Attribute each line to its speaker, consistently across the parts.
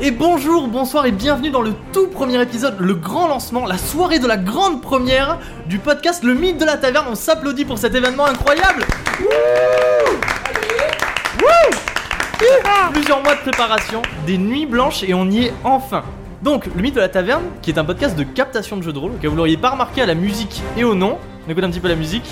Speaker 1: Et bonjour, bonsoir et bienvenue dans le tout premier épisode, le grand lancement, la soirée de la grande première du podcast Le Mythe de la Taverne. On s'applaudit pour cet événement incroyable. Plusieurs mois de préparation, des nuits blanches et on y est enfin. Donc, le mythe de la taverne, qui est un podcast de captation de jeux de rôle, que vous l'auriez pas remarqué à la musique et au nom. On écoute un petit peu la musique.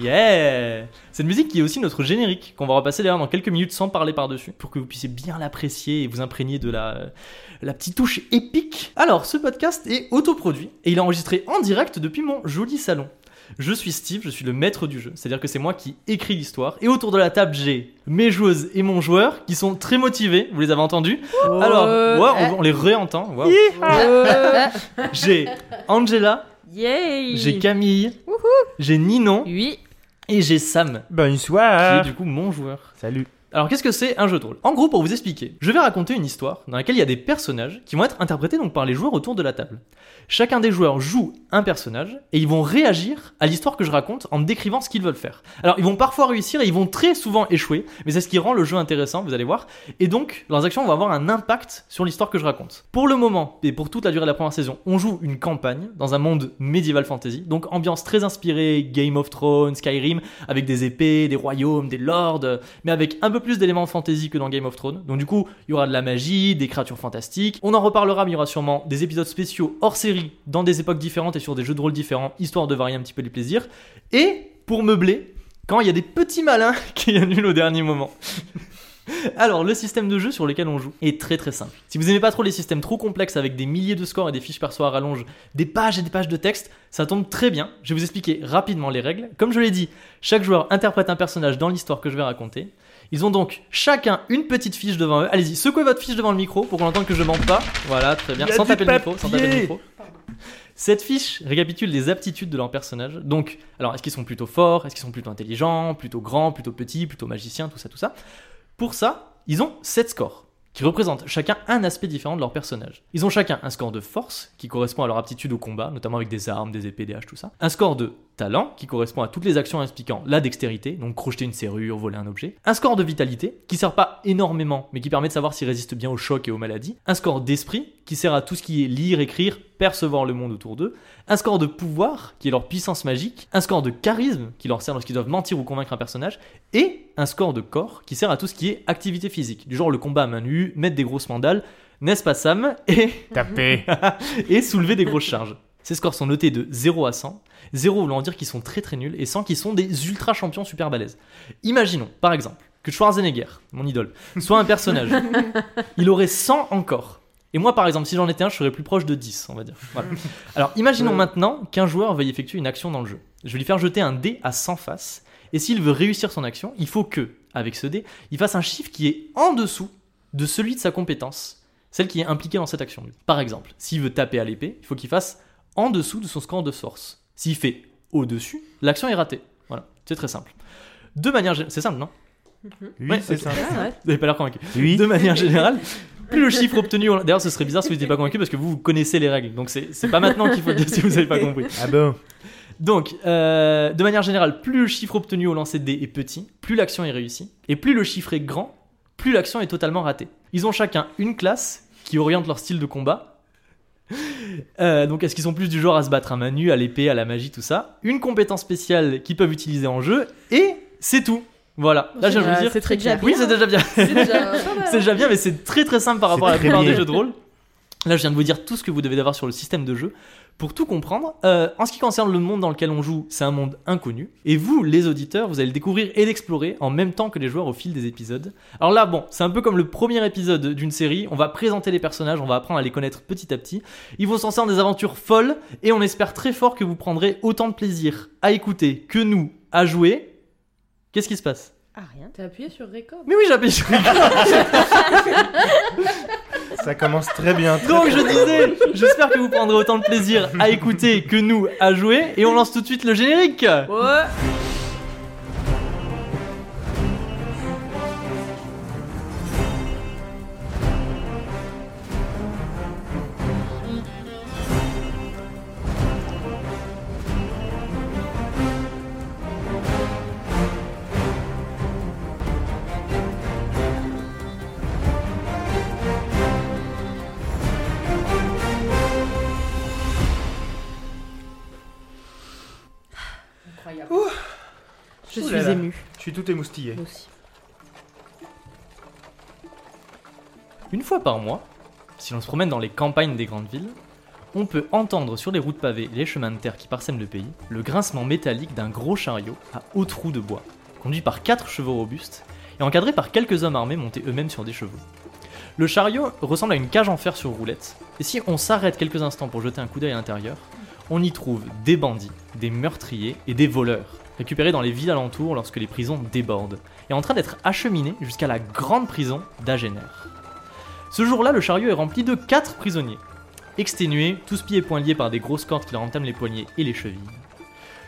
Speaker 1: Yeah Cette musique qui est aussi notre générique, qu'on va repasser d'ailleurs dans quelques minutes sans parler par-dessus, pour que vous puissiez bien l'apprécier et vous imprégner de la, la petite touche épique. Alors, ce podcast est autoproduit et il est enregistré en direct depuis mon joli salon. Je suis Steve, je suis le maître du jeu, c'est-à-dire que c'est moi qui écris l'histoire. Et autour de la table, j'ai mes joueuses et mon joueur qui sont très motivés, vous les avez entendus.
Speaker 2: Oh.
Speaker 1: Alors,
Speaker 3: Euh,
Speaker 1: ouais, on, on les réentend. waouh.
Speaker 3: euh,
Speaker 1: J'ai Angela,
Speaker 3: Yay
Speaker 1: j'ai Camille, j'ai Ninon
Speaker 3: Oui.
Speaker 1: et j'ai Sam, qui est
Speaker 4: Bonsoir
Speaker 1: du coup mon joueur.
Speaker 4: Salut
Speaker 1: Alors qu'est-ce que c'est un jeu de rôle En gros, pour vous expliquer, je vais raconter une histoire dans laquelle il y a des personnages qui vont être interprétés donc par les joueurs autour de la table. Chacun des joueurs joue un personnage et ils vont réagir à l'histoire que je raconte en décrivant ce qu'ils veulent faire. Alors ils vont parfois réussir et ils vont très souvent échouer, mais c'est ce qui rend le jeu intéressant, vous allez voir. Et donc leurs actions vont avoir un impact sur l'histoire que je raconte. Pour le moment et pour toute la durée de la première saison, on joue une campagne dans un monde médiéval fantasy, donc ambiance très inspirée Game of Thrones, Skyrim, avec des épées, des royaumes, des lords, mais avec un peu plus d'éléments de fantasy que dans Game of Thrones. Donc du coup, il y aura de la magie, des créatures fantastiques. On en reparlera, mais il y aura sûrement des épisodes spéciaux hors série, dans des époques différentes et sur des jeux de rôle différents, histoire de varier un petit peu les plaisirs. Et pour meubler, quand il y a des petits malins qui annulent au dernier moment. Alors, le système de jeu sur lequel on joue est très très simple. Si vous aimez pas trop les systèmes trop complexes avec des milliers de scores et des fiches perso à rallonge, des pages et des pages de texte, ça tombe très bien. Je vais vous expliquer rapidement les règles. Comme je l'ai dit, chaque joueur interprète un personnage dans l'histoire que je vais raconter. Ils ont donc chacun une petite fiche devant eux. Allez-y, secouez votre fiche devant le micro pour qu'on entende que je mente pas. Voilà, très bien.
Speaker 4: Il y a
Speaker 1: Sans
Speaker 4: du
Speaker 1: taper, le micro, sans taper le
Speaker 4: papier.
Speaker 1: micro. Cette fiche récapitule les aptitudes de leur personnage. Donc, alors, est-ce qu'ils sont plutôt forts Est-ce qu'ils sont plutôt intelligents Plutôt grands Plutôt petits Plutôt magiciens Tout ça, tout ça. Pour ça, ils ont 7 scores qui représentent chacun un aspect différent de leur personnage. Ils ont chacun un score de force, qui correspond à leur aptitude au combat, notamment avec des armes, des épées, des haches, tout ça. Un score de talent, qui correspond à toutes les actions impliquant la dextérité, donc crocheter une serrure, voler un objet. Un score de vitalité, qui sert pas énormément, mais qui permet de savoir s'ils résistent bien aux chocs et aux maladies. Un score d'esprit, qui sert à tout ce qui est lire, écrire, percevoir le monde autour d'eux. Un score de pouvoir, qui est leur puissance magique. Un score de charisme, qui leur sert lorsqu'ils doivent mentir ou convaincre un personnage et un score de corps qui sert à tout ce qui est activité physique, du genre le combat à main nue, mettre des grosses mandales, n'est-ce pas Sam, et,
Speaker 4: Tapé
Speaker 1: et soulever des grosses charges. Ces scores sont notés de 0 à 100, 0 voulant dire qu'ils sont très très nuls et 100 qui sont des ultra champions super balèzes. Imaginons, par exemple, que Schwarzenegger, mon idole, soit un personnage. Il aurait 100 encore. Et moi, par exemple, si j'en étais un, je serais plus proche de 10, on va dire. Voilà. Alors, imaginons maintenant qu'un joueur veuille effectuer une action dans le jeu. Je vais lui faire jeter un dé à 100 faces. Et s'il veut réussir son action, il faut que, avec ce dé, il fasse un chiffre qui est en dessous de celui de sa compétence, celle qui est impliquée dans cette action. Par exemple, s'il veut taper à l'épée, il faut qu'il fasse en dessous de son score de force. S'il fait au-dessus, l'action est ratée. Voilà, c'est très simple. De manière gé- C'est simple, non
Speaker 4: Oui,
Speaker 1: Ouais,
Speaker 4: c'est
Speaker 1: ok.
Speaker 4: ça.
Speaker 5: Ah,
Speaker 1: Vous n'avez pas l'air convaincu.
Speaker 4: Oui.
Speaker 1: De manière générale, plus le chiffre obtenu. on- D'ailleurs, ce serait bizarre si vous n'étiez pas convaincu parce que vous, vous connaissez les règles. Donc, c'est c'est pas maintenant qu'il faut le dire si vous n'avez pas compris.
Speaker 4: Ah bon
Speaker 1: Donc, euh, de manière générale, plus le chiffre obtenu au lancer de dés est petit, plus l'action est réussie. Et plus le chiffre est grand, plus l'action est totalement ratée. Ils ont chacun une classe qui oriente leur style de combat. Euh, donc, est-ce qu'ils sont plus du genre à se battre à main nue, à l'épée, à la magie, tout ça Une compétence spéciale qu'ils peuvent utiliser en jeu, et c'est tout. Voilà. Là, je viens de vous dire.
Speaker 3: C'est très
Speaker 5: déjà
Speaker 3: clair.
Speaker 1: Oui, c'est déjà bien.
Speaker 5: C'est déjà.
Speaker 1: C'est déjà bien, mais c'est très très simple par rapport à la
Speaker 4: C'est très
Speaker 1: plupart
Speaker 4: bien.
Speaker 1: des jeux de rôle. Là, je viens de vous dire tout ce que vous devez avoir sur le système de jeu pour tout comprendre. Euh, en ce qui concerne le monde dans lequel on joue, c'est un monde inconnu. Et vous, les auditeurs, vous allez le découvrir et l'explorer en même temps que les joueurs au fil des épisodes. Alors là, bon, c'est un peu comme le premier épisode d'une série. On va présenter les personnages, on va apprendre à les connaître petit à petit. Ils vont s'en sortir des aventures folles et on espère très fort que vous prendrez autant de plaisir à écouter que nous à jouer. Qu'est-ce qui se passe
Speaker 5: Ah, rien.
Speaker 3: T'as appuyé sur record.
Speaker 1: Mais oui, j'appuie sur record.
Speaker 4: Ça commence très bien. très-
Speaker 1: Donc je disais, j'espère que vous prendrez autant de plaisir à écouter que nous à jouer et on lance tout de suite le générique.
Speaker 3: Ouais. Je
Speaker 4: Ouh
Speaker 3: suis
Speaker 4: là là.
Speaker 3: émue.
Speaker 4: Je suis tout émoustillé.
Speaker 3: Moi aussi.
Speaker 1: Une fois par mois, si l'on se promène dans les campagnes des grandes villes, on peut entendre sur les routes pavées et les chemins de terre qui parsèment le pays le grincement métallique d'un gros chariot à haut trou de bois, conduit par quatre chevaux robustes et encadré par quelques hommes armés montés eux-mêmes sur des chevaux. Le chariot ressemble à une cage en fer sur roulette, et si on s'arrête quelques instants pour jeter un coup d'œil à l'intérieur, on y trouve des bandits, des meurtriers et des voleurs, récupérés dans les villes alentours lorsque les prisons débordent, et en train d'être acheminés jusqu'à la grande prison d'Agener. Ce jour-là, le chariot est rempli de 4 prisonniers, exténués, tous pieds et poings liés par des grosses cordes qui leur entament les poignets et les chevilles.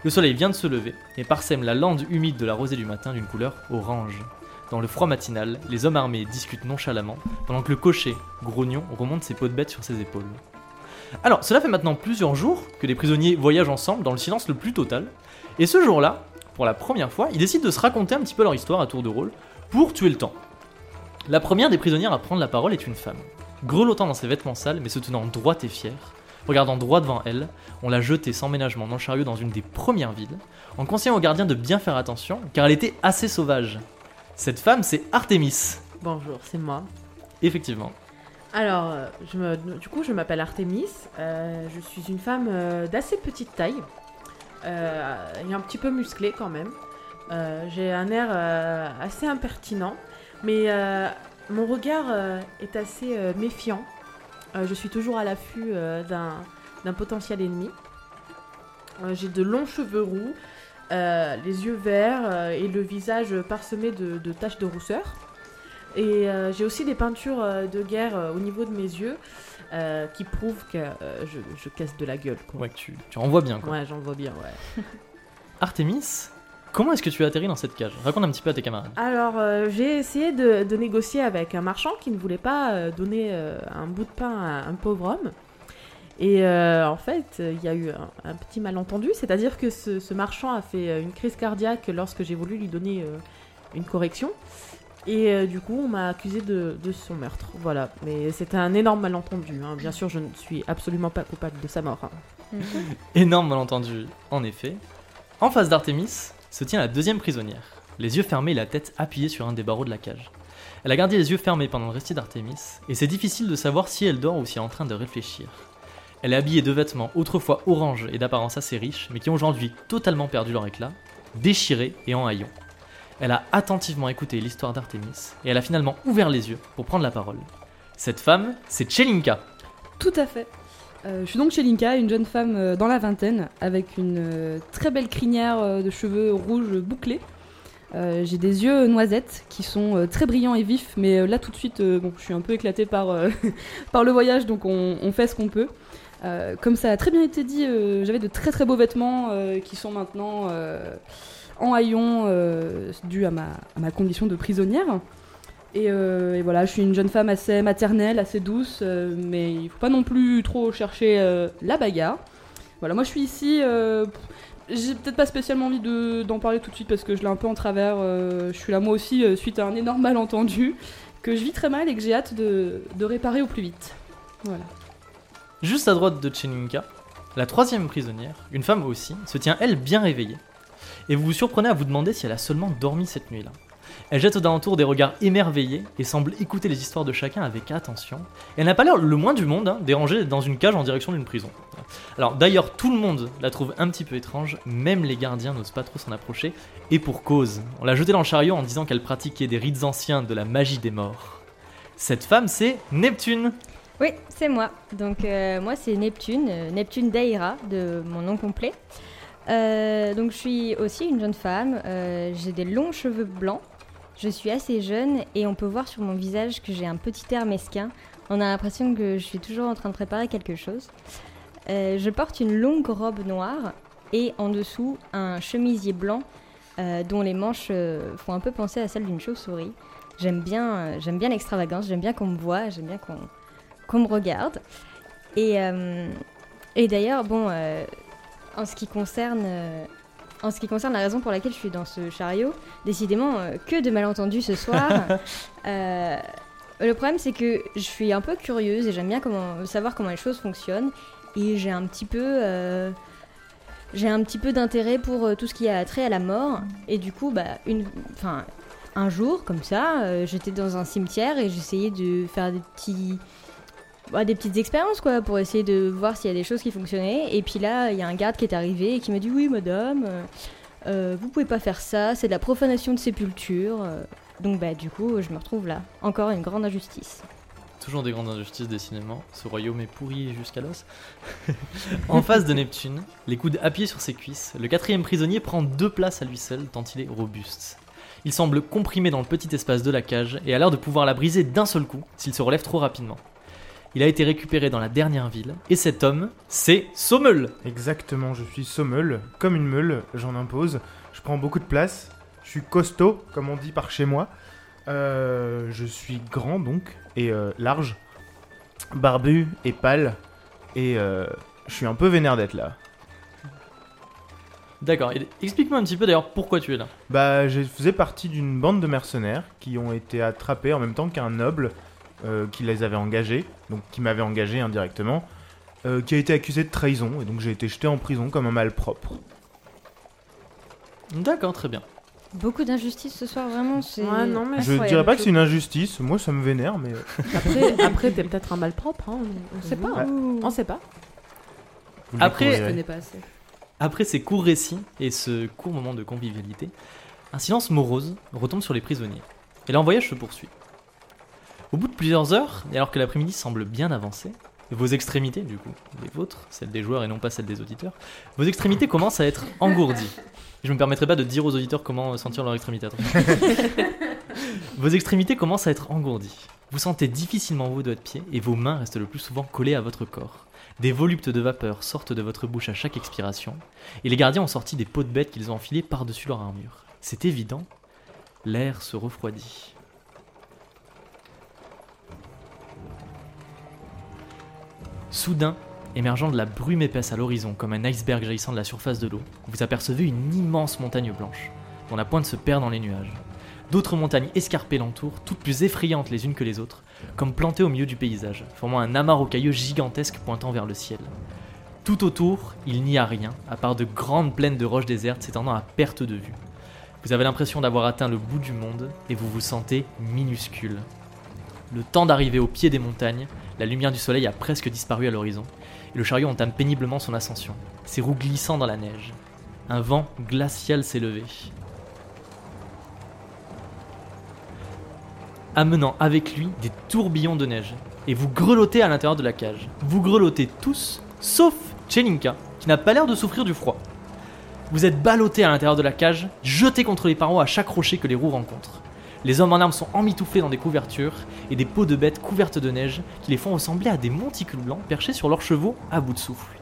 Speaker 1: Le soleil vient de se lever et parsème la lande humide de la rosée du matin d'une couleur orange. Dans le froid matinal, les hommes armés discutent nonchalamment, pendant que le cocher, grognon, remonte ses peaux de bête sur ses épaules. Alors, cela fait maintenant plusieurs jours que les prisonniers voyagent ensemble dans le silence le plus total, et ce jour-là, pour la première fois, ils décident de se raconter un petit peu leur histoire à tour de rôle pour tuer le temps. La première des prisonnières à prendre la parole est une femme. Grelottant dans ses vêtements sales, mais se tenant droite et fière, regardant droit devant elle, on l'a jetée sans ménagement dans le chariot dans une des premières villes, en conseillant aux gardiens de bien faire attention, car elle était assez sauvage. Cette femme, c'est Artemis,
Speaker 3: Bonjour, c'est moi.
Speaker 1: effectivement.
Speaker 3: Alors, euh, je me- du coup, je m'appelle Artemis. euh, je suis une femme euh, d'assez petite taille euh, et un petit peu musclée quand même. Euh, J'ai un air euh, assez impertinent, mais euh, mon regard euh, est assez euh, méfiant. Euh, je suis toujours à l'affût euh, d'un d'un potentiel ennemi. Euh, J'ai de longs cheveux roux, euh, les yeux verts euh, et le visage parsemé de, de taches de rousseur. Et euh, j'ai aussi des peintures euh, de guerre euh, au niveau de mes yeux euh, qui prouvent que euh, je, je casse de la gueule. Quoi.
Speaker 1: Ouais, tu, tu en vois bien, quoi.
Speaker 3: Ouais, j'en vois bien, ouais.
Speaker 1: Artemis, comment est-ce que tu as atterri dans cette cage Raconte un petit peu à tes camarades.
Speaker 3: Alors, euh, j'ai essayé de, de négocier avec un marchand qui ne voulait pas euh, donner euh, un bout de pain à un pauvre homme. Et euh, en fait, euh, il y a eu un, un petit malentendu, c'est-à-dire que ce, ce marchand a fait euh, une crise cardiaque lorsque j'ai voulu lui donner euh, une correction. Et euh, du coup, on m'a accusé de, de son meurtre. Voilà. Mais c'était un énorme malentendu. hein. Bien sûr, je ne suis absolument pas coupable de sa mort. hein.
Speaker 5: Mhm.
Speaker 1: Énorme malentendu, en effet. En face d'Artemis se tient la deuxième prisonnière, les yeux fermés et la tête appuyée sur un des barreaux de la cage. Elle a gardé les yeux fermés pendant le récit d'Artemis, et c'est difficile de savoir si elle dort ou si elle est en train de réfléchir. Elle est habillée de vêtements autrefois orange et d'apparence assez riche, mais qui ont aujourd'hui totalement perdu leur éclat, déchirés et en haillons. Elle a attentivement écouté l'histoire d'Artemis, et elle a finalement ouvert les yeux pour prendre la parole. Cette femme, c'est Chelinka.
Speaker 5: Tout à fait. Euh, je suis donc Chelinka, une jeune femme euh, dans la vingtaine, avec une euh, très belle crinière euh, de cheveux rouges bouclés. Euh, J'ai des yeux noisettes qui sont euh, très brillants et vifs, mais euh, là tout de suite, euh, bon, je suis un peu éclatée par, euh, par le voyage, donc on, on fait ce qu'on peut. Euh, comme ça a très bien été dit, euh, j'avais de très très beaux vêtements euh, qui sont maintenant euh, en haillons euh, dû à ma, à ma condition de prisonnière. Et, euh, et voilà, je suis une jeune femme assez maternelle, assez douce, euh, mais il faut pas non plus trop chercher euh, la bagarre. Voilà, moi je suis ici. euh, pff, j'ai peut-être pas spécialement envie de- d'en parler tout de suite parce que je l'ai un peu en travers. euh, je suis là moi aussi euh, suite à un énorme malentendu que je vis très mal et que j'ai hâte de, de réparer au plus vite. Voilà.
Speaker 1: Juste à droite de Cheninka, la troisième prisonnière, une femme aussi, se tient elle bien réveillée. Et vous vous surprenez à vous demander si elle a seulement dormi cette nuit-là. Elle jette aux alentours des regards émerveillés et semble écouter les histoires de chacun avec attention. Et elle n'a pas l'air le moins du monde hein, dérangée d'être dans une cage en direction d'une prison. Alors d'ailleurs, tout le monde la trouve un petit peu étrange, même les gardiens n'osent pas trop s'en approcher, et pour cause. On l'a jetée dans le chariot en disant qu'elle pratiquait des rites anciens de la magie des morts. Cette femme, c'est Neptune.
Speaker 6: Oui, c'est moi. Donc euh, moi c'est Neptune, euh, Neptune Daïra de mon nom complet. Euh, donc je suis aussi une jeune femme, euh, j'ai des longs cheveux blancs, je suis assez jeune et on peut voir sur mon visage que j'ai un petit air mesquin. On a l'impression que je suis toujours en train de préparer quelque chose. Euh, je porte une longue robe noire et en dessous un chemisier blanc euh, dont les manches euh, font un peu penser à celles d'une chauve-souris. J'aime bien, euh, j'aime bien l'extravagance, j'aime bien qu'on me voit, j'aime bien qu'on qu'on me regarde. Et, euh, et d'ailleurs, bon, euh, en, ce qui concerne, euh, en ce qui concerne la raison pour laquelle je suis dans ce chariot, décidément, euh, que de malentendus ce soir. Euh, le problème, c'est que je suis un peu curieuse et j'aime bien comment, savoir comment les choses fonctionnent. Et j'ai un petit peu. euh, J'ai un petit peu d'intérêt pour euh, tout ce qui a trait à la mort. Et du coup, bah, une, enfin, un jour, comme ça, euh, j'étais dans un cimetière et j'essayais de faire des petits. bah, des petites expériences quoi pour essayer de voir s'il y a des choses qui fonctionnaient et puis là il y a un garde qui est arrivé et qui m'a dit oui madame euh, euh, vous pouvez pas faire ça c'est de la profanation de sépulture Euh, donc bah du coup je me retrouve là encore une grande injustice
Speaker 1: Toujours des grandes injustices décidément, ce royaume est pourri jusqu'à l'os. en face de Neptune, les coudes appuyés sur ses cuisses, le quatrième prisonnier prend deux places à lui seul tant il est robuste. Il semble comprimé dans le petit espace de la cage et a l'air de pouvoir la briser d'un seul coup s'il se relève trop rapidement. Il a été récupéré dans la dernière ville et cet homme, c'est Sommel.
Speaker 4: Exactement, je suis sommeul, comme une meule, j'en impose. Je prends beaucoup de place, je suis costaud, comme on dit par chez moi. Euh, je suis grand donc, et euh, large, barbu et pâle, et euh, je suis un peu vénère d'être là.
Speaker 1: D'accord, et explique-moi un petit peu d'ailleurs pourquoi tu es là.
Speaker 4: Bah, je faisais partie d'une bande de mercenaires qui ont été attrapés en même temps qu'un noble euh, qui les avait engagés, donc qui m'avait engagé indirectement, euh, qui a été accusé de trahison, et donc j'ai été jeté en prison comme un malpropre.
Speaker 1: D'accord, très bien.
Speaker 6: beaucoup d'injustices ce soir vraiment c'est
Speaker 3: Ouais, non, mais
Speaker 4: Je
Speaker 6: Incroyable.
Speaker 4: dirais pas que c'est une injustice, moi ça me vénère, mais euh,
Speaker 3: après, après t'es peut-être un malpropre, hein, on, on sait pas. hein. On sait pas.
Speaker 4: vous le
Speaker 1: Après-
Speaker 5: Je
Speaker 4: découvrirez.
Speaker 5: connais pas assez.
Speaker 1: Après ces courts récits et ce court moment de convivialité, un silence morose retombe sur les prisonniers, et leur voyage se poursuit. Au bout de plusieurs heures, et alors que l'après-midi semble bien avancé, vos extrémités, du coup, les vôtres, celles des joueurs et non pas celles des auditeurs, vos extrémités commencent à être engourdies. Je ne me permettrai pas de dire aux auditeurs comment euh, sentir leur extrémité. attention. vos extrémités commencent à être engourdies. Vous sentez difficilement vos doigts de pied et vos mains restent le plus souvent collées à votre corps. Des voluptes de vapeur sortent de votre bouche à chaque expiration, et les gardiens ont sorti des peaux de bêtes qu'ils ont enfilées par-dessus leur armure. C'est évident, l'air se refroidit. Soudain, émergeant de la brume épaisse à l'horizon comme un iceberg jaillissant de la surface de l'eau, vous apercevez une immense montagne blanche, dont la pointe se perd dans les nuages. D'autres montagnes escarpées l'entourent, toutes plus effrayantes les unes que les autres, comme plantées au milieu du paysage, formant un amas rocailleux gigantesque pointant vers le ciel. Tout autour, il n'y a rien, à part de grandes plaines de roches désertes s'étendant à perte de vue. Vous avez l'impression d'avoir atteint le bout du monde et vous vous sentez minuscule. Le temps d'arriver au pied des montagnes, la lumière du soleil a presque disparu à l'horizon et le chariot entame péniblement son ascension, ses roues glissant dans la neige. Un vent glacial s'est levé. Amenant avec lui des tourbillons de neige et vous grelottez à l'intérieur de la cage. Vous grelottez tous, sauf Chelinka, qui n'a pas l'air de souffrir du froid. Vous êtes ballotté à l'intérieur de la cage, jeté contre les parois à chaque rocher que les roues rencontrent. Les hommes en armes sont emmitouflés dans des couvertures et des peaux de bêtes couvertes de neige qui les font ressembler à des monticules blancs perchés sur leurs chevaux à bout de souffle.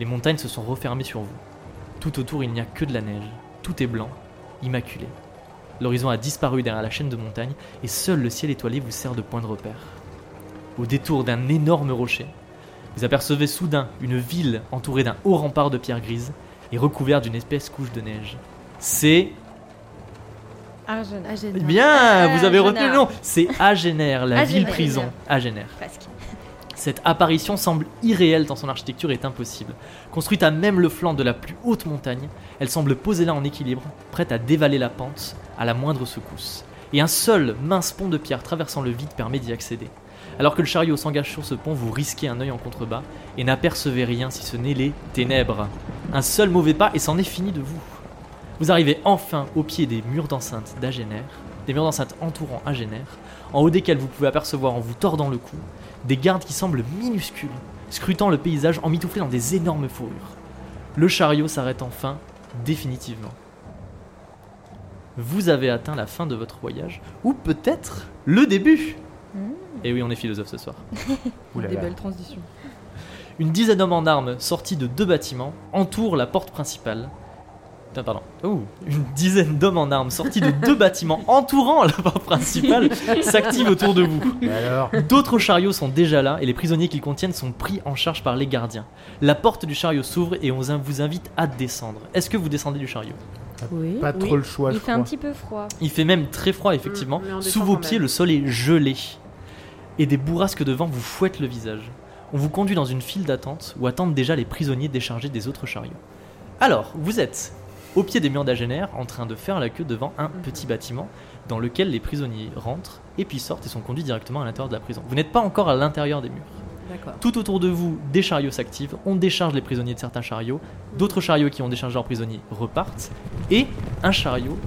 Speaker 1: Les montagnes se sont refermées sur vous. Tout autour, il n'y a que de la neige. Tout est blanc, immaculé. L'horizon a disparu derrière la chaîne de montagnes et seul le ciel étoilé vous sert de point de repère. Au détour d'un énorme rocher, vous apercevez soudain une ville entourée d'un haut rempart de pierres grises et recouverte d'une épaisse couche de neige. C'est
Speaker 3: Ah,
Speaker 6: Arjona
Speaker 1: Eh bien, vous avez retenu le
Speaker 6: Agénère.
Speaker 1: nom. C'est Agénère, la
Speaker 6: Agénère.
Speaker 1: ville prison. Agénère.
Speaker 6: presque
Speaker 1: Cette apparition semble irréelle tant son architecture est impossible. Construite à même le flanc de la plus haute montagne, elle semble posée là en équilibre, prête à dévaler la pente à la moindre secousse. Et un seul mince pont de pierre traversant le vide permet d'y accéder. Alors que le chariot s'engage sur ce pont, vous risquez un œil en contrebas et n'apercevez rien si ce n'est les ténèbres. Un seul mauvais pas et c'en est fini de vous. Vous arrivez enfin au pied des murs d'enceinte d'Agénère, des murs d'enceinte entourant Agénère, en haut desquels vous pouvez apercevoir en vous tordant le cou des gardes qui semblent minuscules, scrutant le paysage emmitouflé dans des énormes fourrures. Le chariot s'arrête enfin, définitivement. Vous avez atteint la fin de votre voyage, ou peut-être le début
Speaker 6: Mmh.
Speaker 1: Et oui, on est philosophe ce soir.
Speaker 4: Oulala.
Speaker 5: Des belles transitions.
Speaker 1: Une dizaine d'hommes en armes sortis de deux bâtiments entourent la porte principale. Putain, pardon. Ouh. Une dizaine d'hommes en armes sortis de deux bâtiments entourant la porte principale s'activent autour de vous.
Speaker 4: Et alors
Speaker 1: D'autres chariots sont déjà là et les prisonniers qu'ils contiennent sont pris en charge par les gardiens. La porte du chariot s'ouvre et on vous invite à descendre. Est-ce que vous descendez du chariot
Speaker 3: Oui.
Speaker 4: Pas trop le choix,
Speaker 6: il
Speaker 4: je
Speaker 6: fait
Speaker 4: crois.
Speaker 6: un petit peu froid
Speaker 1: Il fait même très froid, effectivement.
Speaker 3: Mm, mais on
Speaker 1: Sous
Speaker 3: descend
Speaker 1: vos
Speaker 3: quand
Speaker 1: pieds,
Speaker 3: même.
Speaker 1: le sol est gelé. Et des bourrasques de vent vous fouettent le visage. On vous conduit dans une file d'attente où attendent déjà les prisonniers déchargés des autres chariots. Alors, vous êtes au pied des murs d'Agener en train de faire la queue devant un
Speaker 3: Mmh.
Speaker 1: petit bâtiment dans lequel les prisonniers rentrent et puis sortent et sont conduits directement à l'intérieur de la prison. Vous n'êtes pas encore à l'intérieur des murs.
Speaker 3: D'accord.
Speaker 1: Tout autour de vous, des chariots s'activent, on décharge les prisonniers de certains chariots, d'autres chariots qui ont déchargé leurs prisonniers repartent, et un chariot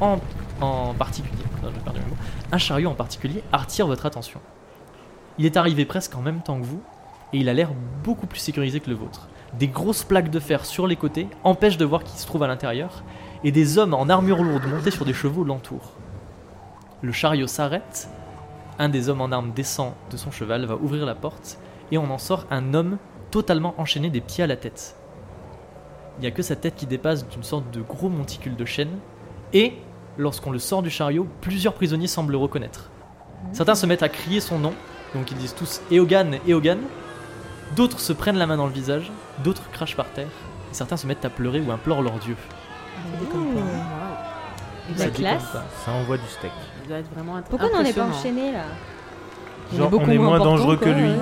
Speaker 1: en, en particulier, non, j'ai perdu mes mots. un chariot en particulier attire votre attention. Il est arrivé presque en même temps que vous, et il a l'air beaucoup plus sécurisé que le vôtre. Des grosses plaques de fer sur les côtés empêchent de voir qui se trouve à l'intérieur, et des hommes en armure lourde montés sur des chevaux l'entourent. Le chariot s'arrête, un des hommes en armes descend de son cheval, va ouvrir la porte, et on en sort un homme totalement enchaîné des pieds à la tête. Il n'y a que sa tête qui dépasse d'une sorte de gros monticule de chaîne, et lorsqu'on le sort du chariot, plusieurs prisonniers semblent le reconnaître. Certains se mettent à crier son nom, donc ils disent tous Eogan, Eogan. D'autres se prennent la main dans le visage, d'autres crachent par terre, et certains se mettent à pleurer ou implorent leur dieu.
Speaker 3: Mmh.
Speaker 6: La
Speaker 1: Ça déconne
Speaker 6: classe.
Speaker 1: pas.
Speaker 4: Ça envoie du steak.
Speaker 3: Il doit être vraiment int-
Speaker 6: Pourquoi on n'en est pas
Speaker 3: impressionnant.
Speaker 6: enchaîné là
Speaker 4: Genre, on est moins
Speaker 6: portants,
Speaker 4: dangereux que
Speaker 6: quoi,
Speaker 4: lui.
Speaker 6: ouais.
Speaker 3: Ouais,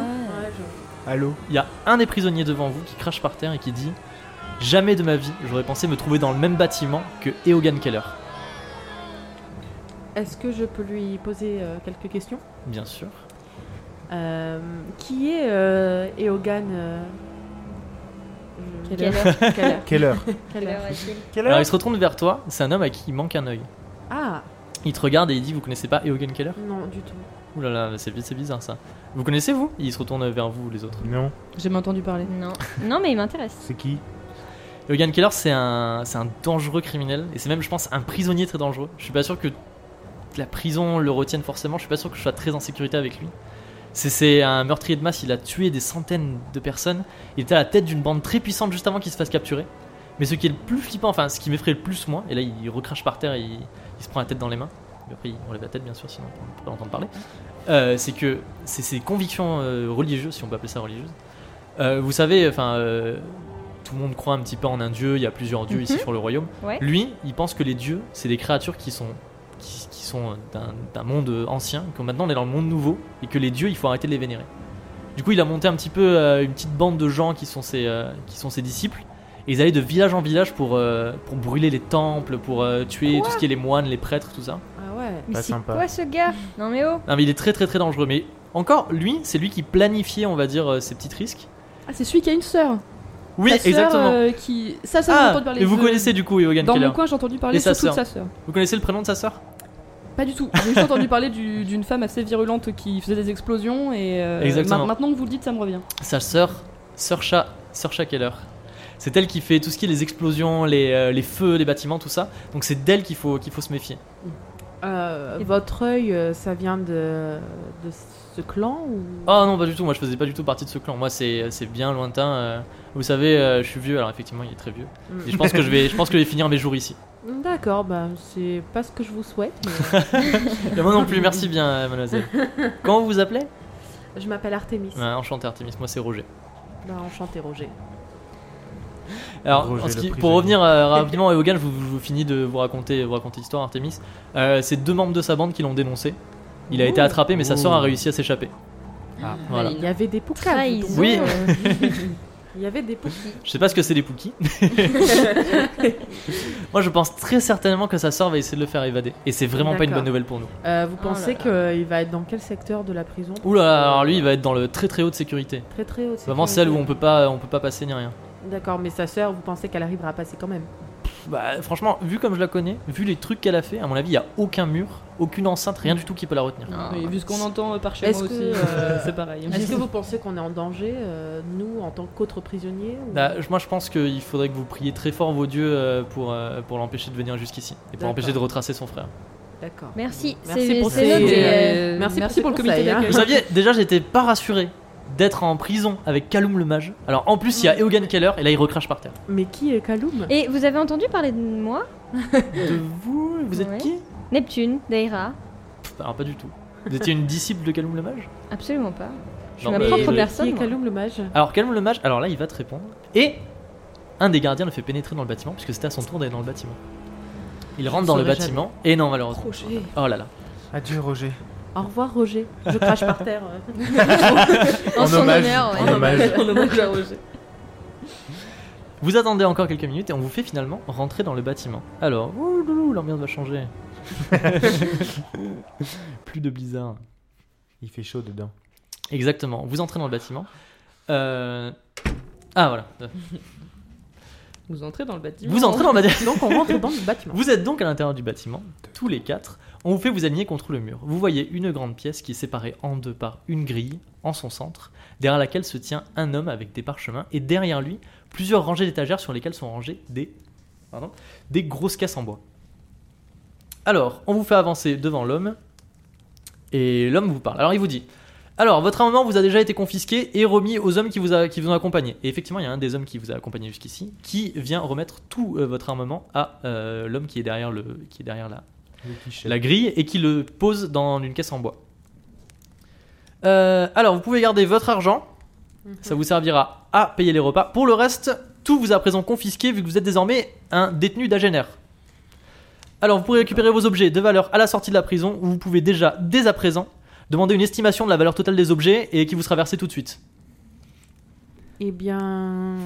Speaker 3: je-
Speaker 4: Allô
Speaker 1: Il y a un des prisonniers devant vous qui crache par terre et qui dit Jamais de ma vie j'aurais pensé me trouver dans le même bâtiment que Eogan Keller.
Speaker 3: Est-ce que je peux lui poser euh, quelques questions
Speaker 1: Bien sûr.
Speaker 3: Euh, Qui est euh, Eogan euh, je-
Speaker 5: Quelle
Speaker 6: Quelle heure-
Speaker 3: Keller.
Speaker 4: Quelle heure Ah,
Speaker 6: quelle
Speaker 3: Keller.
Speaker 6: heure est-il
Speaker 4: Quelle
Speaker 1: Alors il se retourne vers toi, c'est un homme à qui il manque un œil.
Speaker 3: Ah,
Speaker 1: Il te regarde et il dit Vous connaissez pas Eogan Keller
Speaker 3: non, du tout.
Speaker 1: Ouh là là, c'est c'est bizarre ça. Vous connaissez vous Il se retourne vers vous les autres.
Speaker 4: Non,
Speaker 5: J'ai jamais entendu parler.
Speaker 6: Non. Non, mais il m'intéresse.
Speaker 4: c'est qui
Speaker 1: Eogan Keller, c'est un, c'est un dangereux criminel et c'est même, je pense, un prisonnier très dangereux. Je suis pas sûr que la prison le retienne forcément. Je suis pas sûr que je sois très en sécurité avec lui. C'est, c'est un meurtrier de masse. Il a tué des centaines de personnes. Il était à la tête d'une bande très puissante juste avant qu'il se fasse capturer. Mais ce qui est le plus flippant, enfin, ce qui m'effraie le plus moi, et là il recrache par terre, et il, il se prend la tête dans les mains. Et après il relève la tête bien sûr, sinon on peut pas entendre parler. Euh, c'est que c'est ses convictions euh, religieuses, si on peut appeler ça religieuse. Euh, vous savez, enfin, euh, tout le monde croit un petit peu en un dieu, il y a plusieurs dieux
Speaker 5: Mhm.
Speaker 1: ici sur le royaume.
Speaker 6: Ouais.
Speaker 1: Lui, il pense que les dieux, c'est des créatures qui sont, qui, qui sont d'un- d'un monde ancien, que maintenant on est dans le monde nouveau, et que les dieux, il faut arrêter de les vénérer. Du coup, il a monté un petit peu euh, une petite bande de gens qui sont ses, euh, qui sont ses disciples, et ils allaient de village en village pour, euh, pour brûler les temples, pour euh,
Speaker 5: Ah
Speaker 1: tuer tout ce qui est les moines, les prêtres, tout ça.
Speaker 3: Ah ouais.
Speaker 6: Mais
Speaker 4: Pas
Speaker 6: c'est
Speaker 4: sympa.
Speaker 6: quoi ce gars Non, mais oh
Speaker 1: Non, mais il est très très très dangereux, mais encore, lui, c'est lui qui planifiait, on va dire, euh, ces petits risques.
Speaker 5: Ah, c'est celui qui a une sœur.
Speaker 1: Oui,
Speaker 5: Sa sœur,
Speaker 1: exactement.
Speaker 5: euh, qui... Ça, ça, j'ai
Speaker 1: ah,
Speaker 5: entendu parler.
Speaker 1: et vous
Speaker 5: Je-
Speaker 1: connaissez du coup Eogan
Speaker 5: Dans
Speaker 1: Keller
Speaker 5: mon coin, j'ai entendu parler
Speaker 1: Et sa
Speaker 5: surtout de sa sœur.
Speaker 1: Vous connaissez le prénom de sa sœur
Speaker 5: Pas du tout. J'ai juste entendu parler du- d'une femme assez virulente qui faisait des explosions et euh,
Speaker 1: Exactement.
Speaker 5: ma- maintenant que vous le dites, ça me revient.
Speaker 1: Sa sœur, sœur chat, sœur chat Keller. C'est elle qui fait tout ce qui est les explosions, les, euh, les feux, les bâtiments, tout ça. Donc c'est d'elle qu'il faut, qu'il faut se méfier.
Speaker 3: Euh, votre œil, euh, ça vient de, de ce clan ou
Speaker 1: Oh non, pas du tout, moi je faisais pas du tout partie de ce clan. Moi c'est c'est bien lointain. euh, vous savez, euh, je suis vieux, alors effectivement il est très vieux.
Speaker 3: Mm.
Speaker 1: Et je pense que je vais, je pense que je vais finir mes jours ici.
Speaker 3: D'accord, bah c'est pas ce que je vous souhaite. mais- euh,
Speaker 1: Et moi non plus, merci bien, euh, mademoiselle. Comment vous vous appelez
Speaker 3: je m'appelle Artemis.
Speaker 1: Ouais, Enchanté Artemis, moi c'est Roger.
Speaker 3: Bah, enchanté Roger.
Speaker 1: Alors,
Speaker 4: Roger
Speaker 1: en ce qui-
Speaker 4: le
Speaker 1: pour
Speaker 4: prisonnier.
Speaker 1: revenir euh, rapidement à Eogan, je vous, je vous finis de vous raconter, vous raconter l'histoire, Artemis. Euh, c'est deux membres de sa bande qui l'ont dénoncé. Il a été attrapé, mais sa sœur a réussi à s'échapper.
Speaker 4: Ah.
Speaker 1: Voilà.
Speaker 3: Il y avait des poucas.
Speaker 6: Trahison.
Speaker 3: dis donc.
Speaker 1: Oui.
Speaker 3: Il y avait des poucas.
Speaker 1: Je sais pas ce que c'est les Pookies. Moi, je pense très certainement que sa sœur va essayer de le faire évader. Et c'est vraiment pas une
Speaker 3: D'accord.
Speaker 1: bonne nouvelle pour nous.
Speaker 3: Euh, vous
Speaker 6: Oh là
Speaker 3: pensez
Speaker 6: là.
Speaker 3: qu'il va être dans quel secteur de la prison
Speaker 1: Oula, alors lui, il va être dans le très très haut de sécurité.
Speaker 3: Très très haut.
Speaker 1: Vraiment celle où on peut pas, on peut pas passer ni rien.
Speaker 3: D'accord, mais sa sœur, vous pensez qu'elle arrivera à passer quand même
Speaker 1: Bah, franchement, vu comme je la connais, vu les trucs qu'elle a fait, à mon avis, il y a aucun mur, aucune enceinte, rien du tout qui peut la retenir.
Speaker 5: Oui, vu ce qu'on entend euh, par chez moi
Speaker 3: Est-ce
Speaker 5: aussi,
Speaker 3: que,
Speaker 5: euh,
Speaker 3: euh,
Speaker 5: c'est pareil.
Speaker 3: Est-ce que vous pensez qu'on est en danger, euh, nous, en tant qu'autres prisonniers ou-
Speaker 1: Bah, je- moi, je pense qu'il faudrait que vous priez très fort vos dieux euh, pour, euh, pour l'empêcher de venir jusqu'ici et pour
Speaker 3: D'accord.
Speaker 1: l'empêcher de retracer son frère.
Speaker 3: D'accord.
Speaker 6: Merci,
Speaker 3: Merci
Speaker 6: c'est
Speaker 3: pour
Speaker 6: c'est
Speaker 3: ces-
Speaker 6: noté. euh,
Speaker 5: Euh,
Speaker 3: Merci pour
Speaker 5: merci
Speaker 3: ces
Speaker 5: pour le comité
Speaker 3: conseils, hein.
Speaker 5: d'accueil.
Speaker 1: Vous saviez, déjà, j'étais pas rassuré d'être en prison avec Kaloum le mage. Alors, en plus, il y a Eogan Keller et là, il recrache par terre.
Speaker 3: Mais qui est Kaloum
Speaker 6: Et vous avez entendu parler de moi
Speaker 1: De vous Vous êtes
Speaker 6: Ouais.
Speaker 1: qui
Speaker 6: Neptune, Daïra
Speaker 1: Pff, Alors, pas du tout. Vous étiez une disciple de Kaloum le mage
Speaker 6: Absolument pas. Je suis
Speaker 1: Non,
Speaker 6: ma
Speaker 1: mais-
Speaker 6: propre
Speaker 1: mais-
Speaker 3: Qui est
Speaker 6: personne. moi.
Speaker 3: Kaloum le mage
Speaker 1: Alors, Kaloum le mage, alors là, il va te répondre. Et un des gardiens le fait pénétrer dans le bâtiment, puisque c'était à son tour d'aller dans le bâtiment. Il rentre dans le
Speaker 3: saurais
Speaker 1: bâtiment, et non, malheureusement.
Speaker 5: Roger.
Speaker 1: Oh là là.
Speaker 4: Adieu, Roger.
Speaker 3: Au revoir Roger. Je crache par terre. euh.
Speaker 6: En
Speaker 4: En
Speaker 6: son
Speaker 4: hommage,
Speaker 6: honneur, ouais.
Speaker 4: en hommage.
Speaker 3: En hommage à Roger.
Speaker 1: Vous attendez encore quelques minutes et on vous fait finalement rentrer dans le bâtiment. Alors, ouh, loulou, l'ambiance va changer. Plus de blizzard.
Speaker 4: Il fait chaud dedans.
Speaker 1: Exactement. Vous entrez dans le bâtiment. Euh, Ah voilà.
Speaker 3: Vous entrez dans le bâtiment.
Speaker 1: Vous entrez dans le bâtiment.
Speaker 3: Donc on rentre dans le bâtiment.
Speaker 1: Vous êtes donc à l'intérieur du bâtiment, tous les quatre. On vous fait vous aligner contre le mur. Vous voyez une grande pièce qui est séparée en deux par une grille en son centre, derrière laquelle se tient un homme avec des parchemins et derrière lui plusieurs rangées d'étagères sur lesquelles sont rangées des, pardon, des grosses caisses en bois. Alors, on vous fait avancer devant l'homme et l'homme vous parle. Alors il vous dit alors, votre armement vous a déjà été confisqué et remis aux hommes qui vous, a- qui vous ont accompagné. Et effectivement, il y a un des hommes qui vous a accompagné jusqu'ici qui vient remettre tout euh, votre armement à euh, l'homme qui est derrière, le, qui est derrière la,
Speaker 4: Le cliché.
Speaker 1: la grille et qui le pose dans une caisse en bois. Euh, alors, vous pouvez garder votre argent,
Speaker 3: Mhm.
Speaker 1: ça vous servira à payer les repas. Pour le reste, tout vous est à présent confisqué vu que vous êtes désormais un détenu d'Agener. Alors, vous pourrez récupérer vos objets de valeur à la sortie de la prison où vous pouvez déjà, dès à présent, demander une estimation de la valeur totale des objets et qui vous sera versée tout de suite.
Speaker 3: Eh bien,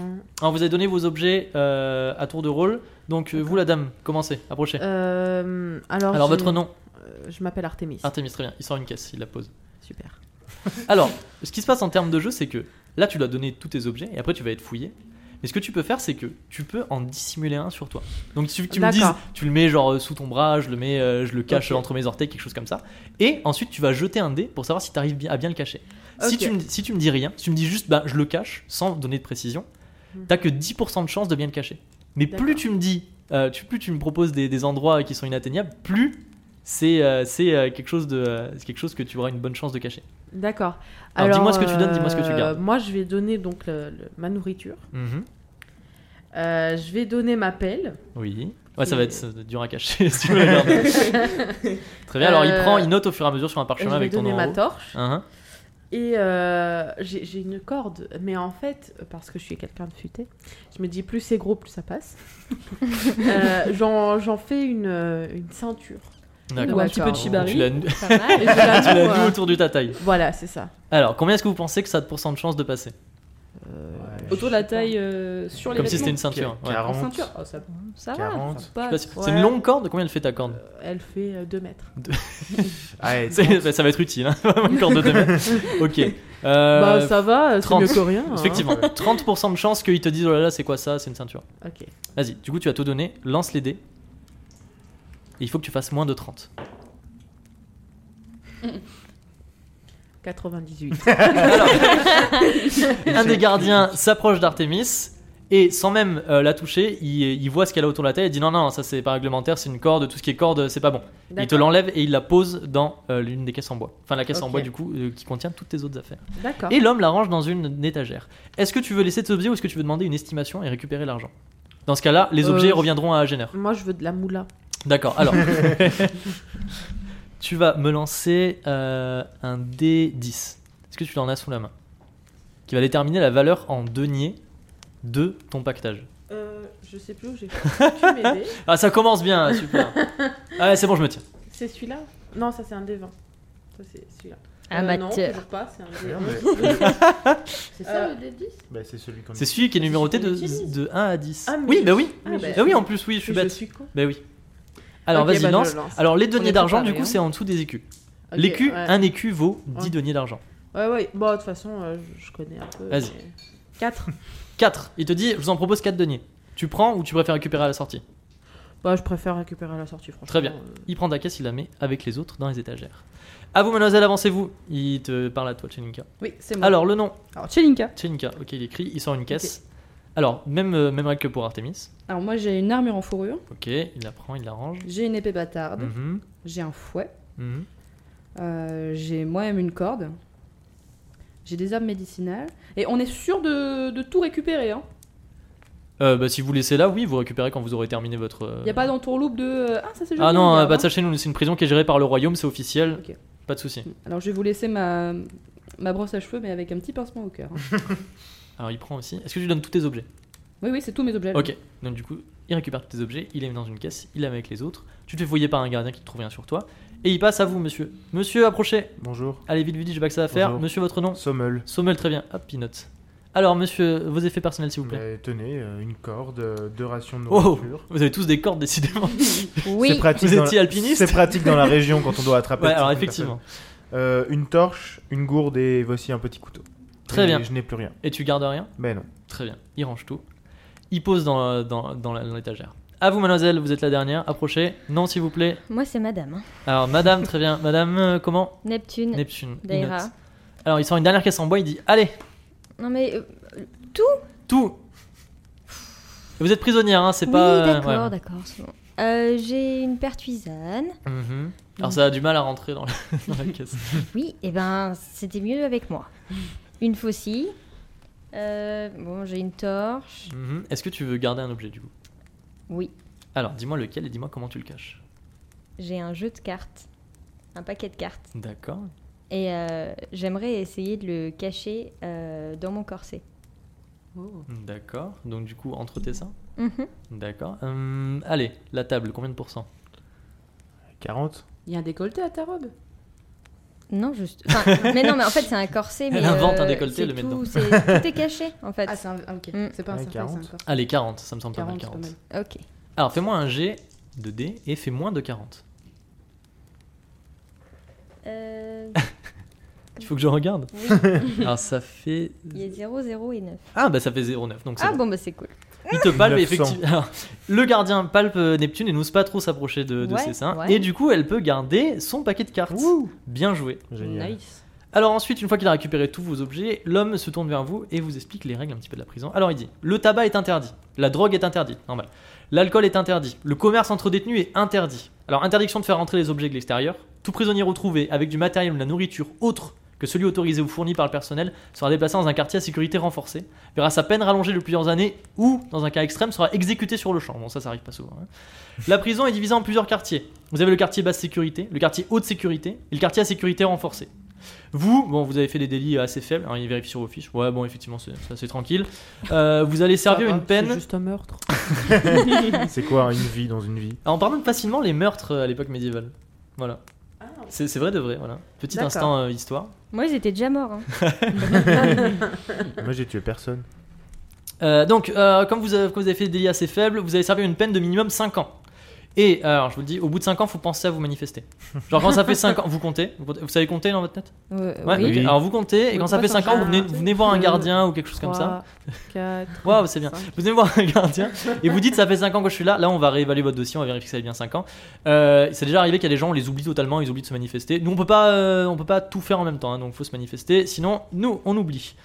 Speaker 1: Alors, vous avez donné vos objets euh, à tour de rôle. Donc, euh, vous, la dame, commencez, approchez.
Speaker 3: euh, alors,
Speaker 1: Alors,
Speaker 3: j'ai-
Speaker 1: votre nom Ah.
Speaker 3: euh, Je m'appelle Artemis.
Speaker 1: Artemis, très bien. Il sort une caisse, il la pose.
Speaker 3: Super.
Speaker 1: Alors, ce qui se passe en termes de jeu, c'est que là, tu dois donner tous tes objets et après, tu vas être fouillé. Mais ce que tu peux faire, c'est que tu peux en dissimuler un sur toi. Donc, il suffit que tu me dises,
Speaker 3: D'accord.
Speaker 1: tu le mets genre euh, sous ton bras, je le mets, euh, je le cache
Speaker 3: Ok.
Speaker 1: entre mes orteils, quelque chose comme ça. Et ensuite, tu vas jeter un dé pour savoir si tu arrives bien, à bien le cacher. Si,
Speaker 3: Ok.
Speaker 1: tu me, si tu me dis rien, si tu me dis juste, bah, je le cache sans donner de précision,
Speaker 3: Mhm.
Speaker 1: t'as que 10% de chance de bien le cacher. Mais plus
Speaker 3: D'accord.
Speaker 1: tu me dis, euh, tu, plus tu me proposes des, des endroits qui sont inatteignables, plus c'est euh, c'est, euh, quelque chose de euh, c'est quelque chose que tu auras une bonne chance de cacher.
Speaker 3: D'accord.
Speaker 1: Alors, dis-moi ce que tu donnes, dis-moi ce que tu gardes.
Speaker 3: euh, moi, je vais donner donc le- le- ma nourriture.
Speaker 1: Mhm.
Speaker 3: Euh, je vais donner ma pelle.
Speaker 1: Oui. Ouais,
Speaker 3: Qui-
Speaker 1: ça va être ça va être dur à cacher si tu veux la garder. Très bien, alors il
Speaker 3: Euh,
Speaker 1: prend, il note au fur et à mesure sur un
Speaker 3: Je
Speaker 1: parchemin
Speaker 3: vais
Speaker 1: avec ton
Speaker 3: donner
Speaker 1: nom. en
Speaker 3: ma
Speaker 1: haut.
Speaker 3: torche.
Speaker 1: Hein, hein.
Speaker 3: Et euh, j'ai j'ai une corde, mais en fait, parce que je suis quelqu'un de futé, je me dis plus c'est gros, plus ça passe. Euh, J'en j'en fais une, euh, une ceinture.
Speaker 1: D'accord.
Speaker 5: Ou un petit peu de shibari.
Speaker 1: Tu la noues-
Speaker 6: Pas mal.
Speaker 3: Et je la
Speaker 1: tu la
Speaker 3: noue,
Speaker 1: noues
Speaker 3: euh,
Speaker 1: autour de ta taille.
Speaker 3: Voilà, c'est ça.
Speaker 1: Alors, combien est-ce que vous pensez que ça a de pourcent de chance de passer
Speaker 4: Ouais.
Speaker 5: Autour de la taille euh, sur les
Speaker 1: Comme si
Speaker 5: vêtements.
Speaker 1: c'était une ceinture. ouais.
Speaker 5: en
Speaker 4: 40,
Speaker 5: ceinture. Oh, ça, ça va.
Speaker 4: 40.
Speaker 5: c'est pas-
Speaker 1: Je sais pas si- C'est
Speaker 3: Ah, Ouais.
Speaker 1: une longue corde Combien elle fait ta corde
Speaker 3: Elle fait 2 mètres.
Speaker 4: Ouais,
Speaker 1: C'est- bah, Ça va être utile, hein, une corde de demain. Ok. Euh,
Speaker 3: bah, ça va, c'est
Speaker 1: 30.
Speaker 3: mieux que rien. hein.
Speaker 1: effectivement, 30% de chance qu'ils te disent oh là là, c'est quoi ça C'est une ceinture.
Speaker 3: Ok.
Speaker 1: Vas-y, du coup, tu as tout donné, lance les dés. Et il faut que tu fasses moins de 30.
Speaker 3: 98.
Speaker 1: Un des gardiens s'approche d'Artemis et sans même euh, la toucher, il, il voit ce qu'elle a autour de la tête et dit non, non, ça c'est pas réglementaire, c'est une corde, tout ce qui est corde, c'est pas bon. Il te
Speaker 3: D'accord.
Speaker 1: l'enlève et il la pose dans euh, l'une des caisses en bois. Enfin, la caisse en
Speaker 3: Ok.
Speaker 1: bois du coup euh, qui contient toutes tes autres affaires.
Speaker 3: D'accord.
Speaker 1: Et l'homme la range dans une étagère. Est-ce que tu veux laisser tes objets ou est-ce que tu veux demander une estimation et récupérer l'argent Dans ce cas-là, les
Speaker 3: Euh,
Speaker 1: objets
Speaker 3: je-
Speaker 1: reviendront à Agener.
Speaker 3: Moi, je veux de la moula.
Speaker 1: D'accord, alors. tu vas me lancer euh, un D10. Est-ce que tu l'en as sous la main Qui va déterminer la valeur en denier de ton pactage.
Speaker 3: Euh, je sais plus où j'ai. tu m'aider
Speaker 1: Ah, ça commence bien, super. ah, ouais, c'est bon, je me tiens.
Speaker 3: C'est celui-là Non, ça c'est un D20. Ça c'est celui-là. Euh, non,
Speaker 6: Amateur.
Speaker 3: toujours pas, c'est un
Speaker 4: Merde,
Speaker 3: D20.
Speaker 4: mais-
Speaker 5: C'est
Speaker 3: ça,
Speaker 6: Euh,
Speaker 3: le
Speaker 5: D10
Speaker 4: bah, c'est celui qu'on
Speaker 1: C'est celui qui est numéroté de,
Speaker 3: j'utilise.
Speaker 1: de 1 à 10.
Speaker 3: Ah, mais
Speaker 1: oui,
Speaker 3: je-
Speaker 1: bah oui.
Speaker 3: Ah, bah,
Speaker 1: Bah oui, en plus, oui, je suis
Speaker 3: je
Speaker 1: bête.
Speaker 3: suis con.
Speaker 1: Bah oui. Alors,
Speaker 3: Ok,
Speaker 1: vas-y,
Speaker 3: bah, je
Speaker 1: lance.
Speaker 3: le lance.
Speaker 1: Alors, les
Speaker 3: On
Speaker 1: deniers
Speaker 3: est
Speaker 1: d'argent, du
Speaker 3: préparé,
Speaker 1: coup,
Speaker 3: hein.
Speaker 1: c'est en dessous des écus.
Speaker 3: Ok,
Speaker 1: L'écu,
Speaker 3: ouais.
Speaker 1: un écu vaut 10
Speaker 3: Ouais.
Speaker 1: deniers d'argent.
Speaker 3: Ouais, ouais. Bon, de toute façon, euh, je- je connais un peu. euh,
Speaker 1: Vas-y.
Speaker 3: 4.
Speaker 1: 4. Il te dit, je vous en propose 4 deniers. Tu prends ou tu préfères récupérer à la sortie
Speaker 3: Bah, je préfère récupérer à la sortie, franchement.
Speaker 1: Très bien.
Speaker 3: euh.
Speaker 1: Il prend ta caisse, il la met avec les autres dans les étagères. À vous, mademoiselle, avancez-vous. Il te parle à toi, Chelinka.
Speaker 5: Oui, c'est moi.
Speaker 1: Alors, le nom,
Speaker 5: Alors, Chelinka.
Speaker 1: Chelinka. Ok, il écrit, il sort une caisse. Alors, même, euh, même règle que pour Artemis.
Speaker 5: Alors, moi, j'ai une armure en fourrure,
Speaker 1: Ok, il la prend, il la range.
Speaker 5: j'ai une épée bâtarde,
Speaker 1: Mhm,
Speaker 5: j'ai un fouet,
Speaker 1: mhm.
Speaker 5: euh, j'ai moi-même une corde, j'ai des herbes médicinales. Et on est sûr de, de tout récupérer. Hein.
Speaker 1: Euh, bah, si vous laissez là, oui, vous récupérez quand vous aurez terminé votre. euh,
Speaker 5: Y a pas d'entourloupe de. euh, Ah, ça c'est joli.
Speaker 1: Ah non,
Speaker 5: on
Speaker 1: euh,
Speaker 5: garde,
Speaker 1: pas de
Speaker 5: hein.
Speaker 1: ça chez nous, c'est une prison qui est gérée par le royaume, c'est officiel.
Speaker 5: Ok.
Speaker 1: Pas de souci.
Speaker 5: Alors, je vais vous laisser ma, ma brosse à cheveux, mais avec un petit pincement au cœur. hein.
Speaker 1: Alors, il prend aussi. Est-ce que tu lui donnes tous tes objets
Speaker 5: oui, oui, c'est tous mes objets. là.
Speaker 1: Ok, donc du coup, il récupère tous tes objets, il les met dans une caisse, il la met avec les autres. Tu te fais fouiller par un gardien qui te trouve rien sur toi. Et il passe à vous, monsieur. Monsieur, approchez.
Speaker 4: Bonjour.
Speaker 1: Allez, vite, vite, j'ai pas que ça à faire.
Speaker 4: Bonjour.
Speaker 1: Monsieur, votre nom
Speaker 4: Sommel.
Speaker 1: Sommel, très bien. Hop, il note. Alors, monsieur, vos effets personnels, s'il vous plaît.
Speaker 4: Mais tenez, euh, une corde, euh, deux rations de
Speaker 1: Oh.
Speaker 4: nourriture.
Speaker 1: Vous avez tous des cordes, décidément.
Speaker 6: Oui,
Speaker 4: C'est pratique
Speaker 1: Vous
Speaker 4: dans
Speaker 1: étiez
Speaker 4: la-
Speaker 1: alpiniste
Speaker 4: C'est pratique dans la région quand on doit attraper.
Speaker 1: ouais, alors
Speaker 4: certaines
Speaker 1: effectivement.
Speaker 4: personnes. Euh, une torche, une gourde et voici un petit couteau.
Speaker 1: Très
Speaker 4: Et
Speaker 1: bien.
Speaker 4: Je n'ai plus rien.
Speaker 1: Et tu gardes rien
Speaker 4: Mais non.
Speaker 1: Très bien. Il range tout. Il pose dans, dans, dans la- dans l'étagère. À vous, mademoiselle, vous êtes la dernière. Approchez. Non, s'il vous plaît.
Speaker 6: moi c'est madame. hein.
Speaker 1: Alors, madame, très bien. Madame, euh, comment
Speaker 6: Neptune,
Speaker 1: Neptune. il
Speaker 6: Daïra.
Speaker 1: note. Alors, il sort une dernière caisse en bois. Il dit Allez,
Speaker 6: Non mais euh,
Speaker 1: tout Vous êtes prisonnière, hein, c'est
Speaker 6: oui,
Speaker 1: pas.
Speaker 6: d'accord,
Speaker 1: ouais.
Speaker 6: d'accord. c'est bon. Euh, j'ai une pertuisane.
Speaker 1: Mhm. Alors, ça a du mal à rentrer dans la, dans la caisse.
Speaker 6: Oui, et ben c'était mieux avec moi. Une faucille. Euh, bon, j'ai une torche.
Speaker 1: Mhm. Est-ce que tu veux garder un objet du coup
Speaker 6: Oui,
Speaker 1: Alors, dis-moi lequel et dis-moi comment tu le caches.
Speaker 6: j'ai un jeu de cartes, un paquet de cartes.
Speaker 1: D'accord.
Speaker 6: Et euh, j'aimerais essayer de le cacher euh, dans mon corset.
Speaker 3: Oh.
Speaker 1: D'accord. Donc, du coup, entre tes seins
Speaker 6: Mhm.
Speaker 1: D'accord. Hum, allez, la table, combien de pourcents
Speaker 4: 40
Speaker 3: Il y a un décolleté à ta robe
Speaker 6: Non, juste. Enfin, mais non, mais en fait, c'est un corset. Mais,
Speaker 1: Elle invente un
Speaker 6: euh,
Speaker 1: décolleté,
Speaker 6: c'est
Speaker 1: le met
Speaker 6: tout,
Speaker 1: dedans.
Speaker 6: c'est- Tout est caché, en fait.
Speaker 2: Ah, c'est un. ah, ok,
Speaker 6: Mm.
Speaker 2: c'est pas
Speaker 4: Ouais,
Speaker 2: un cercueil,
Speaker 4: 40.
Speaker 2: c'est un corps.
Speaker 1: Allez, 40, ça me semble pas mal,
Speaker 2: 40, c'est
Speaker 1: 40.
Speaker 2: pas mal.
Speaker 6: ok.
Speaker 1: Alors, fais-moi un G de D et fais moins de 40.
Speaker 6: Euh,
Speaker 1: Il faut que je regarde.
Speaker 6: oui,
Speaker 1: Alors, ça fait.
Speaker 6: il y a 0, 0 et 9.
Speaker 1: Ah, bah ça fait 0,9. Donc, c'est
Speaker 6: Ah
Speaker 1: bon.
Speaker 6: bon, bah c'est cool.
Speaker 1: Il te palpe,
Speaker 4: 900.
Speaker 1: effectivement. Alors, le gardien palpe euh, Neptune et n'ose pas trop s'approcher de, de
Speaker 6: Ouais,
Speaker 1: ses seins.
Speaker 6: ouais.
Speaker 1: Et du coup, elle peut garder son paquet de cartes. Bien joué.
Speaker 4: Génial.
Speaker 3: Nice.
Speaker 1: Alors ensuite, une fois qu'il a récupéré tous vos objets, l'homme se tourne vers vous et vous explique les règles un petit peu de la prison. Alors il dit, le tabac est interdit, la drogue est interdite, normal. L'alcool est interdit, le commerce entre détenus est interdit. Alors interdiction de faire rentrer les objets de l'extérieur, tout prisonnier retrouvé avec du matériel ou de la nourriture autre que celui autorisé ou fourni par le personnel sera déplacé dans un quartier à sécurité renforcée, verra sa peine rallongée de plusieurs années ou, dans un cas extrême, sera exécuté sur le champ. Bon ça, ça arrive pas souvent. hein. La prison est divisée en plusieurs quartiers. Vous avez le quartier basse sécurité, le quartier haute sécurité et le quartier à sécurité renforcée. Vous, bon, vous avez fait des délits assez faibles. hein, il vérifie sur vos fiches. Ouais, bon, effectivement, c'est c'est assez tranquille. Euh, vous allez servir
Speaker 3: Ça va,
Speaker 1: une peine.
Speaker 3: C'est juste un meurtre.
Speaker 4: C'est quoi une vie dans une vie
Speaker 1: Alors, on pardonne facilement les meurtres euh, à l'époque médiévale. Voilà. C'est c'est vrai de vrai, voilà. Petit
Speaker 3: D'accord.
Speaker 1: instant euh, histoire.
Speaker 6: Moi, ils étaient déjà morts. hein.
Speaker 4: Moi j'ai tué personne.
Speaker 1: Euh, donc, euh, comme, vous avez, comme vous avez fait des délits assez faibles, vous avez servi une peine de minimum 5 ans. Et, euh, alors je vous le dis, au bout de 5 ans, faut penser à vous manifester. Genre, quand ça fait 5 ans, vous comptez vous, comptez- vous savez compter dans votre tête
Speaker 6: Euh,
Speaker 1: Ouais,
Speaker 6: oui.
Speaker 1: ok. Alors vous comptez, et
Speaker 3: Oui,
Speaker 1: quand ça
Speaker 3: trois,
Speaker 1: fait 5
Speaker 3: cinq,
Speaker 1: ans, vous venez,
Speaker 3: un,
Speaker 1: vous venez voir un
Speaker 3: deux,
Speaker 1: gardien ou quelque chose comme ça.
Speaker 3: 4.
Speaker 1: Waouh, c'est bien. Vous venez voir un gardien et vous dites ça fait 5 ans que je suis là. Là, on va réévaluer votre dossier, on va vérifier que ça fait bien 5 ans. Euh, c'est déjà arrivé qu'il y a des gens, on les oublie totalement, ils oublient de se manifester. Nous, on peut pas, euh, on peut pas tout faire en même temps, hein, donc faut se manifester. Sinon, nous, on oublie.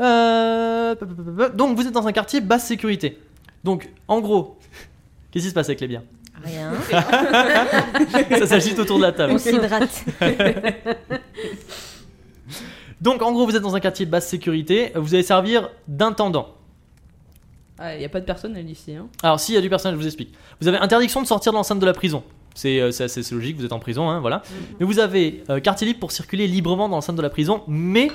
Speaker 1: Euh, pa- pa- pa- pa- Donc, vous êtes dans un quartier basse sécurité. Donc, en gros, qu'est-ce qui se passe avec les biens
Speaker 6: Rien.
Speaker 1: Ça s'agite autour de la table.
Speaker 6: On s'hydrate.
Speaker 1: Donc, en gros, vous êtes dans un quartier basse sécurité. Vous allez servir d'intendant.
Speaker 2: Ah, il n'y a pas de personnel ici. Hein.
Speaker 1: Alors, s'il y a du personnel, je vous explique. Vous avez interdiction de sortir de l'enceinte de la prison. C'est euh, c'est assez c'est logique, vous êtes en prison, hein, voilà.
Speaker 6: Mhm.
Speaker 1: Mais vous avez euh, quartier libre pour circuler librement dans l'enceinte de la prison, mais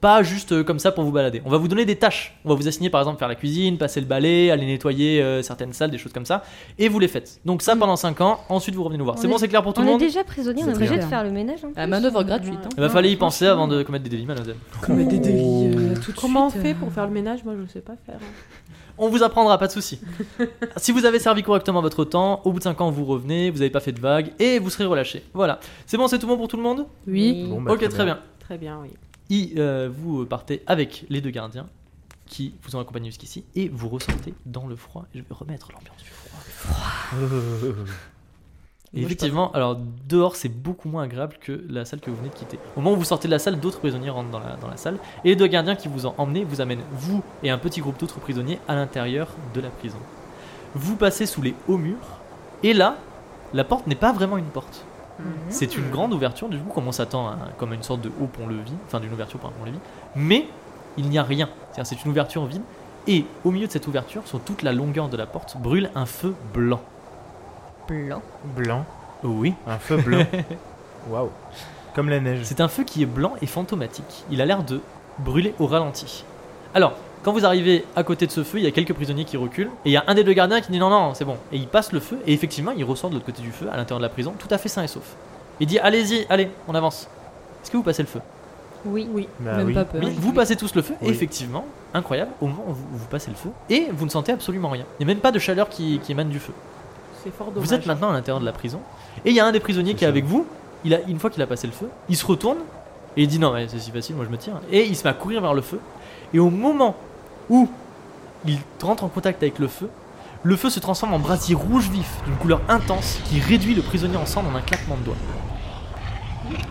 Speaker 1: pas juste euh, comme ça pour vous balader. On va vous donner des tâches. On va vous assigner, par exemple, faire la cuisine, passer le balai, aller nettoyer euh, certaines salles, des choses comme ça. Et vous les faites. Donc, ça pendant 5 ans. Ensuite, vous revenez nous voir.
Speaker 6: Mhm. On
Speaker 1: C'est bon,
Speaker 6: est-
Speaker 1: c'est clair pour tout
Speaker 6: on
Speaker 1: le
Speaker 6: est
Speaker 1: monde
Speaker 6: déjà prisonnier, on
Speaker 5: C'est
Speaker 6: est obligé de
Speaker 5: clair.
Speaker 6: faire le ménage. En
Speaker 2: La
Speaker 6: plus.
Speaker 2: manœuvre gratuite. Hein.
Speaker 1: Il va fallait y penser avant de commettre des délits, mademoiselle.
Speaker 5: Commettre des délits euh, tout de
Speaker 3: Comment on
Speaker 5: suite,
Speaker 3: fait
Speaker 5: euh.
Speaker 3: pour faire le ménage Moi, je sais pas faire. hein.
Speaker 1: On vous apprendra, pas de souci. si vous avez servi correctement votre temps, au bout de 5 ans, vous revenez, vous n'avez pas fait de vagues et vous serez relâché. Voilà. C'est bon, c'est tout bon pour tout le monde
Speaker 5: Oui.
Speaker 4: Bon, bah,
Speaker 1: Ok, très bien.
Speaker 3: Très bien, oui.
Speaker 1: Et, euh, vous partez avec les deux gardiens qui vous ont accompagné jusqu'ici et vous ressortez dans le froid. Je vais remettre l'ambiance du froid.
Speaker 4: Euh,
Speaker 1: Et effectivement, alors dehors c'est beaucoup moins agréable que la salle que vous venez de quitter. Au moment où vous sortez de la salle, d'autres prisonniers rentrent dans la, dans la salle et les deux gardiens qui vous ont emmené vous amènent vous et un petit groupe d'autres prisonniers à l'intérieur de la prison. Vous passez sous les hauts murs et là, la porte n'est pas vraiment une porte.
Speaker 6: Mhm.
Speaker 1: C'est une grande ouverture, du coup, comme on s'attend à comme à une sorte de haut pont-levis, enfin d'une ouverture pour un pont-levis, mais il n'y a rien. C'est-à-dire, c'est une ouverture vide, et au milieu de cette ouverture, sur toute la longueur de la porte, brûle un feu blanc.
Speaker 6: Blanc.
Speaker 4: Blanc,
Speaker 1: Oui.
Speaker 4: un feu blanc. Waouh. Comme la neige.
Speaker 1: C'est un feu qui est blanc et fantomatique. Il a l'air de brûler au ralenti. Alors, quand vous arrivez à côté de ce feu, il y a quelques prisonniers qui reculent, et il y a un des deux gardiens qui dit non, non, c'est bon. Et il passe le feu, et effectivement, il ressort de l'autre côté du feu, à l'intérieur de la prison, tout à fait sain et sauf. Il dit allez-y, allez, on avance. Est-ce que vous passez le feu
Speaker 6: Oui.
Speaker 3: Oui.
Speaker 4: Bah
Speaker 5: Même
Speaker 4: oui.
Speaker 5: pas peur.
Speaker 1: Oui, vous passez tous le feu,
Speaker 4: Oui.
Speaker 1: effectivement, incroyable, au moment où vous, vous passez le feu, et vous ne sentez absolument rien. Il n'y a même pas de chaleur qui, qui émane du feu.
Speaker 3: C'est fort dommage.
Speaker 1: Vous êtes maintenant à l'intérieur de la prison, et il y a un des prisonniers
Speaker 4: C'est
Speaker 1: qui est
Speaker 4: ça.
Speaker 1: avec vous, il a, une fois qu'il a passé le feu, il se retourne, et il dit non mais c'est si facile, moi je me tire, et il se met à courir vers le feu, et au moment où il rentre en contact avec le feu, le feu se transforme en brasier rouge vif, d'une couleur intense, qui réduit le prisonnier en cendres en un claquement de doigts.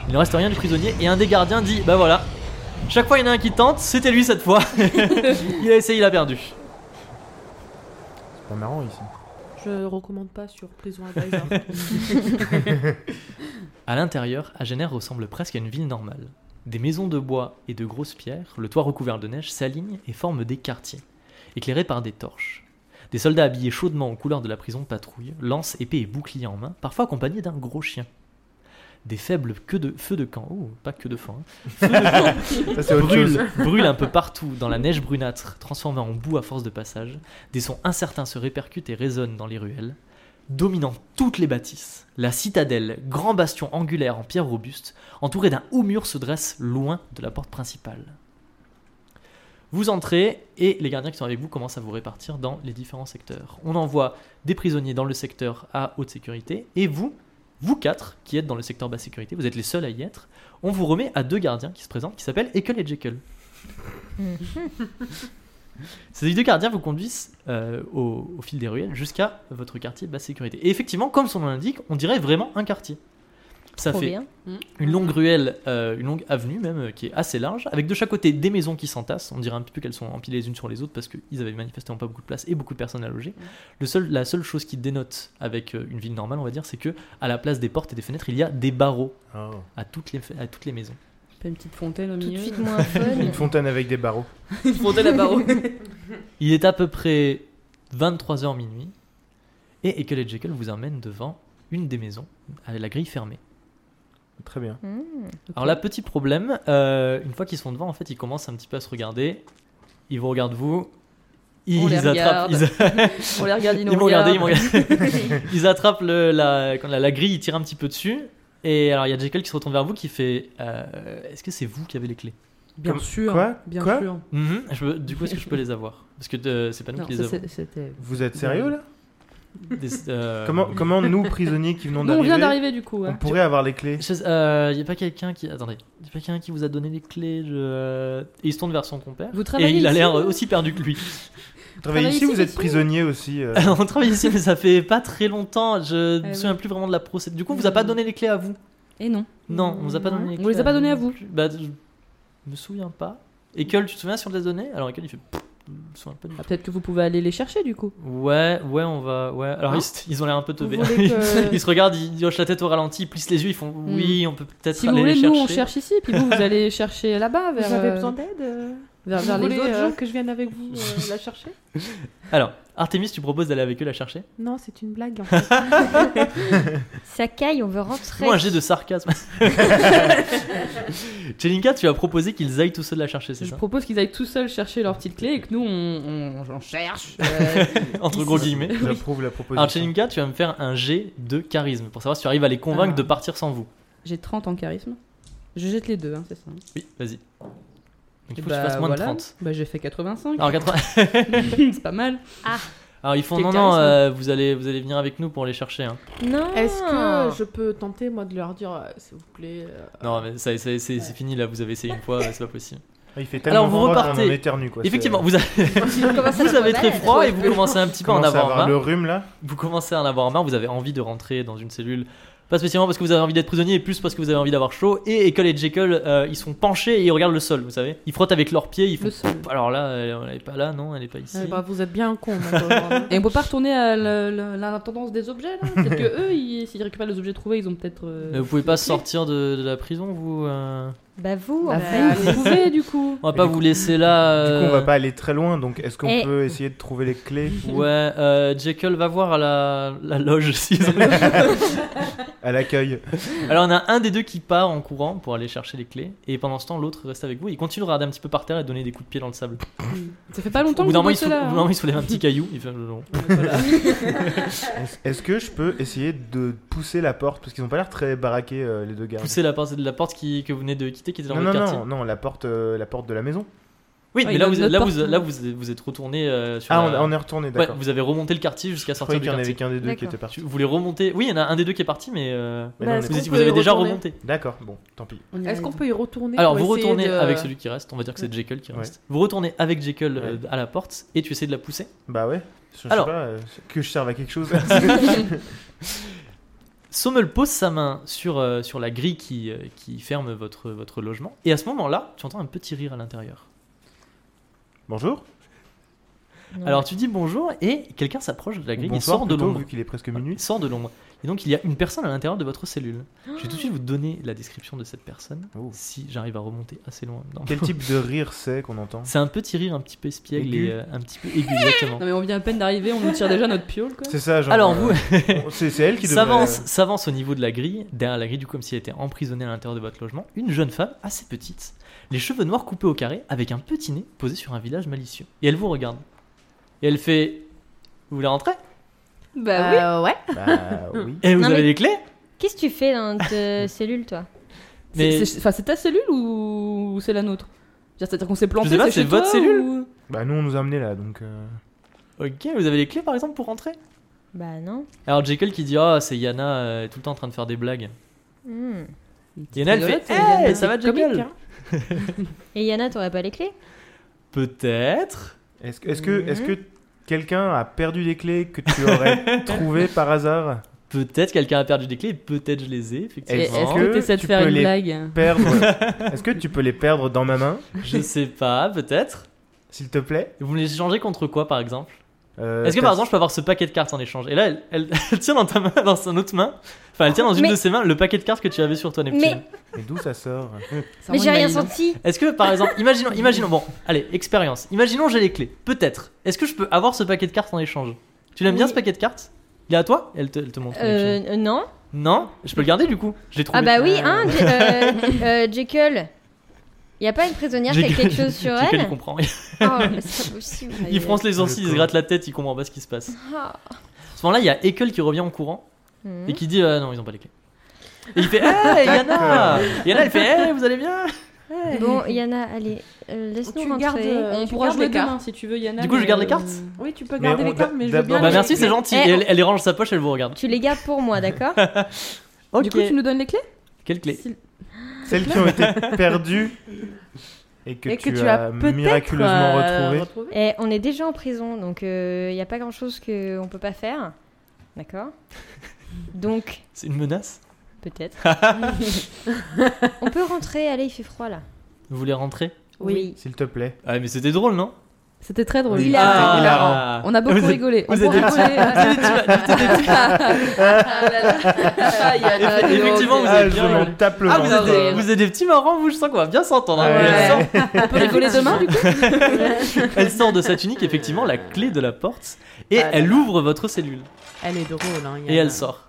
Speaker 1: Il ne reste rien du prisonnier, et un des gardiens dit bah voilà, chaque fois il y en a un qui tente, c'était lui cette fois, il a essayé, il a perdu.
Speaker 4: C'est pas marrant ici.
Speaker 3: Je recommande pas sur Prison Advisor.
Speaker 1: À l'intérieur, Agener ressemble presque à une ville normale. Des maisons de bois et de grosses pierres, le toit recouvert de neige s'aligne et forme des quartiers, éclairés par des torches. Des soldats habillés chaudement aux couleurs de la prison patrouillent, lances, épées et boucliers en main, parfois accompagnés d'un gros chien. Des faibles queues de feux de camp, oh, pas que de faim,
Speaker 4: Ça, c'est autre chose.
Speaker 1: brûle, brûle un peu partout dans la neige brunâtre, transformée en boue à force de passage. Des sons incertains se répercutent et résonnent dans les ruelles. Dominant toutes les bâtisses, la citadelle, grand bastion angulaire en pierre robuste, entourée d'un haut mur, se dresse loin de la porte principale. Vous entrez et les gardiens qui sont avec vous commencent à vous répartir dans les différents secteurs. On envoie des prisonniers dans le secteur à haute sécurité et vous, vous quatre qui êtes dans le secteur basse sécurité, vous êtes les seuls à y être, on vous remet à deux gardiens qui se présentent qui s'appellent Ekel et Jekyll.
Speaker 6: Mhm.
Speaker 1: Ces deux gardiens vous conduisent euh, au, au fil des ruelles jusqu'à votre quartier basse sécurité. Et effectivement, comme son nom l'indique, on dirait vraiment un quartier. Ça
Speaker 6: Trop
Speaker 1: fait
Speaker 6: bien.
Speaker 1: une longue ruelle, euh, une longue avenue même, euh, qui est assez large, avec de chaque côté des maisons qui s'entassent. On dirait un petit peu qu'elles sont empilées les unes sur les autres parce qu'ils avaient manifestement pas beaucoup de place et beaucoup de personnes à loger. Le seul, la seule chose qui dénote avec euh, une ville normale, on va dire, c'est que à la place des portes et des fenêtres, il y a des barreaux
Speaker 4: Oh.
Speaker 1: à toutes les, fe- à toutes les maisons.
Speaker 5: Pas une petite fontaine au
Speaker 6: Tout de
Speaker 5: milieu.
Speaker 6: suite moins fun.
Speaker 4: Une fontaine avec des barreaux.
Speaker 2: Fontaine à barreaux.
Speaker 1: Il est à peu près 23h minuit et Ekel et Jekyll vous emmènent devant une des maisons, avec la grille fermée.
Speaker 4: Très bien.
Speaker 6: Mhm.
Speaker 1: Alors là, petit problème, euh, une fois qu'ils sont devant, en fait, ils commencent un petit peu à se regarder. Ils vous regardent vous. Ils
Speaker 2: On les
Speaker 1: attrapent.
Speaker 2: regarde.
Speaker 1: Ils,
Speaker 2: On les regarde, ils
Speaker 1: ils
Speaker 2: nous
Speaker 1: m'ont regardé, ils m'ont
Speaker 2: regardent.
Speaker 1: regardé. Ils attrapent le- la, quand la, la grille, ils tirent un petit peu dessus. Et alors, il y a Jekyll qui se retourne vers vous qui fait euh, Est-ce que c'est vous qui avez les clés
Speaker 2: Bien sûr.
Speaker 4: Quoi
Speaker 2: Bien
Speaker 4: Quoi
Speaker 2: sûr.
Speaker 1: Mhm. Je peux- Du coup, est-ce que je peux les avoir Parce que euh, c'est pas nous
Speaker 2: Non,
Speaker 1: qui les
Speaker 2: ça,
Speaker 1: avons.
Speaker 2: c'est- c'était.
Speaker 4: Vous êtes sérieux là
Speaker 1: Des- euh,
Speaker 4: comment, comment nous, prisonniers qui venons
Speaker 5: Nous, on
Speaker 4: d'arriver,
Speaker 5: vient d'arriver du coup. hein.
Speaker 4: on
Speaker 5: ouais.
Speaker 4: pourrait avoir les clés
Speaker 1: Il euh, y a pas quelqu'un qui. Attendez. Y a pas quelqu'un qui vous a donné les clés je- Et il se tourne vers son compère.
Speaker 5: Vous
Speaker 1: Et
Speaker 5: travaillez
Speaker 1: il a
Speaker 5: ici,
Speaker 1: l'air euh,
Speaker 5: là
Speaker 1: aussi perdu que lui.
Speaker 4: Vous travaillez
Speaker 5: travaille
Speaker 4: ici,
Speaker 5: ici,
Speaker 4: vous êtes
Speaker 5: monsieur
Speaker 4: prisonnier aussi. euh.
Speaker 1: Alors, on travaille ici, mais ça fait pas très longtemps. Je ne me
Speaker 5: Euh, oui.
Speaker 1: souviens plus vraiment de la procédure. Du coup, on vous a pas donné les clés à vous
Speaker 5: Et Eh non.
Speaker 1: Non, on vous a pas donné les
Speaker 5: On
Speaker 1: clés.
Speaker 5: vous les a pas donné à vous.
Speaker 1: Bah, je me souviens pas. École, tu te souviens si on te les a donné Alors, École, il fait. Pff, Je me souviens pas du tout.
Speaker 2: Ah, Peut-être que vous pouvez aller les chercher du coup.
Speaker 1: Ouais, ouais, on va. Ouais. Alors, ils, se- ils ont l'air un peu
Speaker 5: Ah. Vous
Speaker 1: teubés.
Speaker 5: voulez
Speaker 1: Ils
Speaker 5: que- Hmm.
Speaker 1: se regardent, ils hochent la tête au ralenti, ils plissent les yeux, ils font oui, on peut peut-être
Speaker 5: Si vous
Speaker 1: aller
Speaker 5: voulez,
Speaker 1: les
Speaker 5: nous
Speaker 1: chercher.
Speaker 5: on cherche ici, puis vous vous allez chercher là-bas
Speaker 3: Vous
Speaker 5: vers
Speaker 3: avez
Speaker 5: euh,
Speaker 3: besoin d'aide euh,
Speaker 5: vers,
Speaker 3: Vous
Speaker 5: vers les
Speaker 3: voulez,
Speaker 5: autres
Speaker 3: euh,
Speaker 5: gens.
Speaker 3: que je vienne avec vous euh, la chercher
Speaker 1: Alors, Artemis, tu proposes d'aller avec eux la chercher
Speaker 3: Non, c'est une blague en fait.
Speaker 6: Ça caille, on veut rentrer.
Speaker 1: Moi, j'ai de sarcasme. Chelinka, tu as proposé qu'ils aillent tous seuls la chercher, c'est
Speaker 5: Je
Speaker 1: ça
Speaker 5: propose qu'ils aillent tout seuls chercher leur petite clé et que nous on, on- on cherche.
Speaker 1: Entre gros guillemets.
Speaker 4: J'approuve la
Speaker 1: Alors,
Speaker 4: proposition.
Speaker 1: Chelinka, tu vas me faire un jet de charisme pour savoir si tu arrives à les convaincre
Speaker 5: Ah.
Speaker 1: de partir sans vous.
Speaker 5: J'ai 30 en charisme. Je jette les deux, hein, c'est ça.
Speaker 1: Oui, vas-y. Donc, il faut
Speaker 5: Bah,
Speaker 1: que tu fasses moins
Speaker 5: voilà.
Speaker 1: de Ah. 30.
Speaker 5: Bah, j'ai fait 85,
Speaker 1: Alors, 80
Speaker 5: c'est pas mal.
Speaker 1: Alors, ils font
Speaker 5: Quel
Speaker 1: non, non,
Speaker 5: charisme.
Speaker 1: euh, vous, allez, vous allez venir avec nous pour les chercher. hein.
Speaker 6: Non.
Speaker 3: Est-ce que je peux tenter moi de leur dire euh, s'il vous plaît euh,
Speaker 1: Non, mais ça- ça- c'est c'est fini là, vous avez essayé une fois, c'est pas possible.
Speaker 4: Ah, Il fait tellement
Speaker 1: Alors, vous
Speaker 4: froid qu'on en
Speaker 1: repartez.
Speaker 4: éternue, quoi.
Speaker 1: Effectivement, vous avez,
Speaker 6: Comment ça,
Speaker 1: vous
Speaker 6: je me
Speaker 1: avez très
Speaker 6: balade
Speaker 1: froid et vous commencez un petit
Speaker 4: C'est-
Speaker 1: peu à en hein.
Speaker 4: euh, Commence à
Speaker 1: avoir marre.
Speaker 4: avoir le rhume là.
Speaker 1: Vous commencez à en avoir marre, vous avez envie de rentrer dans une cellule. Pas spécialement parce que vous avez envie d'être prisonnier, et plus parce que vous avez envie d'avoir chaud. Et Ekel et Jekyll, euh, ils sont penchés et ils regardent le sol, vous savez. Ils frottent avec leurs pieds, ils font.
Speaker 5: Le sol.
Speaker 1: Alors là, elle elle est pas là, non, elle est pas ici.
Speaker 3: eh ben, Vous êtes bien con. maintenant.
Speaker 5: Et on peut pas retourner à le- le- l'intendance des objets là Peut-être que eux, ils- s'ils récupèrent les objets trouvés, ils ont peut-être. euh,
Speaker 1: Mais vous pouvez pas sortir de, de la prison, vous. euh
Speaker 6: Bah vous,
Speaker 3: Bah,
Speaker 6: en
Speaker 3: allez.
Speaker 6: fait.
Speaker 5: Vous pouvez du coup.
Speaker 1: On va
Speaker 4: Et
Speaker 1: pas
Speaker 4: du
Speaker 1: vous
Speaker 4: coup-
Speaker 1: laisser là.
Speaker 4: Du coup, on va
Speaker 1: euh, eh.
Speaker 4: pas aller très loin, donc est-ce qu'on
Speaker 6: Et-
Speaker 4: peut essayer de trouver les clés
Speaker 1: Ouais, euh, Jekyll va voir à la, la loge s'ils ont-
Speaker 4: à l'accueil
Speaker 1: Alors on a un des deux qui part en courant pour aller chercher les clés, et pendant ce temps l'autre reste avec vous. Il continue de regarder un petit peu par terre et donner des coups de pied dans le sable.
Speaker 5: Ça fait pas
Speaker 1: Au
Speaker 5: longtemps
Speaker 1: bout
Speaker 5: que
Speaker 1: d'un
Speaker 5: vous
Speaker 1: moment, il
Speaker 5: bossez
Speaker 1: soulève,
Speaker 2: hein.
Speaker 5: là.
Speaker 1: au bout d'un moment, il soulève un petit caillou. Il fait euh, non.
Speaker 4: Est-ce- Est-ce que je peux essayer de pousser la porte Parce qu'ils ont pas l'air très baraqués, euh, les deux gardes.
Speaker 1: pousser la porte, la porte qui, que vous venez de cité qui était dans
Speaker 4: Non,
Speaker 1: votre
Speaker 4: non,
Speaker 1: quartier. Ah,
Speaker 4: non, Ah, non, la porte, euh, la porte de la maison.
Speaker 1: Oui,
Speaker 2: Ouais,
Speaker 1: mais
Speaker 2: il
Speaker 1: là
Speaker 2: a
Speaker 1: vous,
Speaker 2: notre
Speaker 1: là,
Speaker 2: porte,
Speaker 1: vous,
Speaker 2: non
Speaker 1: là, vous, vous êtes retourné euh, sur.
Speaker 4: Ah, on,
Speaker 1: la-
Speaker 4: on est retourné,
Speaker 1: Ouais,
Speaker 4: d'accord.
Speaker 1: vous avez remonté le quartier jusqu'à
Speaker 4: Je
Speaker 1: sortir
Speaker 4: croyais
Speaker 1: du
Speaker 4: qu'il y en avait
Speaker 1: quartier.
Speaker 4: qu'un des deux qui
Speaker 6: D'accord.
Speaker 4: était
Speaker 1: Tu-
Speaker 4: parti.
Speaker 1: Vous les remontez. Oui, il y en a un des deux qui est parti, mais. euh,
Speaker 4: Mais
Speaker 3: Bah,
Speaker 4: non, on
Speaker 3: est-ce
Speaker 4: est
Speaker 1: Vous,
Speaker 3: qu'on
Speaker 1: étiez- vous
Speaker 3: peut
Speaker 1: avez
Speaker 3: y
Speaker 1: déjà
Speaker 3: retourner
Speaker 1: remonté.
Speaker 4: D'accord, bon, tant pis.
Speaker 5: On y
Speaker 3: Est-ce
Speaker 5: arrive.
Speaker 3: qu'on peut y retourner
Speaker 1: Alors
Speaker 3: pour
Speaker 1: vous
Speaker 3: essayer
Speaker 1: retournez
Speaker 3: de-
Speaker 1: avec celui qui reste, on va dire que c'est Jekyll qui
Speaker 4: Ouais.
Speaker 1: reste. Vous retournez avec Jekyll euh,
Speaker 4: Ouais.
Speaker 1: à la porte et tu essaies de la pousser.
Speaker 4: Bah ouais. Je sais
Speaker 1: Alors.
Speaker 4: pas, euh, que je serve à quelque chose.
Speaker 1: Sommel pose sa main sur, euh, sur la grille qui, euh, qui ferme votre, votre logement. Et à ce moment-là, tu entends un petit rire à l'intérieur.
Speaker 4: Bonjour.
Speaker 6: Non,
Speaker 1: Alors tu dis bonjour et quelqu'un s'approche de la grille
Speaker 4: Ou
Speaker 1: et
Speaker 4: bonsoir
Speaker 1: sort de
Speaker 4: plutôt,
Speaker 1: l'ombre.
Speaker 4: vu qu'il est presque
Speaker 1: Il
Speaker 4: minuit.
Speaker 1: sort de l'ombre. Et donc il y a une personne à l'intérieur de votre cellule.
Speaker 6: Oh.
Speaker 1: Je vais tout de suite vous donner la description de cette personne
Speaker 4: Oh.
Speaker 1: si j'arrive à remonter assez loin. Non.
Speaker 4: Quel type de rire c'est qu'on entend
Speaker 1: C'est un petit rire un petit peu espiègle
Speaker 4: Aigu.
Speaker 1: et euh, un petit peu aigu exactement.
Speaker 2: Non mais on vient à peine d'arriver, on nous tire déjà notre piole quoi.
Speaker 4: C'est ça, genre.
Speaker 1: Alors
Speaker 4: euh,
Speaker 1: vous,
Speaker 4: on- c'est c'est elle qui devrait.
Speaker 1: s'avance, s'avance au niveau de la grille, derrière la grille du coup comme si elle était emprisonnée à l'intérieur de votre logement, une jeune femme assez petite, les cheveux noirs coupés au carré, avec un petit nez posé sur un village malicieux. Et elle vous regarde. Et elle fait Vous voulez rentrer
Speaker 6: Bah oui.
Speaker 3: Euh, ouais.
Speaker 4: Bah oui.
Speaker 1: Et vous
Speaker 6: Non,
Speaker 1: avez
Speaker 6: mais-
Speaker 1: les clés
Speaker 6: Qu'est-ce que tu fais dans ta cellule, toi
Speaker 1: Mais
Speaker 2: C'est- c'est- Enfin, c'est ta cellule ou c'est la nôtre Je veux dire, C'est-à-dire qu'on s'est planté,
Speaker 1: sais pas, c'est
Speaker 2: chez toi
Speaker 1: votre cellule
Speaker 2: ou-
Speaker 4: Bah nous on nous a amenés là, donc. euh,
Speaker 1: Ok, vous avez les clés par exemple pour rentrer
Speaker 6: Bah non.
Speaker 1: Alors Jekyll qui dit Ah, c'est Yana, euh, elle est tout le temps en train de faire des blagues.
Speaker 6: Hmm.
Speaker 1: Yana, elle
Speaker 2: rigolote,
Speaker 1: fait
Speaker 2: ça, Yana.
Speaker 1: Hey, ça va
Speaker 3: Comique,
Speaker 1: Jekyll
Speaker 3: hein.
Speaker 6: Et Yana, t'aurais pas les clés
Speaker 1: Peut-être.
Speaker 4: Est-ce que, est-ce que, est-ce que quelqu'un a perdu des clés que tu aurais trouvées par hasard
Speaker 1: Peut-être quelqu'un a perdu des clés, peut-être je les ai,
Speaker 2: Et
Speaker 1: effectivement.
Speaker 2: Est-ce
Speaker 4: que
Speaker 2: que t'essaies de
Speaker 4: tu
Speaker 2: faire
Speaker 4: peux
Speaker 2: une
Speaker 4: les-
Speaker 2: blague
Speaker 4: Perdre. Est-ce que tu peux les perdre dans ma main,
Speaker 1: Je sais pas, peut-être.
Speaker 4: s'il te plaît
Speaker 1: Vous me les échangez contre quoi par exemple
Speaker 4: Euh,
Speaker 1: Est-ce que
Speaker 4: t'as-
Speaker 1: par exemple je peux avoir ce paquet de cartes en échange Et là, elle, elle- elle tient dans ta main, dans son autre main, enfin elle tient dans une
Speaker 6: Mais-
Speaker 1: de ses mains le paquet de cartes que tu avais sur toi, Neptune.
Speaker 6: Mais-
Speaker 4: Mais d'où ça sort
Speaker 3: Ça
Speaker 6: Mais
Speaker 3: rend
Speaker 6: j'ai rien
Speaker 3: une maline.
Speaker 6: senti.
Speaker 1: Est-ce que par exemple, imaginons, imaginons, bon, allez, expérience. Imaginons j'ai les clés, peut-être. Est-ce que je peux avoir ce paquet de cartes en échange Tu l'aimes bien
Speaker 6: Oui.
Speaker 1: ce paquet de cartes Il est à toi Elle te, elle te montre. Neptune.
Speaker 6: Euh, non.
Speaker 1: Non Je peux le garder du coup Je l'ai trouvé.
Speaker 6: Ah bah oui, hein, J- euh, euh, Jekyll. Y a pas une prisonnière qui a
Speaker 1: Jekyll-
Speaker 6: quelque chose sur
Speaker 1: Jekyll, il
Speaker 6: elle
Speaker 1: comprend.
Speaker 6: Oh, mais c'est pas possible.
Speaker 1: Il fronce les sourcils, il se
Speaker 4: con.
Speaker 1: gratte la tête, il comprend pas ce qui se passe.
Speaker 6: Ah.
Speaker 1: À ce moment-là, il y a Ekel qui revient en courant
Speaker 6: Hmm.
Speaker 1: et qui dit euh, Non, ils ont pas les clés. Et il fait Hey, Yana Yana, elle fait Hey, vous allez bien
Speaker 3: Ouais.
Speaker 6: Bon, Yana, allez, euh,
Speaker 3: Tu
Speaker 6: laisse-nous
Speaker 3: gardes,
Speaker 6: rentrer.
Speaker 3: euh,
Speaker 2: On
Speaker 3: tu
Speaker 2: pourra
Speaker 3: gardes
Speaker 2: jouer
Speaker 3: les cartes.
Speaker 2: demain si tu veux Yana.
Speaker 1: Du coup, je
Speaker 2: mais,
Speaker 1: garde les
Speaker 2: euh,
Speaker 1: cartes
Speaker 3: Oui, tu peux
Speaker 4: Mais
Speaker 3: garder
Speaker 4: on-
Speaker 3: les cartes, mais je veux
Speaker 4: d'abord-
Speaker 3: bien.
Speaker 1: Bah
Speaker 3: les-
Speaker 1: merci, c'est
Speaker 3: les-
Speaker 1: gentil.
Speaker 6: Eh,
Speaker 1: Et elle, elle les range dans sa poche, elle vous regarde.
Speaker 6: Tu les gardes pour moi, d'accord
Speaker 1: Ok.
Speaker 2: Du coup, tu nous donnes les clés
Speaker 1: Quelle clé
Speaker 2: S'il-
Speaker 4: Celles qui ont été perdues et que,
Speaker 3: Et que
Speaker 4: tu,
Speaker 3: tu as peut-être,
Speaker 4: miraculeusement
Speaker 3: euh,
Speaker 4: retrouvées.
Speaker 3: retrouvées.
Speaker 6: Et Eh, on est déjà en prison, donc il n'y a pas grand-chose qu'on peut pas faire. D'accord Donc,
Speaker 1: C'est une menace
Speaker 6: peut-être. on peut rentrer, allez, il fait froid là.
Speaker 1: Vous voulez rentrer
Speaker 3: Oui.
Speaker 4: S'il te plaît.
Speaker 1: Ah, mais c'était drôle, non
Speaker 2: C'était très drôle.
Speaker 6: Il a- Ah.
Speaker 2: On a beaucoup
Speaker 1: Vous êtes-
Speaker 2: rigolé. On
Speaker 1: vous
Speaker 2: peut
Speaker 1: êtes-
Speaker 2: rigoler.
Speaker 3: Ah là là. Ah, Yana,
Speaker 1: Eff-
Speaker 3: dis donc,
Speaker 1: effectivement, vous
Speaker 3: euh,
Speaker 1: avez bien
Speaker 4: Ah, je
Speaker 1: rigolé.
Speaker 4: m'en tape le
Speaker 1: Ah, vous
Speaker 4: ventre.
Speaker 1: êtes, des, vous êtes des petits marrants, vous, je sens qu'on va bien s'entendre. hein.
Speaker 3: Ouais.
Speaker 1: Elle, sort,
Speaker 2: On peut rigoler demain du coup
Speaker 1: elle sort de sa tunique, effectivement, la clé de la porte et
Speaker 3: Ah là
Speaker 1: elle
Speaker 3: là.
Speaker 1: ouvre votre cellule.
Speaker 3: Elle est drôle, hein, Yana.
Speaker 1: Et elle sort.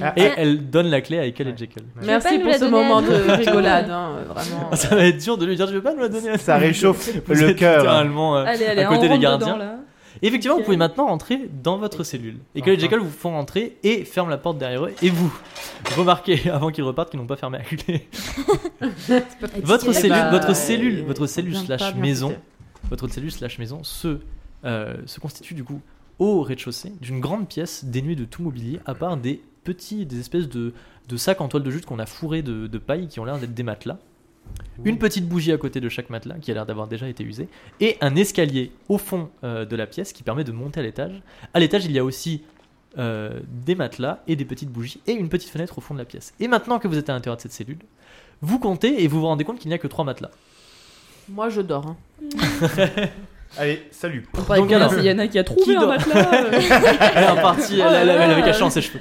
Speaker 4: Ah,
Speaker 1: Et elle donne la clé à Ekel et
Speaker 4: Ouais.
Speaker 1: Jekyll.
Speaker 6: Tu
Speaker 3: Merci
Speaker 6: veux pas
Speaker 3: pour
Speaker 6: nous
Speaker 3: ce
Speaker 6: la donner à
Speaker 3: moment
Speaker 6: nous
Speaker 3: de rigolade, hein, euh, vraiment.
Speaker 1: Ah, Ça va être dur de lui dire, je veux pas nous la donner à
Speaker 4: Ça réchauffe
Speaker 1: Vous
Speaker 4: le
Speaker 1: êtes
Speaker 4: cœur.
Speaker 1: littéralement, euh,
Speaker 2: Allez, allez,
Speaker 1: à côté
Speaker 2: on
Speaker 1: des
Speaker 2: rentre
Speaker 1: gardiens.
Speaker 2: dedans, là.
Speaker 1: Effectivement, vous
Speaker 2: Ok.
Speaker 1: pouvez maintenant entrer dans votre cellule. Et que les
Speaker 4: Enfin.
Speaker 1: Jekyll vous font entrer et ferment la porte derrière eux. Et vous remarquez avant qu'ils repartent qu'ils n'ont pas fermé la clé. votre
Speaker 6: Eh
Speaker 1: cellule,
Speaker 6: bah,
Speaker 1: votre
Speaker 3: euh,
Speaker 1: cellule,
Speaker 3: ils
Speaker 1: votre
Speaker 3: sont
Speaker 1: cellule
Speaker 3: bien- pas
Speaker 1: slash
Speaker 3: bien
Speaker 1: maison,
Speaker 3: foutus.
Speaker 1: votre cellule slash maison se euh, se constitue du coup au rez-de-chaussée d'une grande pièce dénuée de tout mobilier à part des petits, des espèces de, de sacs en toile de jute qu'on a fourrés de, de paille qui ont l'air d'être des matelas. Une petite bougie à côté de chaque matelas qui a l'air d'avoir déjà été usée, et un escalier au fond euh, de la pièce qui permet de monter à l'étage. À l'étage, il y a aussi euh, des matelas et des petites bougies et une petite fenêtre au fond de la pièce. Et maintenant que vous êtes à l'intérieur de cette cellule, vous comptez et vous vous rendez compte qu'il n'y a que trois matelas.
Speaker 3: Moi, je dors. hein.
Speaker 4: Allez, salut.
Speaker 2: On pourrait
Speaker 1: Donc,
Speaker 2: rigoler,
Speaker 1: alors,
Speaker 2: c'est Yana qui a trouvé un
Speaker 1: dort
Speaker 2: matelas. euh.
Speaker 1: Elle est en partie, elle,
Speaker 2: Oh là
Speaker 1: elle- elle
Speaker 2: là.
Speaker 1: avait caché en ses cheveux.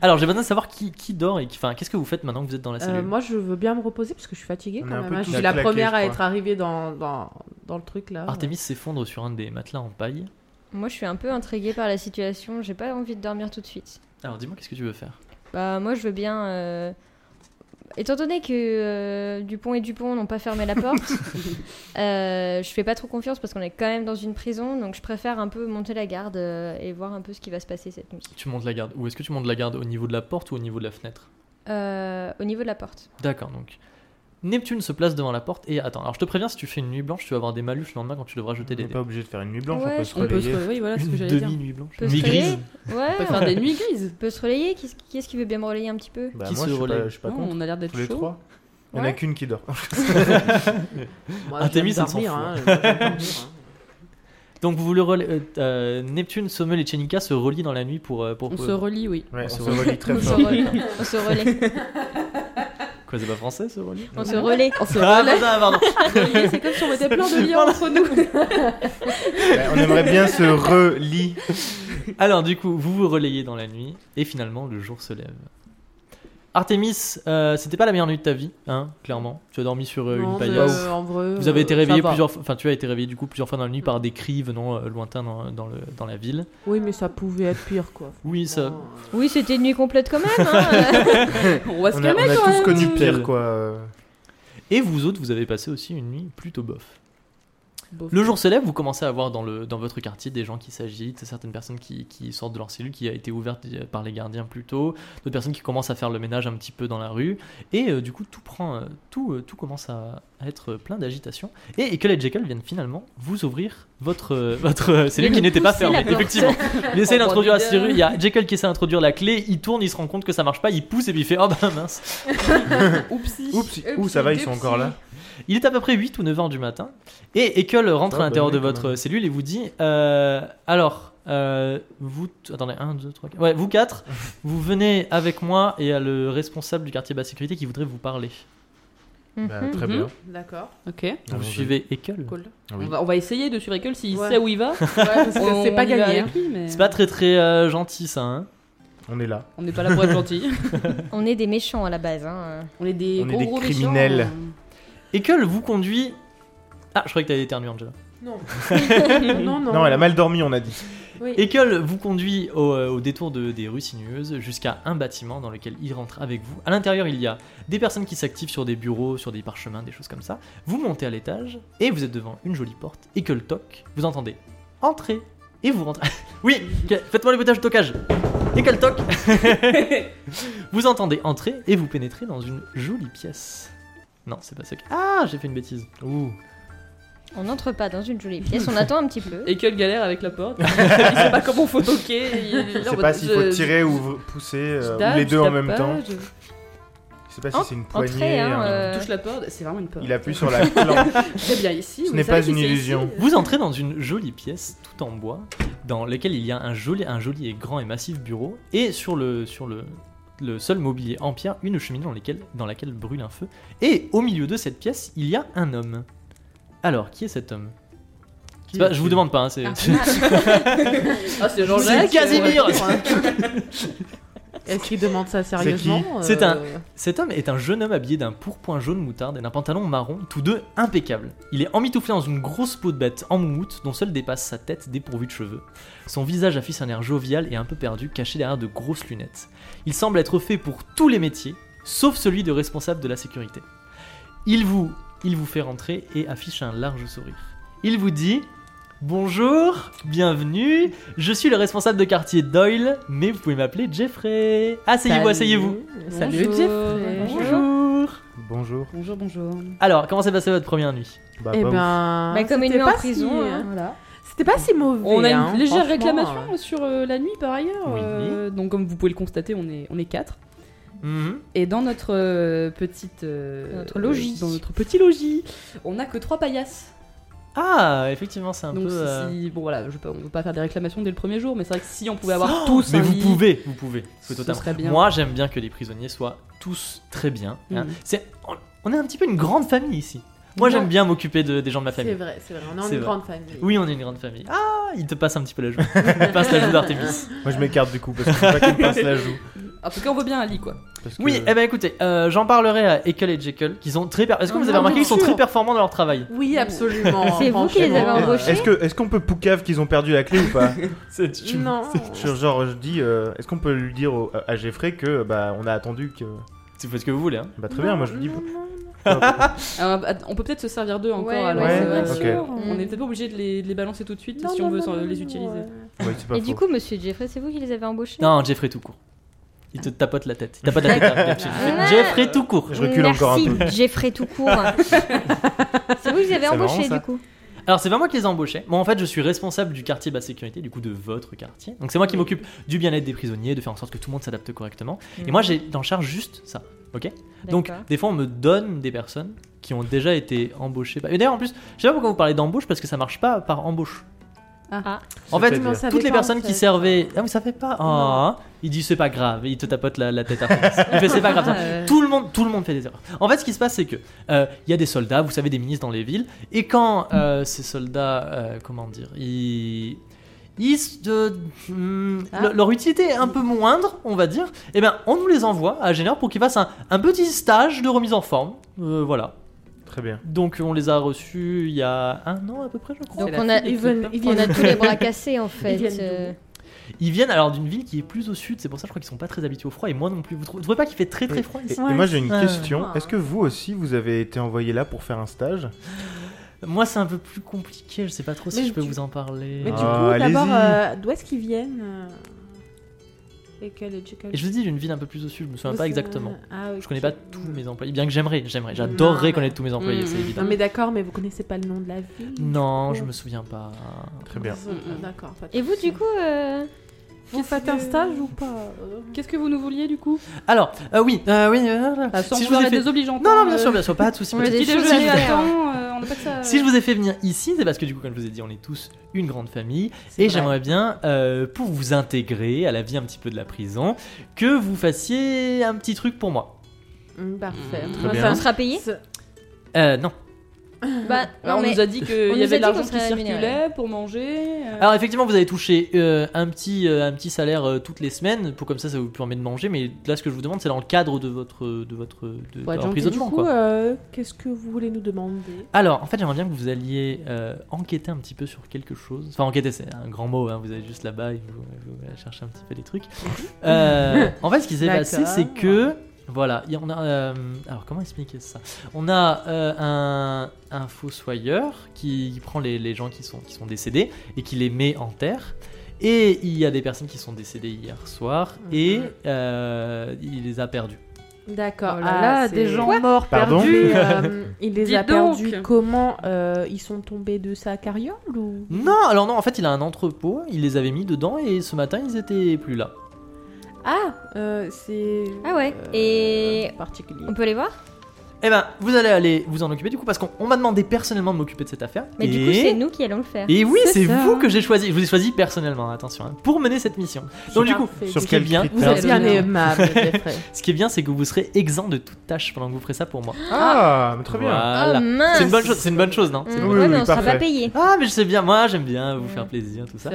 Speaker 1: Alors, j'ai besoin de savoir qui, qui dort et qui. Enfin, qu'est-ce que vous faites maintenant que vous êtes dans la
Speaker 3: Euh,
Speaker 1: cellule
Speaker 3: moi, je veux bien me reposer parce que je suis fatiguée
Speaker 4: On
Speaker 3: quand
Speaker 4: est un
Speaker 3: même.
Speaker 4: peu
Speaker 3: hein.
Speaker 4: tous
Speaker 3: Je suis la
Speaker 4: claqués,
Speaker 3: première
Speaker 4: je
Speaker 3: à
Speaker 4: crois.
Speaker 3: être arrivée dans, dans, dans le truc
Speaker 5: euh,
Speaker 3: là.
Speaker 1: Artemis s'effondre sur un des matelas en paille.
Speaker 6: Moi, je suis un peu intriguée par la situation, j'ai pas envie de dormir tout de suite.
Speaker 1: Alors, dis-moi, qu'est-ce que tu veux faire
Speaker 6: Bah, moi, je veux bien. euh, Étant donné que euh, Dupont et Dupont n'ont pas fermé la porte, euh, je fais pas trop confiance parce qu'on est quand même dans une prison, donc je préfère un peu monter la garde euh, et voir un peu ce qui va se passer cette nuit.
Speaker 1: Tu montes la garde. Ou est-ce que tu montes la garde au niveau de la porte ou au niveau de la fenêtre
Speaker 6: Euh, au niveau de la porte.
Speaker 1: D'accord, donc Neptune se place devant la porte et attends. Alors je te préviens, si tu fais une nuit blanche, tu vas avoir des malus le lendemain quand tu devras jeter
Speaker 4: On
Speaker 1: des
Speaker 4: n'est
Speaker 1: dés.
Speaker 4: pas obligé de faire une nuit blanche,
Speaker 6: Ouais,
Speaker 4: on peut se
Speaker 5: On peut se
Speaker 4: relayer.
Speaker 5: re- Oui, voilà c'est ce
Speaker 1: Une
Speaker 5: que j'allais dire.
Speaker 1: demi-nuit blanche.
Speaker 6: Peut se
Speaker 1: Nuit
Speaker 6: relayer.
Speaker 1: grise.
Speaker 6: Ouais,
Speaker 5: On peut faire des nuits grises.
Speaker 6: on peut se relayer. Qui, qui est-ce qui veut bien me relayer un petit peu
Speaker 4: Bah,
Speaker 1: Qui
Speaker 4: moi,
Speaker 1: se
Speaker 4: je suis pas-
Speaker 1: relaye
Speaker 4: Je suis pas
Speaker 5: Non,
Speaker 4: contre.
Speaker 5: on a l'air d'être
Speaker 4: Tous les
Speaker 5: chaud.
Speaker 4: trois. Il n'y en a
Speaker 6: Ouais.
Speaker 4: qu'une qui dort.
Speaker 3: Moi,
Speaker 1: Ah,
Speaker 3: j'aime
Speaker 1: Thémis, elle s'en
Speaker 3: dormir,
Speaker 1: fout,
Speaker 3: hein, j'aime dormir, hein.
Speaker 1: Donc vous le relais- euh, euh, Neptune, Sommel et Chenika se relient dans la nuit pour euh, pour.
Speaker 5: On se relie, oui.
Speaker 4: Ouais,
Speaker 1: On
Speaker 4: on
Speaker 1: se
Speaker 4: se relie très
Speaker 6: on se
Speaker 4: fort.
Speaker 6: relaie. on se relaie.
Speaker 1: Quoi, c'est pas français se relier
Speaker 6: On se relaie.
Speaker 5: On se
Speaker 1: Ah
Speaker 5: relaie.
Speaker 1: pardon, pardon.
Speaker 5: c'est comme si on mettait plein de liens entre nous.
Speaker 4: Ouais, on aimerait bien se relie.
Speaker 1: Alors du coup, vous vous relayez dans la nuit et finalement le jour se lève. Artemis, euh, c'était pas la meilleure nuit de ta vie, hein, clairement. Tu as dormi sur euh,
Speaker 3: Non,
Speaker 1: une
Speaker 3: je-
Speaker 1: paillasse.
Speaker 3: en vrai,
Speaker 1: Vous avez été
Speaker 3: euh, ça
Speaker 1: réveillé
Speaker 3: va.
Speaker 1: plusieurs, fois- enfin tu as été réveillé du coup plusieurs fois dans la nuit par des cris venant euh, lointains dans, dans le, dans la ville.
Speaker 3: Oui, mais ça pouvait être pire, quoi.
Speaker 1: Oui, ça.
Speaker 3: Franchement, euh,
Speaker 6: Oui, c'était une nuit complète quand même. hein.
Speaker 5: on va se
Speaker 4: On a, on
Speaker 5: calmer
Speaker 4: a
Speaker 5: quand
Speaker 4: tous
Speaker 5: même.
Speaker 4: connu
Speaker 1: Tel.
Speaker 4: pire, quoi. euh.
Speaker 1: Et vous autres, vous avez passé aussi une nuit plutôt bof. Le jour se lève, vous commencez à voir dans, le, dans votre quartier des gens qui s'agitent, certaines personnes qui, qui sortent de leur cellule qui a été ouverte euh, par les gardiens plus tôt, d'autres personnes qui commencent à faire le ménage un petit peu dans la rue, et euh, du coup tout prend, euh, tout, euh, tout commence à, à être euh, plein d'agitation, et Ekel et Jekyll viennent finalement vous ouvrir votre, euh, votre euh, cellule
Speaker 6: Ils
Speaker 1: qui
Speaker 6: nous
Speaker 1: n'était pas
Speaker 6: poussaient la
Speaker 1: fermée,
Speaker 6: porte.
Speaker 1: effectivement. Il essaie
Speaker 5: Oh,
Speaker 1: d'introduire la
Speaker 5: bordel.
Speaker 1: serrure, il y a Jekyll qui essaie d'introduire la clé, il tourne, il se rend compte que ça marche pas, il pousse et puis il fait « Oh bah mince !»
Speaker 5: Oupsie.
Speaker 4: Oups, ouh, ça va, ils sont encore là.
Speaker 1: Il est à peu près 8 ou 9 heures du matin. Et Ekel rentre
Speaker 4: Ah,
Speaker 1: à l'intérieur
Speaker 4: bonne
Speaker 1: de
Speaker 4: nuit, quand
Speaker 1: votre
Speaker 4: même.
Speaker 1: cellule et vous dit euh, Alors, euh, vous. t- Attendez, 1, 2, 3, 4. Ouais, vous quatre, vous venez avec moi et à le responsable du quartier basse sécurité qui voudrait vous parler.
Speaker 4: Bah,
Speaker 6: Mhm.
Speaker 4: très
Speaker 5: Mhm.
Speaker 4: bien.
Speaker 3: D'accord.
Speaker 5: Ok.
Speaker 1: Donc, vous
Speaker 4: Allons-y.
Speaker 1: suivez Ekel
Speaker 3: Cool.
Speaker 4: Ah, bah Oui.
Speaker 5: On, va, on va essayer de suivre Ekel s'il
Speaker 3: Ouais.
Speaker 5: sait où il va.
Speaker 3: Ouais, parce que
Speaker 5: On-
Speaker 3: c'est pas
Speaker 5: on y va
Speaker 3: gagné. hein.
Speaker 5: avec lui, mais
Speaker 1: C'est pas très très euh, gentil ça, hein
Speaker 4: On est là.
Speaker 5: On n'est pas là pour être gentil.
Speaker 6: On est des méchants à la base. hein.
Speaker 5: On est des
Speaker 4: On est
Speaker 5: gros
Speaker 4: des
Speaker 5: gros
Speaker 4: criminels.
Speaker 5: méchants.
Speaker 1: Ekel vous conduit. Ah, je croyais que t'avais éternué, Angela.
Speaker 3: Non. non, non.
Speaker 4: Non, elle a mal dormi, on a dit.
Speaker 3: Oui.
Speaker 1: Ekel vous conduit au, euh, au détour de- des rues sinueuses jusqu'à un bâtiment dans lequel il rentre avec vous. À l'intérieur, il y a des personnes qui s'activent sur des bureaux, sur des parchemins, des choses comme ça. Vous montez à l'étage et vous êtes devant une jolie porte. Ekel toque, vous entendez Entrez et vous rentrez. oui, que- faites-moi les boutages de toquage. Ekel toque. vous entendez entrer et vous pénétrez dans une jolie pièce. Non, c'est pas ça. que- Ah, j'ai fait une bêtise.
Speaker 4: Ouh.
Speaker 6: On n'entre pas dans une jolie pièce. On attend un petit peu.
Speaker 5: Ekel galère avec la porte. il sait pas comment faut toquer. il est
Speaker 4: Je
Speaker 5: là en
Speaker 4: sais
Speaker 5: mode,
Speaker 4: pas s'il faut
Speaker 5: je-
Speaker 4: tirer ou v- pousser,
Speaker 5: je
Speaker 4: euh,
Speaker 5: tape,
Speaker 4: ou les
Speaker 5: je
Speaker 4: deux en
Speaker 5: tape
Speaker 4: même
Speaker 5: pas,
Speaker 4: temps.
Speaker 5: je-
Speaker 4: Je sais pas
Speaker 6: En-
Speaker 4: si c'est une
Speaker 6: entrez,
Speaker 4: poignée.
Speaker 6: hein,
Speaker 4: un-
Speaker 6: euh,
Speaker 5: touche la porte, c'est vraiment une porte.
Speaker 4: Il appuie sur la planche.
Speaker 5: C'est bien ici.
Speaker 4: Ce
Speaker 5: vous
Speaker 4: n'est
Speaker 5: savez
Speaker 4: pas
Speaker 5: que
Speaker 4: une
Speaker 5: c'est
Speaker 4: illusion.
Speaker 5: ici.
Speaker 1: Vous entrez dans une jolie pièce, tout en bois, dans laquelle il y a un joli, un joli et grand et massif bureau, et sur le, sur le, le seul mobilier en pierre, une cheminée dans, laquelle- dans laquelle brûle un feu. Et au milieu de cette pièce, il y a un homme. Alors, qui est cet homme C'est pas- Je vous demande pas, hein, c'est...
Speaker 5: Ah, c'est
Speaker 1: C'est
Speaker 5: Jean-Jacques.
Speaker 1: Casimir
Speaker 3: Est-ce qu'il demande ça sérieusement
Speaker 1: C'est
Speaker 3: euh,
Speaker 1: Cet homme est un jeune homme habillé d'un pourpoint jaune moutarde et d'un pantalon marron, tous deux impeccables. Il est emmitouflé dans une grosse peau de bête en moumoute dont seule dépasse sa tête dépourvue de cheveux. Son visage affiche un air jovial et un peu perdu, caché derrière de grosses lunettes. Il semble être fait pour tous les métiers, sauf celui de responsable de la sécurité. Il vous, il vous fait rentrer et affiche un large sourire. Il vous dit Bonjour, bienvenue, je suis le responsable de quartier Doyle, mais vous pouvez m'appeler Jeffrey. Asseyez-vous,
Speaker 3: Salut.
Speaker 1: asseyez-vous.
Speaker 4: Ah,
Speaker 3: Salut
Speaker 5: Bonjour.
Speaker 3: Jeffrey.
Speaker 1: Bonjour.
Speaker 4: Bonjour.
Speaker 5: Bonjour, bonjour.
Speaker 1: Alors, comment s'est passée votre première nuit
Speaker 4: Bah,
Speaker 3: Eh
Speaker 4: pas ouf.
Speaker 3: ben.
Speaker 6: Bah, comme il
Speaker 3: c'était
Speaker 6: est en
Speaker 3: pas
Speaker 6: prison,
Speaker 3: si- euh,
Speaker 6: hein.
Speaker 5: Voilà.
Speaker 3: C'était pas si mauvais.
Speaker 5: On a une
Speaker 3: hein,
Speaker 5: légère
Speaker 3: franchement,
Speaker 5: réclamation
Speaker 3: euh.
Speaker 5: sur euh, la nuit par ailleurs.
Speaker 1: Oui.
Speaker 5: euh, donc comme vous pouvez le constater, on est on est quatre.
Speaker 1: Mhm.
Speaker 5: Et dans notre euh, petite euh,
Speaker 6: Notre logis.
Speaker 5: dans notre petit logis, on a que trois paillasses.
Speaker 1: Ah, effectivement, c'est un
Speaker 5: Donc
Speaker 1: peu.
Speaker 5: si-
Speaker 1: euh,
Speaker 5: si, bon voilà, je peux, on peut pas faire des réclamations dès le premier jour, mais c'est vrai que si on pouvait avoir tous
Speaker 1: Mais
Speaker 5: un
Speaker 1: vous
Speaker 5: lit-
Speaker 1: pouvez, vous pouvez. C'est
Speaker 5: Ce
Speaker 1: totalement-
Speaker 5: serait bien.
Speaker 1: Oh Moi, j'aime bien que les prisonniers soient tous très bien. hein.
Speaker 5: Mhm.
Speaker 1: C'est, on, on est un petit peu une grande famille ici. Moi, j'aime bien m'occuper de- des gens de ma
Speaker 3: C'est
Speaker 1: famille.
Speaker 3: vrai, c'est vrai. On est en
Speaker 1: C'est
Speaker 3: une
Speaker 1: vrai.
Speaker 3: grande famille.
Speaker 1: Oui, on est une grande famille. Ah, il te passe un petit peu la joue. Il te passe la joue d'Artemis.
Speaker 4: Moi je m'écarte du coup parce que je veux pas qu'il me passe la joue.
Speaker 5: En tout cas, on veut bien un lit quoi.
Speaker 4: Parce que-
Speaker 1: Oui, eh ben écoutez, euh, j'en parlerai à Ekel et Jekyll, qui sont très. per- Est-ce que vous avez
Speaker 3: Ah,
Speaker 1: remarqué
Speaker 3: bien
Speaker 1: qu'ils sont
Speaker 3: sûr.
Speaker 1: très performants dans leur travail
Speaker 3: Oui, absolument.
Speaker 6: C'est vous qui les avez
Speaker 3: franchement.
Speaker 6: embauchés
Speaker 4: Eh, Est-ce que est-ce qu'on peut poucave qu'ils ont perdu la clé ou pas
Speaker 1: C'est- tu-
Speaker 3: Non.
Speaker 4: Sur genre je dis euh, est-ce qu'on peut lui dire au- à Jeffrey que bah on a attendu que
Speaker 1: C'est vous faites ce que vous voulez. hein.
Speaker 4: bah très bien moi je lui dis
Speaker 3: Non, non, non.
Speaker 5: Alors, att- on peut peut-être se servir d'eux encore.
Speaker 6: Ouais,
Speaker 5: alors,
Speaker 4: ouais,
Speaker 5: euh,
Speaker 4: bien
Speaker 6: sûr.
Speaker 5: On est peut-être pas obligé de les, de les balancer tout de suite si
Speaker 3: Non,
Speaker 5: on veut
Speaker 3: non,
Speaker 5: sans-
Speaker 3: non,
Speaker 5: les
Speaker 3: non,
Speaker 5: utiliser.
Speaker 3: ouais.
Speaker 4: ouais, c'est pas
Speaker 6: Et du
Speaker 4: faux.
Speaker 6: coup, monsieur Jeffrey, c'est vous qui les avez embauchés
Speaker 1: Non, Jeffrey tout court. Il te tapote la tête. Il tapote la tête. hein,
Speaker 4: Ah,
Speaker 3: Ah,
Speaker 1: Neptune. Jeffrey tout court.
Speaker 4: Je recule
Speaker 6: Merci,
Speaker 4: encore un peu.
Speaker 6: Ah, Jeffrey tout court. c'est vous que j'avais
Speaker 4: C'est
Speaker 6: embauché
Speaker 4: marrant, ça.
Speaker 6: du coup.
Speaker 1: Alors c'est pas moi qui les ai embauchés. Moi en fait je suis responsable du quartier basse sécurité, du coup de votre quartier. Donc c'est moi qui m'occupe du bien-être des prisonniers, de faire en sorte que tout le monde s'adapte correctement. Et moi j'ai en charge juste ça. Ok Donc
Speaker 6: D'accord.
Speaker 1: des fois on me donne des personnes qui ont déjà été embauchées. par- Et d'ailleurs en plus, je sais pas pourquoi vous parlez d'embauche parce que ça marche pas par embauche.
Speaker 6: Ah.
Speaker 1: En fait,
Speaker 4: C'est-à-dire
Speaker 3: Ça
Speaker 1: toutes les
Speaker 3: dépend,
Speaker 1: personnes qui
Speaker 3: ça dépend.
Speaker 1: servaient. Ah, mais ça fait pas. Ah, il dit c'est pas grave, et il te tapote la, la tête après. Il fait c'est pas grave. ça. Tout le monde, tout le monde fait des erreurs. En fait, ce qui se passe, c'est que euh, il y a des soldats, vous savez, des ministres dans les villes, et quand euh, ces soldats, euh, comment dire, ils ils se- de- hmm,
Speaker 2: Ah.
Speaker 1: le- leur utilité est un peu moindre, on va dire. Et bien, on nous les envoie à Génère pour qu'ils fassent un, un petit stage de remise en forme. Euh, voilà.
Speaker 4: Très bien.
Speaker 1: Donc, on les a reçus il y a un an à peu près, je crois.
Speaker 6: Donc
Speaker 2: C'est la
Speaker 6: on a,
Speaker 3: Ils viennent- ils
Speaker 6: on a
Speaker 3: viennent-
Speaker 6: tous les bras cassés en fait.
Speaker 3: viennent d'où
Speaker 6: euh,
Speaker 1: Ils viennent alors d'une ville qui est plus au sud, c'est pour ça je crois qu'ils sont pas très habitués au froid et moi non plus. Vous trou- vous trouvez pas qu'il fait très très froid
Speaker 4: Et,
Speaker 1: ici
Speaker 4: et moi j'ai une
Speaker 1: Ouais.
Speaker 4: question.
Speaker 3: Ah.
Speaker 4: Est-ce que vous aussi vous avez été envoyé là pour faire un stage
Speaker 1: Moi c'est un peu plus compliqué, je sais pas trop si
Speaker 3: Mais
Speaker 1: je peux
Speaker 3: tu-
Speaker 1: vous en parler.
Speaker 3: Mais du
Speaker 4: Ah,
Speaker 3: coup, d'abord,
Speaker 4: allez-y.
Speaker 3: euh, d'où est-ce qu'ils viennent euh, Et quel et quel-
Speaker 1: Et je vous dis d'une ville un peu plus au sud, je me souviens
Speaker 3: Vous
Speaker 1: pas
Speaker 3: savez-
Speaker 1: exactement.
Speaker 3: Ah,
Speaker 1: Je
Speaker 3: ok.
Speaker 1: connais pas tous mes employés, bien que j'aimerais, j'aimerais, j'adorerais
Speaker 3: Non.
Speaker 1: connaître tous mes employés,
Speaker 2: Mm.
Speaker 1: c'est évident.
Speaker 3: Non, mais d'accord, mais vous connaissez pas le nom de la ville
Speaker 1: Non, je me souviens pas.
Speaker 4: Très bien.
Speaker 3: Ah, D'accord. pas de
Speaker 6: Et vous
Speaker 3: souci.
Speaker 6: du coup euh,
Speaker 3: Vous faites un stage ou pas
Speaker 5: Qu'est-ce que vous nous vouliez du coup
Speaker 1: Alors, euh, oui, euh, oui, euh,
Speaker 5: Bah,
Speaker 2: Ah, sans
Speaker 1: si je vous
Speaker 2: vouloir
Speaker 1: ai
Speaker 2: les
Speaker 1: fait...
Speaker 2: désobligeants.
Speaker 1: Non,
Speaker 5: euh,
Speaker 1: non, bien sûr, bien sûr, pas de soucis.
Speaker 6: On
Speaker 1: pas de
Speaker 6: les
Speaker 1: soucis.
Speaker 6: Des choses à
Speaker 2: désolé,
Speaker 6: faire.
Speaker 2: attends, euh, on n'a pas que ça.
Speaker 1: Si je vous ai fait venir ici, c'est parce que du coup, comme je vous ai dit, on est tous une grande famille.
Speaker 2: C'est
Speaker 1: Et
Speaker 2: vrai.
Speaker 1: j'aimerais bien, euh, pour vous intégrer à la vie un petit peu de la prison, que vous fassiez un petit truc pour moi.
Speaker 3: Hum, Parfait.
Speaker 2: Très
Speaker 3: Moi,
Speaker 4: bien.
Speaker 3: ça me
Speaker 6: on sera payé
Speaker 3: serait-
Speaker 1: Euh, non.
Speaker 6: Bah
Speaker 2: Alors, on
Speaker 6: non, mais
Speaker 2: nous a dit
Speaker 6: on
Speaker 5: Euh,
Speaker 2: qu'il
Speaker 6: nous
Speaker 2: y
Speaker 6: a
Speaker 2: avait
Speaker 6: dit
Speaker 2: de l'argent
Speaker 6: qu'on
Speaker 2: qui
Speaker 6: serait rémunérés.
Speaker 2: circulait pour manger. euh,
Speaker 1: Alors effectivement, vous allez toucher euh, un, petit, euh, un petit salaire euh, toutes les semaines, pour comme ça, ça vous permet de manger. Mais là, ce que je vous demande, c'est dans le cadre de votre, de votre de, de
Speaker 3: Faut être gentil. Du
Speaker 1: emprisonnement,
Speaker 3: coup,
Speaker 1: quoi.
Speaker 3: euh, qu'est-ce que vous voulez nous demander
Speaker 1: Alors, en fait, j'aimerais bien que vous alliez euh, enquêter un petit peu sur quelque chose. Enfin, enquêter, c'est un grand mot. hein, Vous allez juste là-bas et vous, vous allez chercher un petit peu des trucs. Euh, en fait, ce qui s'est passé,
Speaker 3: D'accord.
Speaker 1: c'est que voilà, il y a- on a. euh, alors, comment expliquer ça On a euh, un, un fossoyeur qui, qui prend les, les gens qui sont, qui sont décédés et qui les met en terre. Et il y a des personnes qui sont décédées hier soir et
Speaker 3: Mhm.
Speaker 1: euh, il les a perdues.
Speaker 3: D'accord.
Speaker 2: Oh là
Speaker 3: Ah
Speaker 2: là,
Speaker 3: là,
Speaker 2: c'est-
Speaker 3: des gens morts
Speaker 4: Pardon
Speaker 3: perdus. euh, il les
Speaker 2: Dis
Speaker 3: a
Speaker 2: donc.
Speaker 3: perdus. Comment euh, ils sont tombés de sa carriole ou
Speaker 1: Non, alors non, en fait, il a un entrepôt, il les avait mis dedans et ce matin, ils étaient plus là.
Speaker 3: Ah, euh, c'est.
Speaker 6: Ah ouais,
Speaker 3: euh,
Speaker 6: et-
Speaker 3: particulier.
Speaker 6: on peut les voir.
Speaker 1: Eh ben, vous allez aller vous en occuper du coup parce qu'on on m'a demandé personnellement de m'occuper de cette affaire.
Speaker 6: Mais
Speaker 1: et...
Speaker 6: du coup c'est nous qui allons le faire.
Speaker 1: Et oui,
Speaker 3: C'est
Speaker 1: c'est
Speaker 3: ça,
Speaker 1: vous
Speaker 3: hein.
Speaker 1: que j'ai choisi. Je vous ai choisi personnellement, attention, hein, pour mener cette mission. Donc du coup,
Speaker 3: Parfait.
Speaker 1: ce
Speaker 4: Sur
Speaker 1: qui est
Speaker 4: quel
Speaker 1: bien,
Speaker 3: vous
Speaker 4: critère
Speaker 3: êtes bien
Speaker 2: Pardon.
Speaker 3: aimable, Jeffrey.
Speaker 1: ce qui est bien, c'est que vous serez exempt de toute tâche pendant que vous ferez ça pour moi.
Speaker 4: Ah, mais très bien.
Speaker 6: Oh
Speaker 1: Voilà.
Speaker 6: mince.
Speaker 1: c'est
Speaker 6: Hmm. Mm.
Speaker 1: une bonne chose. C'est une bonne chose, non C'est une
Speaker 4: Oui,
Speaker 1: bonne-
Speaker 6: ouais,
Speaker 4: oui,
Speaker 6: mais on sera
Speaker 4: parfait.
Speaker 6: pas payé.
Speaker 1: Ah, mais je sais bien. Moi, j'aime bien vous
Speaker 6: Mm.
Speaker 1: faire plaisir, tout ça.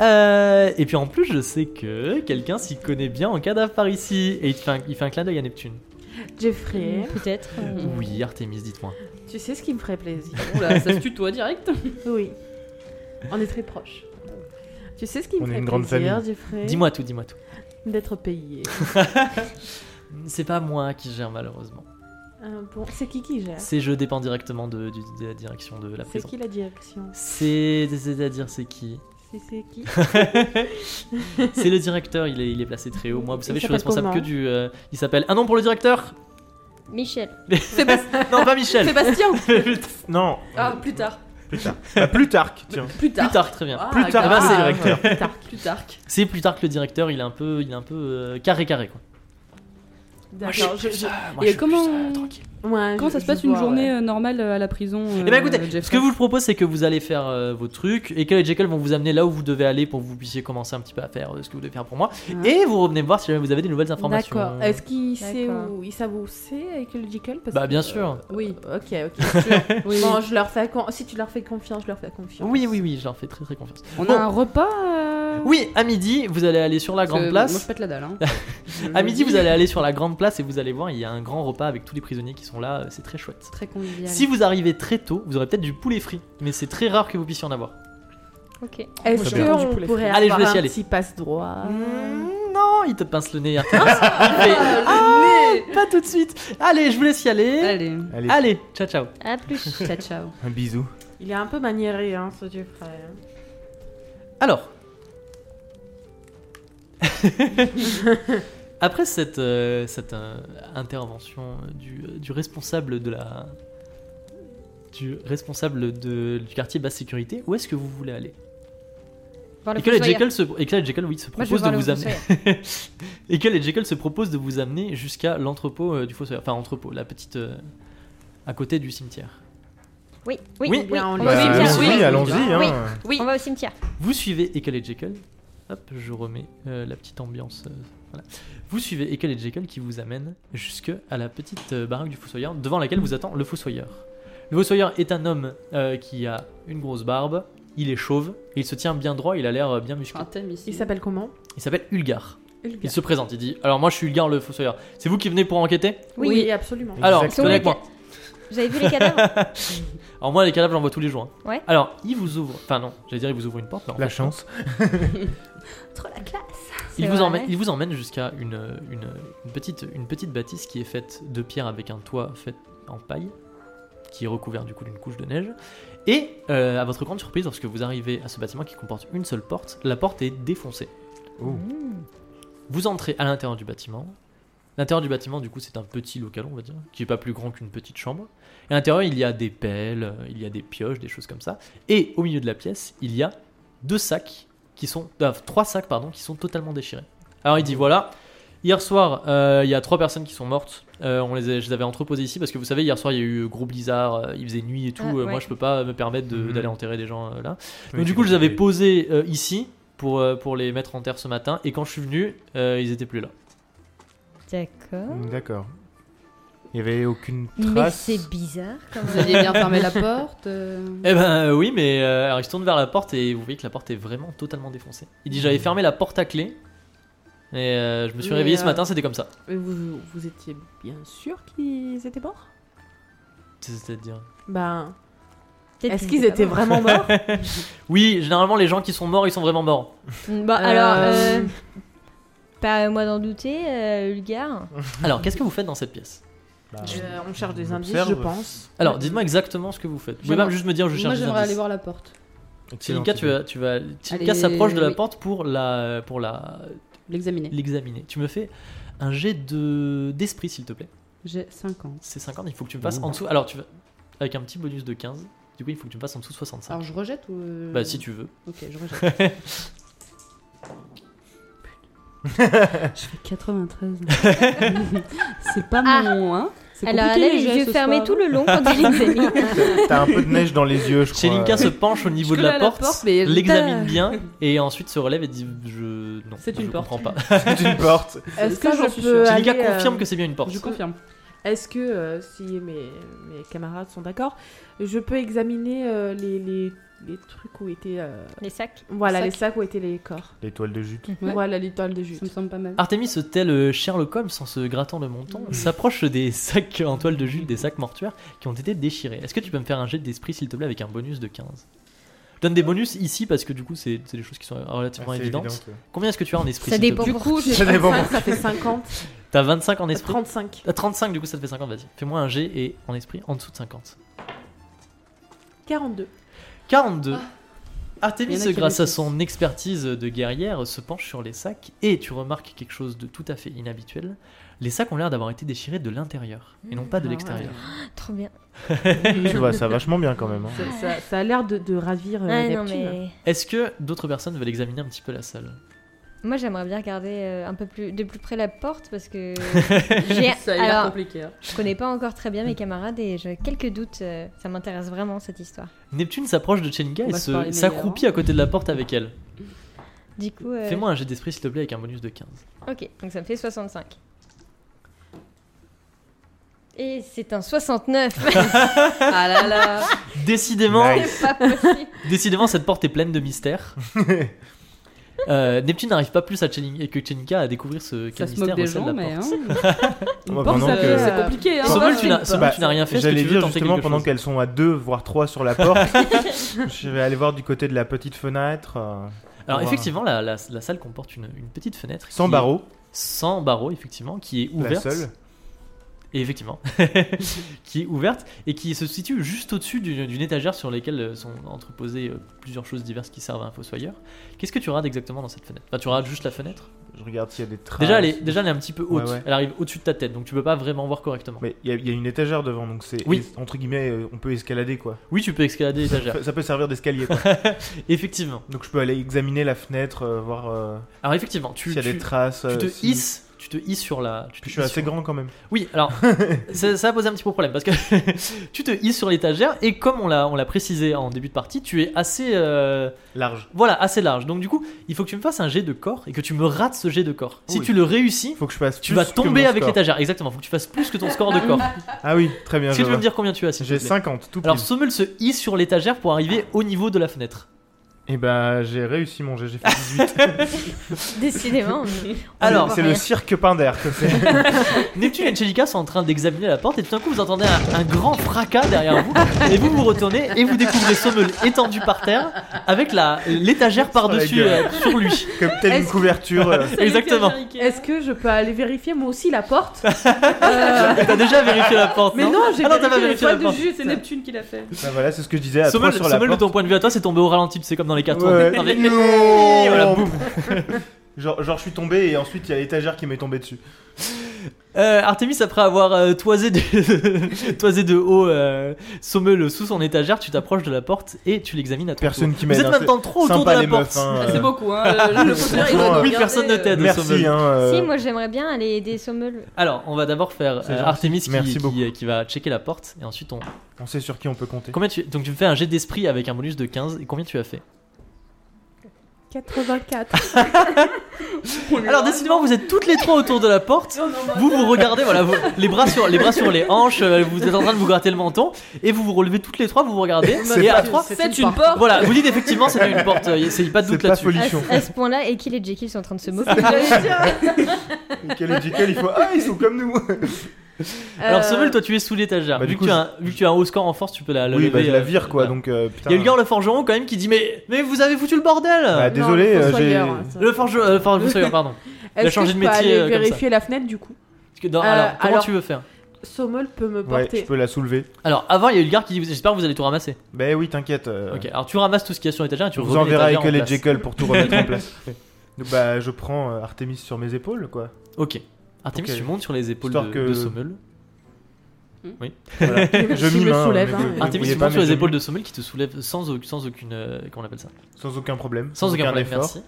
Speaker 1: Euh, et puis en plus, je sais que quelqu'un s'y connaît bien en cadavre par ici. Et il fait un, il fait un clin d'œil à Neptune.
Speaker 2: Mmh.
Speaker 3: Jeffrey,
Speaker 6: Peut-être. euh,
Speaker 1: Oui, Artemis, dites-moi.
Speaker 3: Mm. tu sais ce qui me ferait plaisir
Speaker 2: Oula, ça se tutoie direct.
Speaker 3: Oui. On est très proches. Tu sais ce qui me
Speaker 4: On est
Speaker 3: ferait
Speaker 4: une grande
Speaker 3: plaisir, Jeffrey
Speaker 1: Dis-moi tout, dis-moi tout.
Speaker 3: D'être payé.
Speaker 1: C'est pas moi qui gère malheureusement.
Speaker 3: Ah bon, c'est qui qui gère
Speaker 1: C'est je dépends directement de, du- de la direction de la
Speaker 3: C'est
Speaker 1: prison.
Speaker 3: qui la direction
Speaker 1: C'est c'est-à-dire c'est qui
Speaker 3: C'est- C'est qui
Speaker 1: C'est le directeur, il est, il est placé très haut. Moi, vous savez, je suis
Speaker 3: s'appelle
Speaker 1: responsable
Speaker 3: comment
Speaker 1: que du. euh, il s'appelle. Un nom pour le directeur
Speaker 6: Michel.
Speaker 1: Non, pas Michel
Speaker 2: Sébastien ou-
Speaker 4: Non,
Speaker 2: Ah, plus tard.
Speaker 4: plus tard. Bah, Plutarque, tiens.
Speaker 2: Plus tard.
Speaker 1: Plutarque, très bien.
Speaker 2: Ah,
Speaker 4: Plus tard
Speaker 1: grave.
Speaker 4: que
Speaker 1: Ah,
Speaker 4: le directeur.
Speaker 2: Plus tard. Plus tard.
Speaker 1: C'est Plutarque le directeur, il est un peu, il est un peu euh, carré carré quoi.
Speaker 3: D'accord. je- je-
Speaker 1: Moi,
Speaker 2: Et
Speaker 1: je suis
Speaker 2: comment-
Speaker 1: plus, euh, tranquille.
Speaker 3: Ouais,
Speaker 5: Comment
Speaker 3: je-
Speaker 5: ça se
Speaker 3: je
Speaker 5: passe une
Speaker 3: vois,
Speaker 5: journée
Speaker 3: ouais.
Speaker 5: euh, normale euh, à la prison
Speaker 1: Eh ben écoutez, ce que je vous propose, c'est que vous allez faire euh, vos trucs. et et Jekyll vont vous amener là où vous devez aller pour que vous puissiez commencer un petit peu à faire euh, ce que vous devez faire pour moi.
Speaker 3: Ouais.
Speaker 1: Et vous revenez me voir si jamais vous avez des nouvelles informations.
Speaker 3: D'accord. Est-ce qu'il sait
Speaker 6: D'accord.
Speaker 3: où il savent où c'est avec le Jekyll Parce
Speaker 1: Bah,
Speaker 3: que-
Speaker 1: bien sûr.
Speaker 3: Oui. Euh, Ok, ok. sûr. Bon, je leur fais con- si tu leur fais confiance, je leur fais confiance.
Speaker 1: Oui, oui, oui, je leur fais très très confiance.
Speaker 5: On
Speaker 1: Bon.
Speaker 5: a un repas. euh
Speaker 1: Oui, à midi, vous allez aller sur la grande place.
Speaker 2: Moi, je pète la dalle. Hein.
Speaker 1: À midi, vous allez aller sur la grande place et vous allez voir, il y a un grand repas avec tous les prisonniers qui sont là, euh, c'est très chouette.
Speaker 5: Très convivial.
Speaker 1: Si vous arrivez très tôt, vous aurez peut-être du poulet frit, mais c'est très rare que vous puissiez en avoir.
Speaker 6: Ok.
Speaker 3: Est-ce
Speaker 4: Très bien.
Speaker 3: qu'on pourrait
Speaker 1: Allez, je
Speaker 3: avoir
Speaker 1: vais y
Speaker 3: un
Speaker 1: aller.
Speaker 3: petit passe droit
Speaker 1: Mm, non, il te pince le nez. Arthur. Il fait, Ah, pas tout de suite. Allez, je vous laisse y aller.
Speaker 5: Allez,
Speaker 4: Allez,
Speaker 1: Allez, ciao ciao.
Speaker 6: À plus.
Speaker 5: ciao ciao.
Speaker 4: un bisou.
Speaker 3: Il est un peu maniéré, hein, ce Jeffrey.
Speaker 1: Alors. Après cette, euh, cette euh, intervention du, euh, du responsable de la du responsable de- du quartier basse sécurité, où est-ce que vous voulez aller
Speaker 6: Voir le
Speaker 1: et que, les
Speaker 6: fossoyeur.
Speaker 1: Jekyll se, et que les Jekyll, oui, se
Speaker 6: Moi, je veux
Speaker 1: propose
Speaker 6: voir
Speaker 1: de
Speaker 6: le
Speaker 1: vous amener.
Speaker 6: fossoyeur.
Speaker 1: et que les Jekyll se propose de vous amener jusqu'à l'entrepôt euh, du fossoyeur. Enfin, entrepôt, la petite. euh, à côté du cimetière.
Speaker 6: Oui,
Speaker 1: Oui,
Speaker 6: oui, oui,
Speaker 3: bien, on
Speaker 6: on
Speaker 3: lui-
Speaker 6: va au
Speaker 3: Bah,
Speaker 6: cimetière,
Speaker 3: oui,
Speaker 6: oui.
Speaker 3: oui,
Speaker 4: allons-y. hein.
Speaker 6: Oui.
Speaker 3: oui.
Speaker 6: On va au cimetière.
Speaker 1: Vous suivez Ekel et Jekyll. Hop, je remets euh, la petite ambiance. euh, voilà. Vous suivez Ekel et Jekyll qui vous amène jusque à la petite euh, baraque du fossoyeur, devant laquelle vous attend le fossoyeur. Le fossoyeur est un homme euh, qui a une grosse barbe, il est chauve, et il se tient bien droit, il a l'air euh, bien musclé.
Speaker 2: Un thème ici.
Speaker 3: Il s'appelle comment
Speaker 1: Il s'appelle Ulgar. Il se présente, il dit Alors moi je suis Ulgar le fossoyeur. C'est vous qui venez pour enquêter
Speaker 6: Oui.
Speaker 3: absolument.
Speaker 4: Exact.
Speaker 1: Alors,
Speaker 4: Ils sont
Speaker 1: tenez avec
Speaker 6: les
Speaker 1: moi.
Speaker 6: Vous avez vu les cadavres
Speaker 1: Alors moi les cadavres j'en vois tous les jours. hein.
Speaker 6: Ouais.
Speaker 1: Alors il vous ouvre, enfin non, j'allais dire il vous ouvre une porte. mais en
Speaker 4: La
Speaker 1: fait, non.
Speaker 4: chance.
Speaker 6: Trop la classe.
Speaker 1: Il
Speaker 6: C'est
Speaker 1: vous,
Speaker 6: vrai.
Speaker 1: emmène, il vous emmène jusqu'à une, une, une petite, une petite bâtisse qui est faite de pierre avec un toit fait en paille, qui est recouvert du coup d'une couche de neige. Et euh, à votre grande surprise, lorsque vous arrivez à ce bâtiment qui comporte une seule porte, la porte est défoncée.
Speaker 4: Oh.
Speaker 6: Mmh.
Speaker 1: Vous entrez à l'intérieur du bâtiment. L'intérieur du bâtiment, du coup, c'est un petit local, on va dire, qui est pas plus grand qu'une petite chambre. Et à l'intérieur, il y a des pelles, euh, il y a des pioches, des choses comme ça. Et au milieu de la pièce, il y a deux sacs qui sont, euh, trois sacs pardon, qui sont totalement déchirés. Alors il dit voilà, hier soir, euh, il y a trois personnes qui sont mortes. Euh, on les, a- je les avais entreposées ici parce que vous savez, hier soir, il y a eu gros blizzard, euh, il faisait nuit et tout.
Speaker 6: Ah,
Speaker 1: Euh, Moi,
Speaker 6: ouais.
Speaker 1: je peux pas me permettre de-
Speaker 4: Mhm.
Speaker 1: d'aller enterrer des gens euh, là.
Speaker 4: Oui,
Speaker 1: Donc du coup, je les
Speaker 4: c'est-
Speaker 1: avais posés euh, ici pour, euh, pour les mettre en terre ce matin. Et quand je suis venu, euh, ils étaient plus là.
Speaker 6: D'accord.
Speaker 4: Hmm, D'accord. Il n'y avait aucune
Speaker 6: Mais
Speaker 4: Mm. trace.
Speaker 6: c'est bizarre. quand
Speaker 2: Vous
Speaker 6: même.
Speaker 2: aviez bien fermé la porte. euh,
Speaker 1: Eh ben euh, oui, mais euh, alors il se tourne vers la porte et vous voyez que la porte est vraiment totalement défoncée. Il dit j'avais fermé la porte à clé. Et euh, je me suis
Speaker 3: Mais,
Speaker 1: réveillé ce
Speaker 3: euh,
Speaker 1: matin, c'était comme ça.
Speaker 3: Mais vous, vous étiez bien sûr qu'ils étaient morts
Speaker 1: C'est-à-dire.
Speaker 3: Ben,
Speaker 6: Peut-être
Speaker 3: est-ce qu'ils étaient
Speaker 6: pas
Speaker 3: vraiment morts
Speaker 1: Oui, généralement les gens qui sont morts, ils sont vraiment morts.
Speaker 6: morts. Bah
Speaker 3: Euh,
Speaker 6: alors, euh, pas à moi d'en douter, euh, Ulgar.
Speaker 1: Alors qu'est-ce que vous faites dans cette pièce
Speaker 4: Bah,
Speaker 3: Euh, On cherche des
Speaker 4: On
Speaker 3: indices,
Speaker 4: observe.
Speaker 3: je pense.
Speaker 1: Alors dites-moi exactement ce que vous faites. Vous pouvez
Speaker 2: J'aimerais-
Speaker 1: même juste me dire je
Speaker 2: Moi,
Speaker 1: cherche des
Speaker 2: j'aimerais aller
Speaker 1: indices.
Speaker 2: voir la porte.
Speaker 4: excellent,
Speaker 1: Tilinka, tu
Speaker 4: c'est
Speaker 1: vas, tu vas. Tilinka
Speaker 2: Allez,
Speaker 1: s'approche de la
Speaker 2: oui.
Speaker 1: porte pour la, pour la,
Speaker 2: L'examiner.
Speaker 1: l'examiner. Tu me fais un jet de d'esprit s'il te plaît.
Speaker 2: J'ai 50.
Speaker 1: C'est 50, il faut que tu me passes
Speaker 4: Ouh.
Speaker 1: en dessous. Alors tu vas avec un petit bonus de 15. Du coup, il faut que tu me passes en dessous de 65.
Speaker 2: Alors, je rejette ou. euh,
Speaker 1: Bah si tu veux.
Speaker 2: Ok, je rejette. je fais 93. c'est pas
Speaker 6: Ah.
Speaker 2: mon. Hein C'est
Speaker 6: Alors, elle
Speaker 2: compliqué,
Speaker 6: a les
Speaker 2: gestes
Speaker 6: yeux
Speaker 2: ce
Speaker 6: fermés
Speaker 2: soir. hein.
Speaker 6: tout le long quand elle examine.
Speaker 4: T'as un peu de neige dans les yeux, je crois.
Speaker 1: Chelinka se penche au niveau de
Speaker 2: connais
Speaker 1: la
Speaker 2: la
Speaker 1: porte,
Speaker 2: porte, mais-
Speaker 1: l'examine bien et ensuite se relève et dit je non,
Speaker 2: C'est
Speaker 1: je
Speaker 2: une porte.
Speaker 1: comprends pas.
Speaker 4: C'est une porte.
Speaker 3: Est-ce
Speaker 2: Ça,
Speaker 3: que
Speaker 2: j'en
Speaker 3: je
Speaker 2: suis
Speaker 3: peux
Speaker 2: sûre.
Speaker 3: aller,
Speaker 1: Chelinka
Speaker 3: euh,
Speaker 1: confirme que c'est bien une porte.
Speaker 2: Je confirme.
Speaker 3: Est-ce que, euh, si mes, mes camarades sont d'accord, je peux examiner euh, les, les, les trucs où étaient... euh,
Speaker 6: Les sacs.
Speaker 3: Voilà,
Speaker 2: Sac.
Speaker 3: les sacs où étaient les corps.
Speaker 4: L'étoile de jute.
Speaker 2: Ouais.
Speaker 3: Voilà, l'étoile de jute.
Speaker 2: Ça me semble pas
Speaker 6: Ah,
Speaker 2: mal.
Speaker 1: Artemis, tel euh, Sherlock Holmes en se grattant le menton, s'approche des sacs en toile de jute, des sacs mortuaires qui ont été déchirés. Est-ce que tu peux me faire un jet d'esprit s'il te plaît avec un bonus de 15 Je donne des bonus ici parce que du coup c'est c'est des choses qui sont relativement
Speaker 4: Ah, c'est
Speaker 1: évidentes.
Speaker 4: évident, ouais.
Speaker 1: Combien est-ce que tu as en esprit
Speaker 6: Ça
Speaker 1: s'il te
Speaker 6: dépend.
Speaker 1: plaît
Speaker 2: Du coup, j'ai
Speaker 4: Ça dépend.
Speaker 3: 35, ça fait 50.
Speaker 1: T'as 25 en esprit
Speaker 3: 35.
Speaker 1: T'as 35 du coup ça te fait 50, vas-y. Fais-moi un jet et en esprit en dessous de 50.
Speaker 3: 42.
Speaker 1: 42.
Speaker 2: Ah. Il y en a
Speaker 1: Artemis,
Speaker 2: qui
Speaker 1: grâce à
Speaker 2: réussissent.
Speaker 1: son expertise de guerrière, se penche sur les sacs et tu remarques quelque chose de tout à fait inhabituel. Les sacs ont l'air d'avoir été déchirés de l'intérieur et non pas de
Speaker 3: Ah
Speaker 1: l'extérieur.
Speaker 6: Trop bien.
Speaker 4: Tu vois, ça vachement bien quand même. hein.
Speaker 3: Ça, ça- ça a l'air de, de ravir euh,
Speaker 6: Ah, non,
Speaker 3: Neptune.
Speaker 2: hein.
Speaker 6: mais...
Speaker 1: Est-ce que d'autres personnes veulent examiner un petit peu la salle
Speaker 6: Moi, j'aimerais bien regarder euh, un peu plus de plus près la porte parce que j'ai.
Speaker 2: Ça a l'air
Speaker 6: Alors,
Speaker 2: compliqué. hein.
Speaker 6: je connais pas encore très bien mes camarades et j'ai quelques doutes. euh, ça m'intéresse vraiment cette histoire.
Speaker 1: Neptune s'approche de Chelinka
Speaker 2: On
Speaker 1: et
Speaker 2: va se
Speaker 1: se-
Speaker 2: parler meilleur,
Speaker 1: s'accroupit à côté de la porte avec elle.
Speaker 6: Du coup, euh,
Speaker 1: Fais-moi un jet d'esprit s'il te plaît avec un bonus de 15.
Speaker 6: Ok, donc ça me fait 65. Et c'est un 69.
Speaker 2: Ah là là.
Speaker 1: Décidément,
Speaker 4: Nice.
Speaker 6: C'est pas possible.
Speaker 1: Décidément, cette porte est pleine de mystères. Euh, Neptune n'arrive pas plus à Chelinka, que Chelinka à découvrir ce
Speaker 2: Ça
Speaker 1: quel
Speaker 2: se
Speaker 1: mystère
Speaker 2: moque des
Speaker 1: recèle
Speaker 2: gens,
Speaker 1: la
Speaker 2: mais.
Speaker 1: porte.
Speaker 2: Hein. Une
Speaker 4: Ouais,
Speaker 2: porte,
Speaker 4: pendant
Speaker 2: ça
Speaker 4: que-
Speaker 2: fait- euh,
Speaker 4: C'est
Speaker 2: compliqué.
Speaker 5: hein.
Speaker 1: Sommel,
Speaker 2: Sommel,
Speaker 1: tu n'as- Sommel,
Speaker 4: Bah,
Speaker 1: tu n'as rien fait. Est-ce que
Speaker 4: J'allais
Speaker 1: tu veux
Speaker 4: dire
Speaker 1: tenter
Speaker 4: justement
Speaker 1: quelque
Speaker 4: pendant
Speaker 1: chose
Speaker 4: qu'elles sont à deux voire trois sur la porte, je vais aller voir du côté de la petite fenêtre euh,
Speaker 1: Alors
Speaker 4: Pour voir.
Speaker 1: effectivement, la, la- la salle comporte une, une petite fenêtre.
Speaker 4: sans
Speaker 1: qui est-
Speaker 4: barreaux,
Speaker 1: Sans barreaux, effectivement, qui est
Speaker 4: la
Speaker 1: ouverte.
Speaker 4: seule.
Speaker 1: Et effectivement, qui est ouverte et qui se situe juste au-dessus d'une d'une étagère sur laquelle euh, sont entreposées euh, plusieurs choses diverses qui servent à un fossoyeur. Qu'est-ce que tu regardes exactement dans cette fenêtre Enfin, tu regardes juste la fenêtre
Speaker 4: Je regarde s'il y a des traces.
Speaker 1: Déjà elle, est, déjà, elle est un petit peu haute.
Speaker 4: Ouais, ouais.
Speaker 1: Elle arrive au-dessus de ta tête, donc tu peux pas vraiment voir correctement.
Speaker 4: Mais il y, a- il y a une étagère devant, donc c'est
Speaker 1: Oui.
Speaker 4: entre guillemets, euh, on peut escalader quoi.
Speaker 1: Oui, tu peux escalader l'étagère.
Speaker 4: Ça, ça peut servir d'escalier. quoi.
Speaker 1: effectivement.
Speaker 4: donc je peux aller examiner la fenêtre, euh, voir euh,
Speaker 1: Alors, effectivement, tu,
Speaker 4: s'il y a
Speaker 1: tu,
Speaker 4: des traces.
Speaker 1: tu
Speaker 4: euh,
Speaker 1: te
Speaker 4: si-
Speaker 1: hisses. Tu te hisses sur la. Tu te
Speaker 4: Puis je suis
Speaker 1: hisses
Speaker 4: assez
Speaker 1: sur-
Speaker 4: grand quand même.
Speaker 1: Oui, alors ça, ça a posé un petit peu problème parce que tu te hisses sur l'étagère et comme on l'a on l'a précisé en début de partie, tu es assez euh,
Speaker 4: Large.
Speaker 1: voilà assez large. Donc du coup, il faut que tu me fasses un jet de corps et que tu me rates ce jet de corps. Si
Speaker 4: Oui.
Speaker 1: tu le réussis,
Speaker 4: Faut que je fasse.
Speaker 1: tu
Speaker 4: plus
Speaker 1: vas
Speaker 4: que
Speaker 1: tomber
Speaker 4: mon
Speaker 1: avec
Speaker 4: score.
Speaker 1: l'étagère. Exactement. Faut que tu fasses plus que ton score de corps.
Speaker 4: Ah oui, très bien.
Speaker 1: Est-ce que tu
Speaker 4: je
Speaker 1: veux me
Speaker 4: vois.
Speaker 1: dire combien tu as s'il te
Speaker 4: J'ai
Speaker 1: plaît
Speaker 4: 50, tout pile.
Speaker 1: Alors Sommel se hisse sur l'étagère pour arriver au niveau de la fenêtre.
Speaker 4: Et bah j'ai réussi mon jet, j'ai fait 18.
Speaker 6: Décidément. on-
Speaker 1: Alors,
Speaker 6: voit
Speaker 4: c'est le
Speaker 6: rien.
Speaker 4: cirque Pinder que c'est.
Speaker 1: Neptune et Angelica sont en train d'examiner la porte et tout d'un coup vous entendez un, un grand fracas derrière vous et vous vous retournez et vous découvrez Sommel étendu par terre avec la l'étagère par-dessus
Speaker 4: Sur la
Speaker 1: euh, sur lui.
Speaker 4: Comme telle une
Speaker 3: Est-ce que-
Speaker 4: couverture. euh,
Speaker 1: Exactement.
Speaker 3: Est-ce que je peux aller vérifier moi aussi la porte
Speaker 1: T'as déjà vérifié la porte
Speaker 3: Mais non, j'ai
Speaker 1: Ah non, t'as pas
Speaker 3: vérifié les
Speaker 1: vérifié la
Speaker 3: toiles de
Speaker 1: porte.
Speaker 3: jus,
Speaker 2: C'est Neptune qui l'a fait.
Speaker 4: bah voilà, c'est ce que je disais à
Speaker 1: Sommel,
Speaker 4: trois sur la
Speaker 1: Sommel, de
Speaker 4: porte.
Speaker 1: ton point de vue à toi, c'est tombé au ralenti, c'est comme dans les cartons.
Speaker 4: Ouais.
Speaker 1: Non, mais-
Speaker 4: Non.
Speaker 1: Voilà, boum.
Speaker 4: Genre, genre je suis tombé et ensuite il y a l'étagère qui m'est tombée dessus.
Speaker 1: Euh, Artemis, après avoir euh, toisé, de... toisé de haut euh, Sommel sous son étagère, tu t'approches de la porte et tu l'examines à ton
Speaker 4: Personne qui
Speaker 1: Vous
Speaker 4: m'aide.
Speaker 1: êtes
Speaker 4: hein,
Speaker 1: maintenant trop
Speaker 4: c'est
Speaker 1: autour de
Speaker 4: sympa
Speaker 1: la
Speaker 4: les
Speaker 1: porte.
Speaker 4: meufs.
Speaker 3: Ah,
Speaker 4: hein,
Speaker 2: C'est
Speaker 4: euh,
Speaker 2: beaucoup, hein. Le, le fauteuil, il doit
Speaker 4: Franchement,
Speaker 2: nous
Speaker 1: oui,
Speaker 2: regarder,
Speaker 1: Ah, personne ne t'aide.
Speaker 4: Merci.
Speaker 1: Sommel.
Speaker 4: Hein, euh,
Speaker 6: Si, moi j'aimerais bien aller aider Sommel.
Speaker 1: Alors, on va d'abord faire
Speaker 4: C'est
Speaker 1: euh,
Speaker 4: gentil.
Speaker 1: Artemis qui,
Speaker 4: Merci
Speaker 1: qui-
Speaker 4: beaucoup.
Speaker 1: euh, qui va checker la porte et ensuite on.
Speaker 4: On sait sur qui on peut compter.
Speaker 1: Combien tu... Donc, tu me fais un jet d'esprit avec un bonus de 15 et combien tu as fait
Speaker 3: 84.
Speaker 1: Alors, décidément, vous êtes toutes les trois autour de la porte. Vous vous regardez, voilà, vous- les, bras sur, les bras sur les hanches, euh, vous êtes en train de vous gratter le menton, et vous vous relevez toutes les trois, vous vous regardez,
Speaker 3: C'est
Speaker 1: et à
Speaker 3: pas-
Speaker 1: trois,
Speaker 3: c'est
Speaker 2: C'est
Speaker 3: une
Speaker 2: une porte.
Speaker 1: voilà, vous dites effectivement c'était une porte, euh, c'est pas de
Speaker 4: C'est
Speaker 1: doute
Speaker 4: pas
Speaker 1: là-dessus.
Speaker 6: À,
Speaker 4: folichon.
Speaker 6: à ce point-là, Ekil et Jekyll sont en train de se moquer.
Speaker 4: Quel est Jekyll, il faut. Ah, ils sont comme nous
Speaker 1: Alors
Speaker 3: Euh,
Speaker 1: Sommel, toi tu es sous l'étagère,
Speaker 4: Bah,
Speaker 1: vu,
Speaker 4: du
Speaker 1: que
Speaker 4: coup,
Speaker 1: tu as un- vu que tu as un haut score en force, tu peux la, la
Speaker 4: Oui,
Speaker 1: lever,
Speaker 4: bah je la
Speaker 1: euh,
Speaker 4: vire quoi,
Speaker 1: voilà.
Speaker 4: donc euh, putain.
Speaker 1: Il y a le gars, le forgeron, quand même, qui dit Mais, mais vous avez foutu le bordel
Speaker 4: Bah, désolé,
Speaker 3: Non, le
Speaker 4: euh, j'ai.
Speaker 3: fossoyeur, hein, ça.
Speaker 1: Le forgeron, euh, enfin, vous savez, pardon.
Speaker 3: Est-ce
Speaker 1: changé
Speaker 3: que
Speaker 1: de
Speaker 3: je peux
Speaker 1: métier,
Speaker 3: aller
Speaker 1: euh, comme ça.
Speaker 3: vérifier la fenêtre du coup.
Speaker 1: Parce que, non,
Speaker 3: Euh,
Speaker 1: alors, comment
Speaker 3: alors-
Speaker 1: tu veux faire
Speaker 3: Sommel peut me
Speaker 4: Ouais,
Speaker 3: porter.
Speaker 4: je peux la soulever.
Speaker 1: Alors, avant, il y a eu le gars qui dit J'espère que vous allez tout ramasser.
Speaker 4: Bah oui, t'inquiète. euh,
Speaker 1: Ok, alors tu ramasses tout ce qu'il y a sur l'étagère et tu
Speaker 4: on vous
Speaker 1: remets
Speaker 4: enverrez
Speaker 1: l'étagère
Speaker 4: que
Speaker 1: en
Speaker 4: les
Speaker 1: place.
Speaker 4: Jekyll pour tout remettre en place. Donc, bah, je prends euh, Artemis sur mes épaules, quoi.
Speaker 1: Ok. Artemis,
Speaker 4: Ok.
Speaker 1: tu montes sur les épaules
Speaker 4: Histoire
Speaker 1: de,
Speaker 4: que-
Speaker 1: de Sommel.
Speaker 4: Voilà. je
Speaker 3: Je
Speaker 4: mime.
Speaker 3: me
Speaker 4: hein,
Speaker 3: soulève,
Speaker 4: mais
Speaker 3: hein,
Speaker 4: vous-
Speaker 3: ouais.
Speaker 4: vous
Speaker 1: Artemis,
Speaker 4: voyez
Speaker 1: tu
Speaker 4: pas,
Speaker 1: montes sur
Speaker 4: mais
Speaker 1: les
Speaker 4: je
Speaker 1: épaules
Speaker 4: mime.
Speaker 1: de Sommel qui te soulève sans, au- sans aucune. euh, comment on appelle ça
Speaker 4: Sans aucun problème.
Speaker 1: Sans aucun problème,
Speaker 4: effort.
Speaker 1: merci.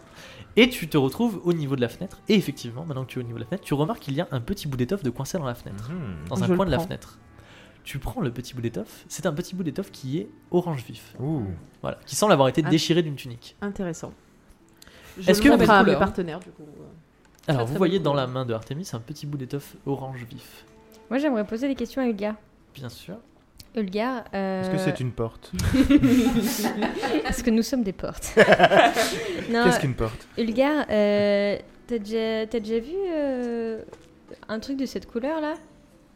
Speaker 1: Et tu te retrouves au niveau de la fenêtre. Et effectivement, maintenant que tu es au niveau de la fenêtre, tu remarques qu'il y a un petit bout d'étoffe de coincé dans la fenêtre.
Speaker 4: Mhm.
Speaker 1: Dans un
Speaker 3: Je le
Speaker 1: coin de la
Speaker 3: prends.
Speaker 1: fenêtre. Tu prends le petit bout d'étoffe. C'est un petit bout d'étoffe qui est orange vif.
Speaker 4: Ouh.
Speaker 1: Voilà. Qui semble avoir été
Speaker 3: Ah.
Speaker 1: déchiré d'une tunique.
Speaker 3: Intéressant. Je
Speaker 1: Est-ce
Speaker 3: le
Speaker 1: que-
Speaker 3: montre
Speaker 2: Très
Speaker 3: à
Speaker 2: belle
Speaker 3: mes
Speaker 2: couleur.
Speaker 3: partenaires du coup euh,
Speaker 1: Alors,
Speaker 2: très
Speaker 1: vous voyez
Speaker 2: beau.
Speaker 1: dans la main de Artemis un petit bout d'étoffe orange vif.
Speaker 6: Moi j'aimerais poser des questions à Ulgar.
Speaker 1: Bien sûr.
Speaker 6: Ulgar, euh,
Speaker 4: Est-ce que c'est une porte
Speaker 6: parce que nous sommes des portes. non,
Speaker 4: Qu'est-ce qu'une porte
Speaker 6: Ulgar, euh, t'as déjà, t'as déjà vu euh, un truc de cette couleur là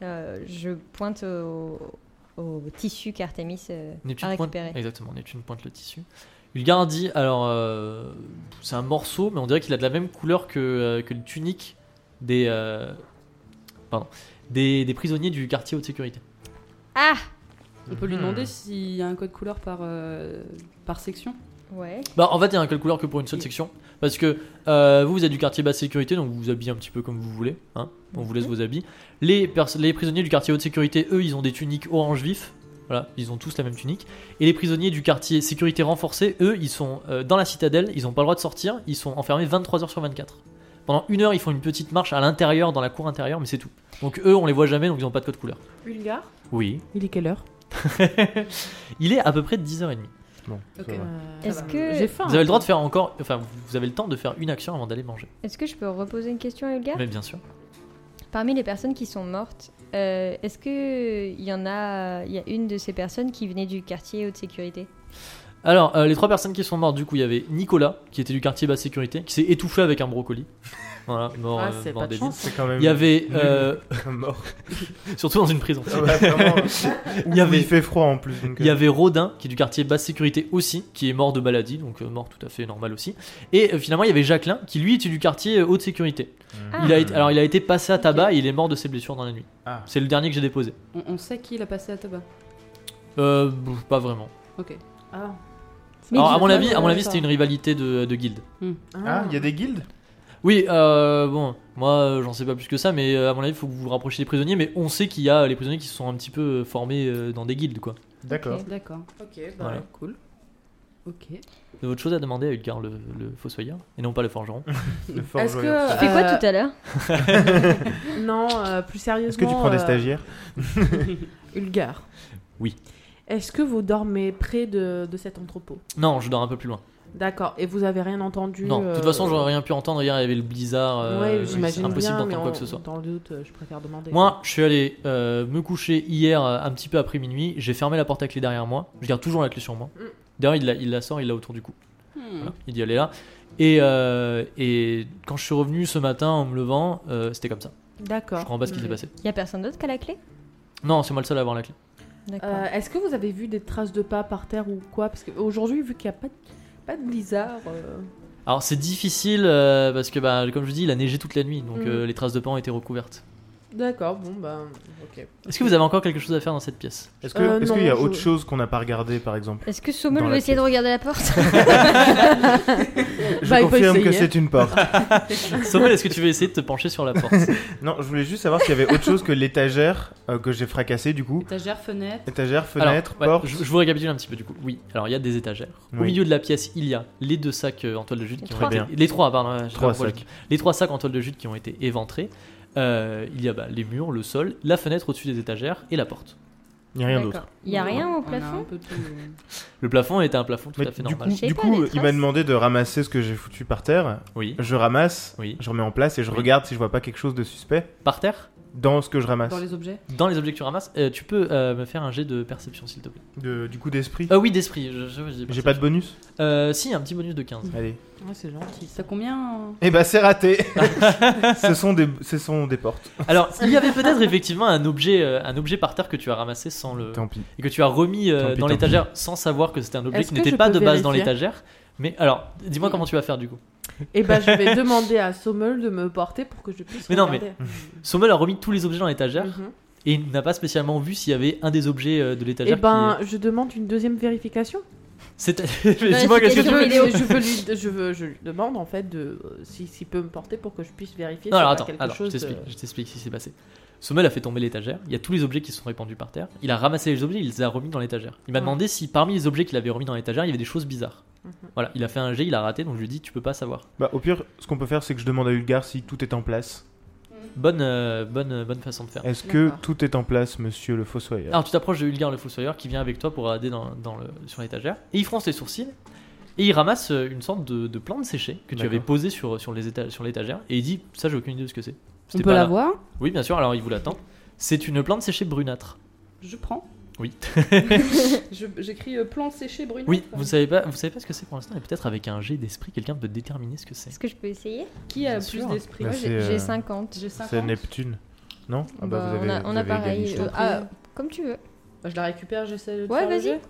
Speaker 6: Euh, Je pointe au, au tissu qu'Artemis euh, a
Speaker 1: Neptune pointe,
Speaker 6: récupéré.
Speaker 1: exactement, Neptune pointe le tissu. Ulgar dit, alors euh, c'est un morceau, mais on dirait qu'il a de la même couleur que, euh, que le tunique des, euh, pardon, des, des prisonniers du quartier haute sécurité.
Speaker 6: Ah
Speaker 5: On peut lui
Speaker 4: Hmm.
Speaker 5: demander s'il y a un code couleur par, euh, par section.
Speaker 6: Ouais.
Speaker 1: Bah en fait il y a un quelle couleur que pour une seule section, parce que euh, vous vous êtes du quartier basse sécurité, donc vous vous habillez un petit peu comme vous voulez, hein, on vous laisse vos habits. Les, pers- les prisonniers du quartier haute sécurité, eux, ils ont des tuniques orange vif. Voilà, ils ont tous la même tunique. Et les prisonniers du quartier sécurité renforcée, eux, ils sont euh, dans la citadelle, ils n'ont pas le droit de sortir, ils sont enfermés 23 heures sur 24. Pendant une heure, ils font une petite marche à l'intérieur, dans la cour intérieure, mais c'est tout. Donc eux, on les voit jamais, donc ils n'ont pas de code couleur.
Speaker 3: Bulgare
Speaker 1: Oui.
Speaker 3: Il est quelle heure
Speaker 1: Il est à peu près 10h30.
Speaker 4: Bon, ça
Speaker 5: Ok.
Speaker 4: va.
Speaker 6: Est-ce que-
Speaker 3: Euh, j'ai faim hein.
Speaker 1: Vous avez le droit de faire encore, enfin, vous avez le temps de faire une action avant d'aller manger.
Speaker 6: Est-ce que je peux reposer une question à Ulgar
Speaker 1: Mais bien sûr.
Speaker 6: Parmi les personnes qui sont mortes, euh, est-ce qu'il y en a, il y a une de ces personnes qui venait du quartier haute sécurité
Speaker 1: Alors, euh, les trois personnes qui sont mortes, du coup, il y avait Nicolas, qui était du quartier basse sécurité, qui s'est étouffé avec un brocoli. Voilà, mort,
Speaker 3: Ah,
Speaker 1: euh,
Speaker 3: c'est
Speaker 1: mort
Speaker 3: pas de
Speaker 1: des
Speaker 3: chance.
Speaker 4: C'est quand même.
Speaker 1: Il y avait,
Speaker 4: nul
Speaker 1: euh,
Speaker 4: comme mort.
Speaker 1: surtout dans une prison,
Speaker 4: Ah ouais, vraiment.
Speaker 1: Il y avait-
Speaker 4: Il fait froid en plus. donc,
Speaker 1: il y
Speaker 4: euh,
Speaker 1: avait Rodin, qui est du quartier basse sécurité aussi, qui est mort de maladie, donc euh, mort tout à fait normal aussi. Et euh, finalement, il y avait Jacqueline, qui lui était du quartier euh, haute sécurité.
Speaker 6: Ah.
Speaker 4: Mmh.
Speaker 1: Il a été, alors, il a été passé à
Speaker 5: Ok.
Speaker 1: tabac et il est mort de ses blessures dans la nuit.
Speaker 4: Ah.
Speaker 1: C'est le dernier que j'ai déposé.
Speaker 5: On, on sait qui l'a passé à tabac.
Speaker 1: Euh, bouf, pas vraiment.
Speaker 5: Ok.
Speaker 1: Alors, à
Speaker 3: Ah.
Speaker 5: je-
Speaker 1: mon avis, à mon
Speaker 5: euh,
Speaker 1: avis,
Speaker 5: ça.
Speaker 1: c'était une rivalité de, de guildes.
Speaker 4: Ah, il y a des guildes
Speaker 1: Oui, euh, bon, moi euh, j'en sais pas plus que ça, mais euh, à mon avis, faut que vous vous rapprochiez des prisonniers. Mais on sait qu'il y a les prisonniers qui se sont un petit peu euh, formés euh, dans des guildes, quoi.
Speaker 4: D'accord.
Speaker 5: D'accord.
Speaker 3: Ok, bah,
Speaker 1: Voilà.
Speaker 3: cool. Ok.
Speaker 1: Vous avez autre chose à demander à Ulgar, le, le fossoyeur, et non pas le forgeron.
Speaker 4: Le fort
Speaker 3: Est-ce que.
Speaker 4: joyeux.
Speaker 6: Tu fais quoi
Speaker 3: euh,
Speaker 6: tout à l'heure
Speaker 3: Non, euh, plus sérieusement.
Speaker 4: Est-ce que tu prends des
Speaker 3: euh,
Speaker 4: stagiaires
Speaker 3: Ulgar.
Speaker 1: Oui.
Speaker 3: Est-ce que vous dormez près de, de cet entrepôt
Speaker 1: non, je dors un peu plus loin.
Speaker 3: D'accord. Et vous avez rien entendu
Speaker 1: Non, de toute
Speaker 3: euh,
Speaker 1: façon, j'aurais rien pu entendre. Hier, il y avait le blizzard. euh,
Speaker 3: ouais,
Speaker 1: c'est
Speaker 3: j'imagine
Speaker 1: impossible
Speaker 3: bien, mais
Speaker 1: d'entendre quoi
Speaker 3: en-
Speaker 1: que ce soit.
Speaker 3: dans le doute, euh, je préfère demander.
Speaker 1: Moi, je suis allé euh, me coucher hier euh, un petit peu après minuit. J'ai fermé la porte à clé derrière moi. Je garde toujours la clé sur moi.
Speaker 3: Mm.
Speaker 1: D'ailleurs, il la, il la sort, il l'a autour du cou.
Speaker 2: Hmm.
Speaker 1: Voilà, il dit elle est là. Et, euh, et quand je suis revenu ce matin en me levant, euh, c'était comme ça. Je
Speaker 3: D'accord.
Speaker 1: comprends pas ce qui s'est
Speaker 3: Mm.
Speaker 1: passé.
Speaker 6: Il y a personne d'autre qui a la clé
Speaker 1: Non, c'est moi le seul à avoir la clé.
Speaker 6: D'accord.
Speaker 3: Euh, Est-ce que vous avez vu des traces de pas par terre ou quoi Parce qu'aujourd'hui, vu qu'il n'y a pas de, pas de blizzard. euh,
Speaker 1: Alors c'est difficile euh, parce que bah, comme je vous dis, il a neigé toute la nuit, donc
Speaker 3: Mm.
Speaker 1: euh, les traces de pan étaient recouvertes.
Speaker 3: D'accord, bon, bah. Ok.
Speaker 1: Est-ce que vous avez encore quelque chose à faire dans cette pièce
Speaker 4: Est-ce que-
Speaker 3: Euh,
Speaker 4: est-ce qu'il y a
Speaker 3: non,
Speaker 4: autre
Speaker 3: je-
Speaker 4: chose qu'on n'a pas regardé, par exemple
Speaker 6: Est-ce que
Speaker 4: dans
Speaker 6: Sommel
Speaker 4: la
Speaker 6: veut essayer de
Speaker 4: pièce.
Speaker 6: regarder la porte
Speaker 4: Je
Speaker 3: Bah, il faut
Speaker 4: confirme que
Speaker 3: essayer.
Speaker 4: c'est une porte.
Speaker 1: Sommel, est-ce que tu veux essayer de te pencher sur la porte
Speaker 4: non, je voulais juste savoir s'il y avait autre chose que l'étagère euh, que j'ai fracassée, du coup.
Speaker 2: Étagère, fenêtre.
Speaker 4: Étagère,
Speaker 1: Alors,
Speaker 4: fenêtre,
Speaker 1: ouais,
Speaker 4: porte.
Speaker 1: Je, je vous récapitule un petit peu du coup. Oui, alors il y a des étagères. Au
Speaker 4: Oui.
Speaker 1: milieu de la pièce, il y a les deux sacs euh, en toile de jute
Speaker 6: Les
Speaker 1: qui ont
Speaker 6: trois.
Speaker 1: été.
Speaker 4: Bien.
Speaker 1: Les trois, pardon. ouais, je sais
Speaker 4: Trois
Speaker 1: pas pourquoi je
Speaker 4: sacs.
Speaker 1: dis. Les trois sacs en toile de jute qui ont été éventrés. Euh, il y a bah, les murs, le sol, la fenêtre au-dessus des étagères et la porte.
Speaker 4: Il n'y a rien d'autre.
Speaker 6: D'accord. Il y a rien au
Speaker 2: On a un
Speaker 6: plafond
Speaker 2: peu tout, euh,
Speaker 1: Le plafond était un plafond tout
Speaker 4: Mais
Speaker 1: à fait
Speaker 4: du
Speaker 1: normal.
Speaker 4: coup,
Speaker 6: Je sais
Speaker 4: du
Speaker 6: pas,
Speaker 4: coup,
Speaker 6: les
Speaker 4: il
Speaker 6: traces.
Speaker 4: m'a demandé de ramasser ce que j'ai foutu par terre.
Speaker 1: Oui.
Speaker 4: Je ramasse,
Speaker 1: Oui.
Speaker 4: je remets en place et je
Speaker 1: Oui.
Speaker 4: regarde si je vois pas quelque chose de suspect
Speaker 1: Par terre,
Speaker 4: dans ce que je ramasse.
Speaker 2: Dans les objets.
Speaker 1: dans les objets que tu ramasses, euh, tu peux euh, me faire un jet de perception s'il te plaît.
Speaker 4: De- du coup d'esprit.
Speaker 1: Euh, oui, d'esprit. je- je- je dis
Speaker 4: j'ai pas de bonus
Speaker 1: ça. Euh, si, un petit bonus de 15.
Speaker 4: Allez.
Speaker 3: Ouais, c'est gentil.
Speaker 2: Ça
Speaker 5: euh,
Speaker 2: combien
Speaker 4: Eh bah c'est raté. ce sont des ce sont des portes.
Speaker 1: Alors, il y avait peut-être effectivement un objet, euh, un objet par terre que tu as ramassé sans le.
Speaker 4: Tant pis.
Speaker 1: et que tu as remis euh,
Speaker 4: Tant pis,
Speaker 1: dans
Speaker 4: tant
Speaker 1: l'étagère sans savoir que c'était un objet
Speaker 3: Est-ce
Speaker 1: qui
Speaker 3: que
Speaker 1: n'était
Speaker 3: je
Speaker 1: pas
Speaker 3: peux
Speaker 1: de base dans
Speaker 3: vérifier
Speaker 1: l'étagère. Mais alors, dis-moi comment tu vas faire du coup.
Speaker 3: Et bah, je vais demander à Sommel de me porter pour que je puisse.
Speaker 1: Mais non, mais-
Speaker 3: regarder.
Speaker 1: Sommel a remis tous les objets dans l'étagère
Speaker 3: Mhm.
Speaker 1: et il n'a pas spécialement vu s'il y avait un des objets euh, de
Speaker 3: Eh
Speaker 1: l'étagère
Speaker 3: ben,
Speaker 1: qui.
Speaker 3: je demande une deuxième vérification.
Speaker 1: C'est... Mais dis-moi qu'est-ce
Speaker 6: c'est
Speaker 1: que
Speaker 6: quelque
Speaker 1: tu
Speaker 6: chose.
Speaker 1: veux.
Speaker 6: vidéo.
Speaker 3: je, veux lui, je, veux, je lui demande en fait de euh, si- s'il peut me porter pour que je puisse vérifier
Speaker 1: Non,
Speaker 3: si
Speaker 1: alors
Speaker 3: on a
Speaker 1: attends,
Speaker 3: quelque
Speaker 1: alors, je
Speaker 3: chose. de-
Speaker 1: t'explique, je t'explique ce qui s'est passé. Sommel a fait tomber l'étagère, il y a tous les objets qui sont répandus par terre. Il a ramassé les objets, il les a remis dans l'étagère. Il m'a
Speaker 3: Ouais.
Speaker 1: demandé si parmi les objets qu'il avait remis dans l'étagère, il y avait des choses bizarres.
Speaker 3: Mhm.
Speaker 1: Voilà, il a fait un jet, il a raté, donc je lui ai dit tu peux pas savoir.
Speaker 4: Bah au pire, ce qu'on peut faire c'est que je demande à Ulgar si tout est en place.
Speaker 1: Bonne, euh, bonne, euh, bonne façon de faire.
Speaker 4: Est-ce que
Speaker 2: D'accord.
Speaker 4: tout est en place monsieur le fossoyeur
Speaker 1: Alors tu t'approches de Ulgar le Fossoyeur qui vient avec toi pour aider dans, dans le, sur l'étagère. Et il fronce les sourcils et il ramasse euh, une sorte de, de plante séchée que tu
Speaker 4: D'accord.
Speaker 1: avais posée sur, sur, les éta- sur l'étagère. Et il dit Ça, j'ai aucune idée de ce que c'est.
Speaker 5: On
Speaker 1: C'était
Speaker 5: peut
Speaker 1: pas
Speaker 5: la
Speaker 1: là.
Speaker 5: voir
Speaker 1: Oui, bien sûr, alors il vous l'attend. C'est une plante séchée brunâtre.
Speaker 2: Je prends.
Speaker 1: Oui.
Speaker 2: Je- J'écris euh, plante séchée brune.
Speaker 1: Oui, vous savez pas, vous savez pas ce que c'est pour l'instant, et peut-être avec un jet d'esprit, quelqu'un peut déterminer ce que c'est.
Speaker 6: Est-ce que je peux essayer
Speaker 2: Qui
Speaker 1: Bien
Speaker 2: a le plus
Speaker 1: sûr.
Speaker 2: d'esprit
Speaker 4: Bah,
Speaker 6: Moi,
Speaker 2: Moi,
Speaker 4: c'est,
Speaker 6: j'ai j'ai
Speaker 4: euh,
Speaker 6: 50.
Speaker 2: J'ai
Speaker 4: C'est
Speaker 2: 50.
Speaker 4: Neptune. Non Ah bah,
Speaker 6: Bah,
Speaker 4: vous avez,
Speaker 6: on a, on
Speaker 4: vous
Speaker 6: a
Speaker 4: avez gagné,
Speaker 6: pareil.
Speaker 4: je
Speaker 6: euh,
Speaker 4: trouve.
Speaker 6: ah, comme tu veux.
Speaker 3: Bah, je la récupère, j'essaie de. te
Speaker 6: Ouais,
Speaker 3: faire le
Speaker 6: vas-y.
Speaker 3: jet.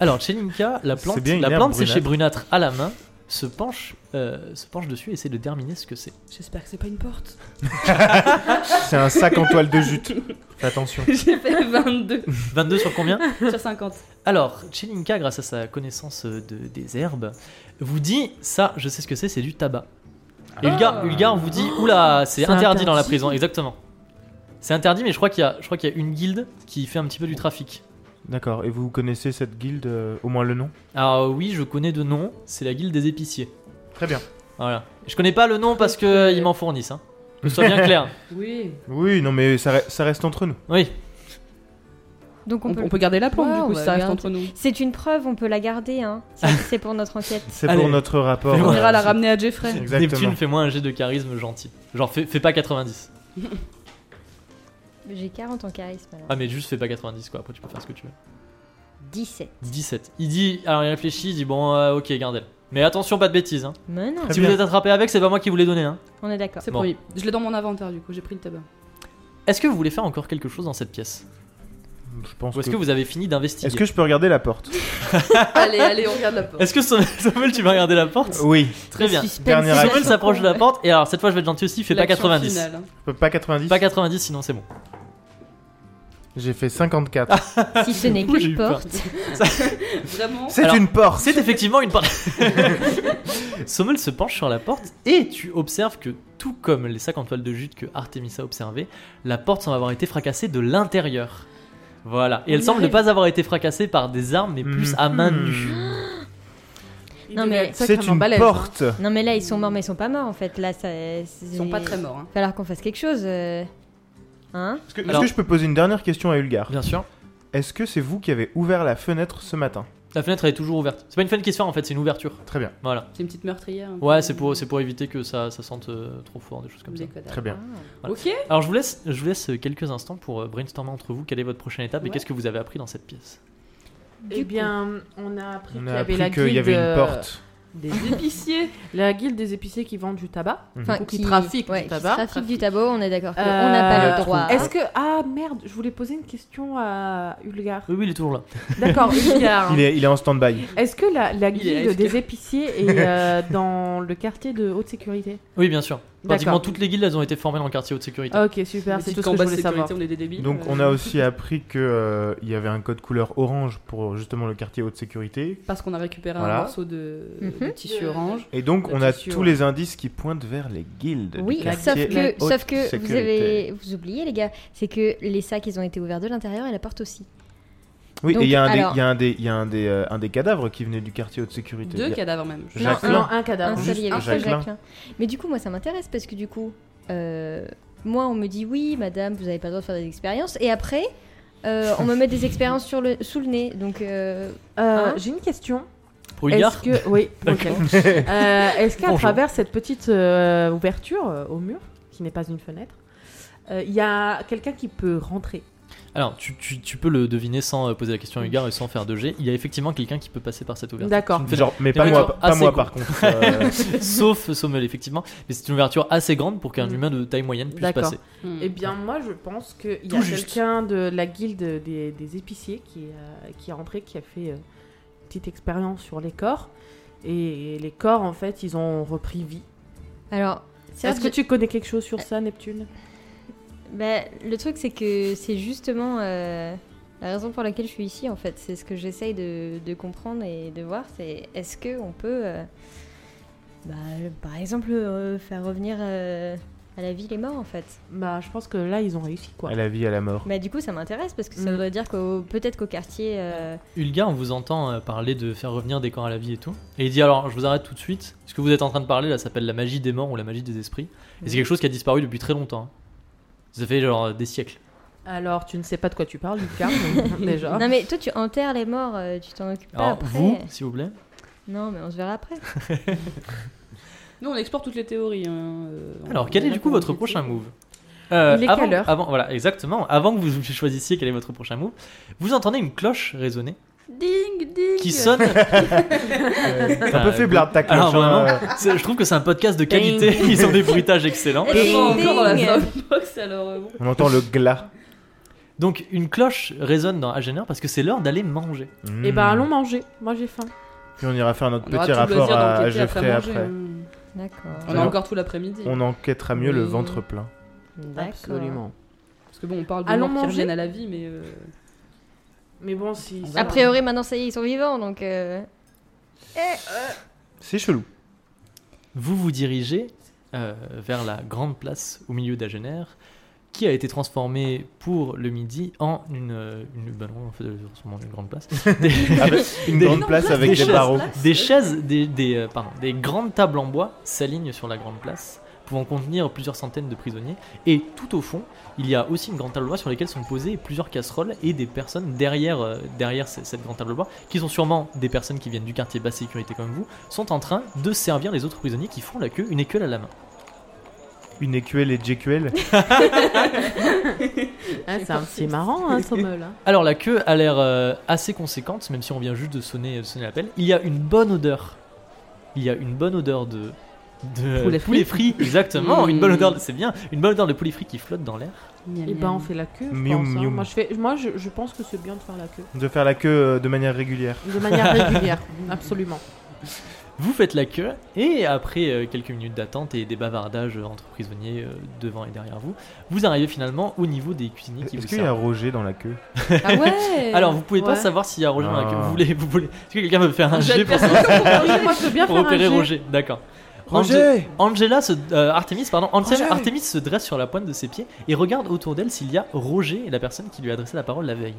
Speaker 1: Alors, chez Linka, la plante,
Speaker 4: C'est bien une
Speaker 1: la
Speaker 4: herbe
Speaker 1: plante séchée brunâtre à la main se penche, euh, se penche dessus et essaie de déterminer ce que c'est.
Speaker 2: J'espère que c'est pas une porte.
Speaker 4: C'est un sac en toile de jute. Fais attention.
Speaker 2: J'ai fait 22
Speaker 1: 22 sur combien
Speaker 2: sur 50.
Speaker 1: Alors, Chelinka, grâce à sa connaissance euh, de- des herbes, vous dit ça, je sais ce que c'est, c'est du tabac.
Speaker 6: Ah.
Speaker 1: Et
Speaker 2: Ah.
Speaker 1: Ulgar, Ulgar vous dit oula, c'est
Speaker 5: C'est
Speaker 1: interdit, dans la
Speaker 5: interdit.
Speaker 1: prison, exactement. C'est interdit, mais je crois qu'il y, a- je crois qu'il y a une guilde qui fait un petit peu du trafic.
Speaker 4: D'accord, et vous connaissez cette guilde euh, au moins le nom
Speaker 1: Alors oui, je connais de nom, c'est la guilde des épiciers.
Speaker 4: Très bien.
Speaker 1: Voilà. Je connais pas le nom parce que euh, ils m'en fournissent. Hein. Que ce soit bien clair.
Speaker 3: Oui.
Speaker 4: Oui, non mais ça, re- ça reste entre nous.
Speaker 1: Oui.
Speaker 6: Donc on,
Speaker 5: On,
Speaker 6: peut.
Speaker 5: on peut garder la plante
Speaker 6: Ouais,
Speaker 5: du
Speaker 6: on
Speaker 5: coup si
Speaker 6: va
Speaker 5: ça reste
Speaker 6: garder.
Speaker 5: entre nous.
Speaker 6: C'est une preuve, on peut la garder. Hein. C'est- C'est pour notre enquête.
Speaker 4: C'est
Speaker 1: Allez.
Speaker 4: pour notre rapport.
Speaker 1: Mais
Speaker 5: On
Speaker 1: Ouais,
Speaker 5: ira la
Speaker 1: c'est-
Speaker 5: ramener à Jeffrey.
Speaker 4: Exactement.
Speaker 1: Neptune, fais-moi un jet de charisme gentil. Genre, fais, fais pas 90.
Speaker 6: J'ai 40 en charisme. alors.
Speaker 1: Ah, mais juste fais pas 90, quoi. Après, tu peux faire ce que tu veux.
Speaker 6: 17.
Speaker 1: 17. Il dit, alors il réfléchit, il dit bon, euh, ok, gardez-le. Mais attention, pas de bêtises. Hein.
Speaker 6: Mais non,
Speaker 4: Très
Speaker 1: Si
Speaker 4: bien.
Speaker 1: vous êtes attrapé avec, c'est pas moi qui vous l'ai donné. Hein.
Speaker 6: on est d'accord.
Speaker 5: C'est
Speaker 1: Bon.
Speaker 5: promis. Je l'ai dans mon inventaire du coup, j'ai pris le tabac.
Speaker 1: Est-ce que vous voulez faire encore quelque chose dans cette pièce
Speaker 4: Je pense
Speaker 1: Ou est-ce
Speaker 4: que-
Speaker 1: que vous avez fini d'investiguer
Speaker 4: Est-ce que je peux regarder la porte
Speaker 2: allez, allez, on regarde la porte.
Speaker 1: Est-ce que Sommel, Sommel, tu vas regarder la porte
Speaker 4: Oui.
Speaker 1: Très bien.
Speaker 6: Suspense,
Speaker 4: Dernière
Speaker 6: c'est-
Speaker 1: Sommel s'approche de la porte et alors cette
Speaker 2: hein.
Speaker 1: fois je vais être gentil aussi, fais pas
Speaker 2: L'action
Speaker 1: 90.
Speaker 2: finale.
Speaker 4: Pas 90
Speaker 1: Pas 90 sinon c'est bon.
Speaker 4: J'ai fait
Speaker 1: Ah,
Speaker 4: 54.
Speaker 6: si ce n'est
Speaker 1: coup, j'ai
Speaker 6: qu'une
Speaker 1: eu peur.
Speaker 6: porte.
Speaker 2: Vraiment
Speaker 4: C'est
Speaker 1: Alors,
Speaker 4: une porte
Speaker 1: C'est effectivement une porte. Sommel se penche sur la porte et tu observes que, tout comme les sacs en toile de jute que Artemisa observait, la porte semble avoir été fracassée de l'intérieur. Voilà. Et elle
Speaker 2: On Mhm. y
Speaker 1: semble ne
Speaker 2: arrive.
Speaker 1: pas avoir été fracassée par des armes, mais plus à main nue.
Speaker 4: Hmm.
Speaker 3: Il
Speaker 6: Non,
Speaker 3: devait
Speaker 6: mais-
Speaker 3: être
Speaker 4: C'est
Speaker 3: sacrément
Speaker 4: une
Speaker 3: balèze, hein.
Speaker 4: porte.
Speaker 6: Non mais là ils sont morts mais ils sont pas morts en fait. Là ça. Ils
Speaker 2: Ils sont pas très morts. hein.
Speaker 6: Il va falloir qu'on fasse quelque chose. euh. Hein
Speaker 4: Est-ce que, est-ce
Speaker 1: Alors-
Speaker 4: que je peux poser une dernière question à Ulgar
Speaker 1: Bien sûr.
Speaker 4: Est-ce que c'est vous qui avez ouvert la fenêtre ce matin
Speaker 1: La fenêtre elle est toujours ouverte. C'est pas une fenêtre qui se ferme en fait, c'est une ouverture.
Speaker 4: Très bien,
Speaker 1: Voilà.
Speaker 2: C'est une petite meurtrière. un
Speaker 1: Ouais,
Speaker 2: peu.
Speaker 1: c'est pour, c'est pour éviter que ça, ça sente euh, trop fort, des choses comme ça.
Speaker 2: Des codes.
Speaker 4: très bien.
Speaker 1: Voilà.
Speaker 2: Ok.
Speaker 1: Alors je vous laisse, je vous laisse quelques instants pour euh, brainstormer entre vous quelle est votre prochaine étape et
Speaker 2: Ouais.
Speaker 1: qu'est-ce que vous avez appris dans cette pièce.
Speaker 3: Eh bien, on a appris
Speaker 4: On
Speaker 3: qu'il y
Speaker 4: a
Speaker 3: avait
Speaker 4: appris
Speaker 3: la
Speaker 4: qu'il y
Speaker 3: guilde
Speaker 4: avait une
Speaker 3: euh,
Speaker 4: porte.
Speaker 3: des épiciers, la guilde des épiciers qui vendent du tabac.
Speaker 6: Enfin,
Speaker 3: Ou qui trafiquent
Speaker 6: ouais,
Speaker 3: du
Speaker 6: qui
Speaker 3: tabac.
Speaker 6: trafiquent du tabac, on est d'accord. que
Speaker 3: Euh,
Speaker 6: on n'a pas le droit.
Speaker 3: Est-ce que ah merde, je voulais poser une question à Ulgar.
Speaker 1: Oui, oui, il est toujours là.
Speaker 3: D'accord, Ulgar.
Speaker 4: Il est, il est en stand-by.
Speaker 3: Est-ce que la, la
Speaker 2: Il est
Speaker 3: guilde
Speaker 2: AFK.
Speaker 3: des épiciers est euh, dans le quartier de haute sécurité
Speaker 1: Oui, bien sûr. Pratiquement
Speaker 3: D'accord.
Speaker 1: toutes les guildes, elles ont été formées dans le quartier haute sécurité.
Speaker 3: Ok, super,
Speaker 2: Mais
Speaker 3: Ah, c'est
Speaker 2: dites
Speaker 3: tout ce
Speaker 2: qu'en
Speaker 3: que je
Speaker 2: basse
Speaker 3: voulais
Speaker 2: sécurité, euh,
Speaker 3: savoir.
Speaker 2: On est des débiles.
Speaker 4: Donc on a aussi appris que euh, il y avait un code couleur orange pour justement le quartier haute sécurité.
Speaker 2: Parce qu'on a récupéré
Speaker 4: Voilà.
Speaker 2: un morceau de,
Speaker 6: Mhm.
Speaker 2: de tissu orange.
Speaker 4: Et donc
Speaker 2: Le
Speaker 4: on a
Speaker 2: tissu
Speaker 4: tous
Speaker 2: orange.
Speaker 4: les indices qui pointent vers les guildes.
Speaker 6: Oui,
Speaker 4: du quartier
Speaker 6: sauf que,
Speaker 4: haute
Speaker 6: sauf que vous
Speaker 4: sécurité.
Speaker 6: avez, vous oubliez les gars, c'est que les sacs ils ont été ouverts de l'intérieur et la porte aussi.
Speaker 4: Oui,
Speaker 6: Donc,
Speaker 4: et il y a un des,
Speaker 6: alors-
Speaker 4: il y a un des, il y a un des, euh, un des cadavres qui venait du quartier haute sécurité. Il
Speaker 2: Deux
Speaker 4: y a-
Speaker 2: cadavres même. Je-
Speaker 4: Jacques-
Speaker 3: Non,
Speaker 4: Jacqueline.
Speaker 3: un cadavre.
Speaker 6: un seul, il y
Speaker 4: Ah, Juste
Speaker 6: avait seul
Speaker 4: Jacqueline.
Speaker 6: Jacqueline. Mais du coup, moi ça m'intéresse parce que du coup, euh, moi on me dit oui, madame, vous avez pas le droit de faire des expériences, et après. euh, on me met des expériences sur le, sous le nez, donc euh,
Speaker 3: Euh,
Speaker 6: Hein
Speaker 3: J'ai une question.
Speaker 1: Pour Ulgar,
Speaker 3: Est-ce que oui,
Speaker 1: D'accord.
Speaker 3: ok. Euh, Est-ce qu'à
Speaker 1: Bonjour.
Speaker 3: travers cette petite euh, ouverture euh, au mur, qui n'est pas une fenêtre, euh, il y a quelqu'un qui peut rentrer
Speaker 1: Alors, tu, tu- tu peux le deviner sans euh, poser la question à Hugar et sans faire de jet. Il y a effectivement quelqu'un qui peut passer par cette ouverture.
Speaker 3: D'accord.
Speaker 1: C'est une fenêtre-
Speaker 4: Genre, mais pas
Speaker 1: une
Speaker 4: moi,
Speaker 1: ouverture
Speaker 4: pas
Speaker 1: assez
Speaker 4: moi
Speaker 1: grande.
Speaker 4: par contre. euh,
Speaker 1: Sauf Sommel, effectivement. Mais c'est une ouverture assez grande pour qu'un
Speaker 3: Mm.
Speaker 1: humain de taille moyenne puisse
Speaker 3: D'accord.
Speaker 1: passer.
Speaker 2: Hmm.
Speaker 3: Eh bien, moi, je pense qu'il y
Speaker 1: Mm. Tout
Speaker 3: a
Speaker 1: juste.
Speaker 3: quelqu'un de la guilde des, des épiciers qui, euh, qui est rentré, qui a fait euh, une petite expérience sur les corps. Et les corps, en fait, ils ont repris vie.
Speaker 6: alors.
Speaker 3: Est-ce
Speaker 6: certes,
Speaker 3: que tu connais quelque chose sur ça, Neptune
Speaker 6: Bah, le truc, c'est que c'est justement euh, la raison pour laquelle je suis ici, en fait. C'est ce que j'essaye de, de comprendre et de voir. C'est est-ce que on peut, euh, bah, par exemple, euh, faire revenir euh, à la vie les morts, en fait.
Speaker 3: Bah, je pense que là, ils ont réussi, quoi.
Speaker 4: à la vie, à la mort.
Speaker 6: Bah, du coup, ça m'intéresse parce que ça
Speaker 3: Mm.
Speaker 6: voudrait dire que peut-être qu'au quartier, euh,
Speaker 1: Ulgar, on vous entend euh, parler de faire revenir des corps à la vie et tout. Et il dit alors, je vous arrête tout de suite. Ce que vous êtes en train de parler là s'appelle la magie des morts ou la magie des esprits.
Speaker 3: Mm.
Speaker 1: Et c'est quelque chose qui a disparu depuis très longtemps. hein. Ça fait genre euh, des siècles.
Speaker 3: Alors, tu ne sais pas de quoi tu parles, Lucas, donc, déjà.
Speaker 6: non mais toi, tu enterres les morts, euh, tu t'en occupes
Speaker 1: Alors,
Speaker 6: pas après.
Speaker 1: Ah, vous, s'il vous plaît.
Speaker 6: Non, mais on se verra après.
Speaker 2: Nous on exporte toutes les théories. hein, euh,
Speaker 1: Alors,
Speaker 2: on-
Speaker 1: quel
Speaker 2: on
Speaker 1: est
Speaker 2: a
Speaker 1: du coup
Speaker 2: pas
Speaker 1: votre
Speaker 2: envie de-
Speaker 1: prochain move Euh,
Speaker 3: Il est
Speaker 1: avant,
Speaker 3: quelle heure
Speaker 1: avant- Voilà, exactement. Avant que vous choisissiez quel est votre prochain move, vous entendez une cloche résonner
Speaker 2: Euh, Ding ding.
Speaker 1: qui sonne.
Speaker 4: C'est un peu faiblard ta cloche.
Speaker 1: Alors
Speaker 4: hein.
Speaker 1: Ah, vraiment, c'est- je trouve que c'est un podcast de qualité. Ils ont des bruitages excellents.
Speaker 6: Et-
Speaker 2: Ding, encore dans la
Speaker 6: Ding.
Speaker 2: soundbox alors. euh, bon.
Speaker 4: On entend le glas.
Speaker 1: Donc une cloche résonne dans Agener parce que c'est l'heure d'aller manger.
Speaker 3: Eh
Speaker 4: Mm.
Speaker 1: Hmm.
Speaker 3: ben, allons manger. Moi, j'ai faim.
Speaker 4: Mmh. Puis on ira faire notre
Speaker 2: On aura
Speaker 4: petit
Speaker 2: tout le
Speaker 4: rapport
Speaker 2: loisir
Speaker 4: à, à
Speaker 2: d'enquêter
Speaker 4: Geoffrey
Speaker 2: après manger.
Speaker 4: après.
Speaker 2: hein.
Speaker 6: D'accord.
Speaker 2: On a
Speaker 4: Alors-
Speaker 2: encore tout l'après-midi.
Speaker 4: On enquêtera mieux le
Speaker 2: Oui.
Speaker 4: ventre plein.
Speaker 6: D'accord.
Speaker 3: Absolument.
Speaker 2: Parce que bon, on parle de
Speaker 3: Allons
Speaker 2: morts qui
Speaker 3: manger.
Speaker 2: reviennent à la vie, mais euh,
Speaker 3: Mais bon, si...
Speaker 6: A priori, maintenant, ça y est, ils sont vivants, donc. euh,
Speaker 4: C'est chelou.
Speaker 1: Vous vous dirigez euh, vers la grande place au milieu d'Agener qui a été transformée pour le midi en une, euh, une, bah non, en fait, sûrement une grande place. Des-
Speaker 4: Avec Ah, une
Speaker 1: Des-
Speaker 4: grande place avec
Speaker 1: des
Speaker 4: des
Speaker 1: chaises.
Speaker 4: barreaux.
Speaker 1: Des chaises, des, des, euh, pardon, des grandes tables en bois s'alignent sur la grande place, pouvant contenir plusieurs centaines de prisonniers. Et tout au fond, il y a aussi une grande table en bois sur laquelle sont posées plusieurs casseroles et des personnes derrière, euh, derrière ce- cette grande table en bois, qui sont sûrement des personnes qui viennent du quartier basse sécurité comme vous, sont en train de servir les autres prisonniers qui font la queue, une écuelle à la main.
Speaker 4: Une écuelle et JQL.
Speaker 3: Hein, c'est un petit marrant, hein, Sommel. hein.
Speaker 1: Alors la queue a l'air euh, assez conséquente, même si on vient juste de sonner, de sonner l'appel. Il y a une bonne odeur. Il y a une bonne odeur de de
Speaker 2: Poulet
Speaker 1: poulet frit, exactement.
Speaker 2: Mm.
Speaker 1: Une bonne odeur, de- c'est bien. Une bonne odeur de poulet frit qui flotte dans l'air.
Speaker 2: miam,
Speaker 3: Eh ben, on
Speaker 2: miam.
Speaker 3: fait la queue, je
Speaker 4: Mioum,
Speaker 3: pense, hein.
Speaker 4: mioum.
Speaker 3: Moi, je, fais... Moi je, je pense que c'est bien de faire la queue.
Speaker 4: De faire la queue euh, de manière régulière.
Speaker 3: De manière régulière, absolument.
Speaker 1: Vous faites la queue et après euh, quelques minutes d'attente et des bavardages euh, entre prisonniers euh, devant et derrière vous, vous arrivez finalement au niveau des cuisiniers qui vous
Speaker 4: Est-ce qu'il y a
Speaker 1: servent.
Speaker 4: Roger dans la queue
Speaker 5: Ah ouais
Speaker 1: Alors vous pouvez pas
Speaker 3: Ouais.
Speaker 1: savoir s'il y a Roger dans la queue.
Speaker 4: Ah.
Speaker 1: Vous voulez, vous voulez. Est-ce que quelqu'un veut faire un
Speaker 3: J'ai
Speaker 1: jet
Speaker 3: une
Speaker 1: pour,
Speaker 3: personne pour Roger, Ah moi je veux bien
Speaker 1: pour
Speaker 3: faire un
Speaker 1: repérer
Speaker 3: jet.
Speaker 1: Roger D'accord. Roger Angela se, euh, Artemis,
Speaker 2: Oh,
Speaker 1: pardon, Angela- Artemis se dresse sur la pointe de ses pieds et regarde autour d'elle s'il y a Roger, la personne qui lui a adressé la parole la veille.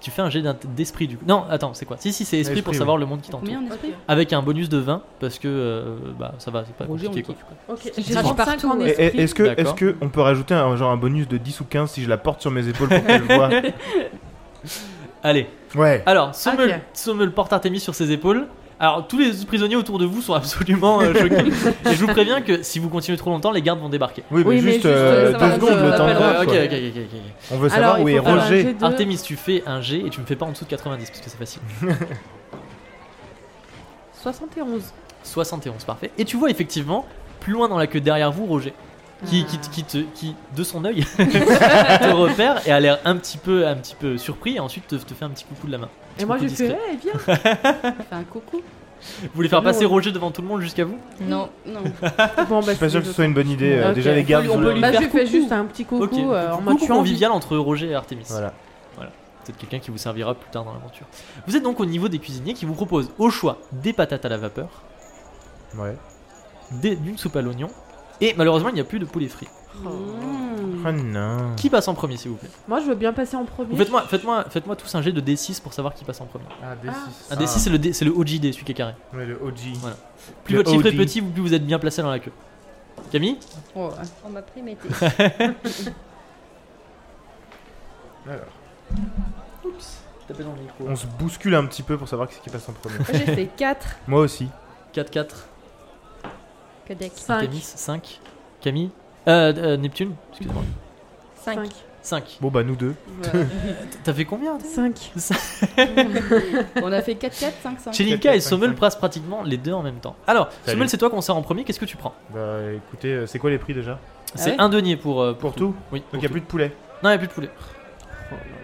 Speaker 1: Tu fais un jet d'int- d'esprit du coup. Non, attends, c'est quoi Si, si, c'est esprit,
Speaker 4: Esprit,
Speaker 1: pour
Speaker 4: oui.
Speaker 1: savoir le monde qui t'entoure.
Speaker 2: Combien en esprit
Speaker 3: Ok.
Speaker 1: Avec un bonus de 20 parce que euh, bah ça va, c'est pas
Speaker 2: Roger, on le
Speaker 1: compliqué quoi.
Speaker 2: kiffe. quoi.
Speaker 3: Ok,
Speaker 2: J'ai
Speaker 3: j'ai
Speaker 2: partout,
Speaker 3: 35 en
Speaker 2: ouais.
Speaker 4: Et- et-
Speaker 3: esprit.
Speaker 4: Est-ce que, est-ce
Speaker 1: D'accord.
Speaker 4: que on peut rajouter un, genre un bonus de 10 ou 15 si je la porte sur mes épaules pour que je vois
Speaker 1: Allez,
Speaker 4: Ouais.
Speaker 1: alors Sommel,
Speaker 3: Ok.
Speaker 1: Sommel porte Artemis sur ses épaules. Alors tous les prisonniers autour de vous sont absolument euh, choqués. et je vous préviens que si vous continuez trop longtemps, les gardes vont débarquer.
Speaker 4: Oui, mais
Speaker 2: Oui, mais
Speaker 4: juste,
Speaker 2: juste,
Speaker 4: euh,
Speaker 2: euh,
Speaker 4: deux
Speaker 2: savoir
Speaker 4: secondes,
Speaker 3: si, euh,
Speaker 4: le temps de
Speaker 3: appelle-
Speaker 4: voir,
Speaker 1: ok,
Speaker 4: quoi.
Speaker 3: ouais.
Speaker 1: ok, ok, ok, ok.
Speaker 4: On veut
Speaker 3: Alors,
Speaker 4: savoir où
Speaker 3: il
Speaker 4: est
Speaker 3: faut faire un
Speaker 4: Roger.
Speaker 3: jet de-
Speaker 1: Artemis, tu fais un G et tu me fais pas en dessous de 90 parce que c'est facile.
Speaker 3: 71.
Speaker 1: 71, parfait. Et tu vois effectivement, plus loin dans la queue derrière vous, Roger, qui,
Speaker 3: Ah.
Speaker 1: qui, te- qui, te- qui, de son œil, te repère et a l'air un petit peu, un petit peu surpris et ensuite te, te fait un petit coucou de la main.
Speaker 3: Et moi
Speaker 1: Petit
Speaker 3: je
Speaker 1: discret.
Speaker 3: fais, eh, viens.
Speaker 2: Fais un coucou.
Speaker 1: Vous voulez faire passer Roger devant tout le monde jusqu'à vous
Speaker 6: Non.
Speaker 2: Non.
Speaker 3: Bon, bah,
Speaker 4: Je suis pas sûr que ce soit une bonne idée. euh,
Speaker 3: Ok.
Speaker 4: Déjà, les
Speaker 2: On
Speaker 4: gardes.
Speaker 2: peut- on
Speaker 4: je-
Speaker 2: peut lui-
Speaker 3: Bah, je lui
Speaker 2: faire
Speaker 3: fais
Speaker 2: coucou.
Speaker 3: juste un petit coucou
Speaker 1: Ok,
Speaker 3: euh, en
Speaker 1: coucou
Speaker 3: mode je suis en vie.
Speaker 1: convivial entre Roger et Artemis.
Speaker 4: Voilà.
Speaker 1: Peut-être quelqu'un qui vous servira plus tard dans l'aventure. Vous êtes donc au niveau des cuisiniers qui vous proposent au choix des patates à la vapeur,
Speaker 4: Ouais.
Speaker 1: des- d'une soupe à l'oignon et malheureusement il n'y a plus de poulet frit.
Speaker 4: Oh non.
Speaker 1: Qui passe en premier s'il vous plaît
Speaker 3: Moi je veux bien passer en
Speaker 1: Vous
Speaker 3: premier.
Speaker 1: Faites-moi faites-moi, faites-moi tous un jet de D6 pour savoir qui passe en premier.
Speaker 4: Ah,
Speaker 3: D6.
Speaker 1: Un D6 c'est le, dé- c'est le OGD, celui qui est carré.
Speaker 4: Ouais, le OG.
Speaker 1: Voilà. Plus
Speaker 4: Le
Speaker 1: votre chiffre est
Speaker 4: OG.
Speaker 1: petit, plus vous êtes bien placé dans la queue. Camille
Speaker 2: Oh,
Speaker 6: On m'a pris mes
Speaker 4: Alors,
Speaker 1: Tapez dans le micro.
Speaker 4: on se bouscule un petit peu pour savoir ce qui passe en premier.
Speaker 6: J'ai fait 4
Speaker 4: Moi aussi.
Speaker 1: 4, 4,
Speaker 6: que deck.
Speaker 3: 5.
Speaker 1: Camille, 5. Camille euh, euh, Neptune Excuse-moi.
Speaker 6: 5.
Speaker 1: 5.
Speaker 4: Bon, bah, nous deux.
Speaker 2: voilà.
Speaker 1: T'as fait combien
Speaker 3: 5.
Speaker 2: on a fait 4, 4, 5, 5.
Speaker 1: Chelinka
Speaker 4: 4,
Speaker 1: et
Speaker 4: 5,
Speaker 1: Sommel
Speaker 4: 5.
Speaker 1: passent pratiquement les deux en même temps. Alors,
Speaker 4: Salut.
Speaker 1: Sommel, c'est toi qu'on sert en premier, qu'est-ce que tu prends
Speaker 4: Bah, écoutez, euh, c'est quoi les prix déjà
Speaker 1: C'est
Speaker 2: ouais
Speaker 1: un denier pour, euh,
Speaker 4: Pour tout
Speaker 1: Oui,
Speaker 4: Donc,
Speaker 1: pour
Speaker 4: il a
Speaker 1: tout.
Speaker 4: plus de poulet.
Speaker 1: Non, il n'y a plus de poulet.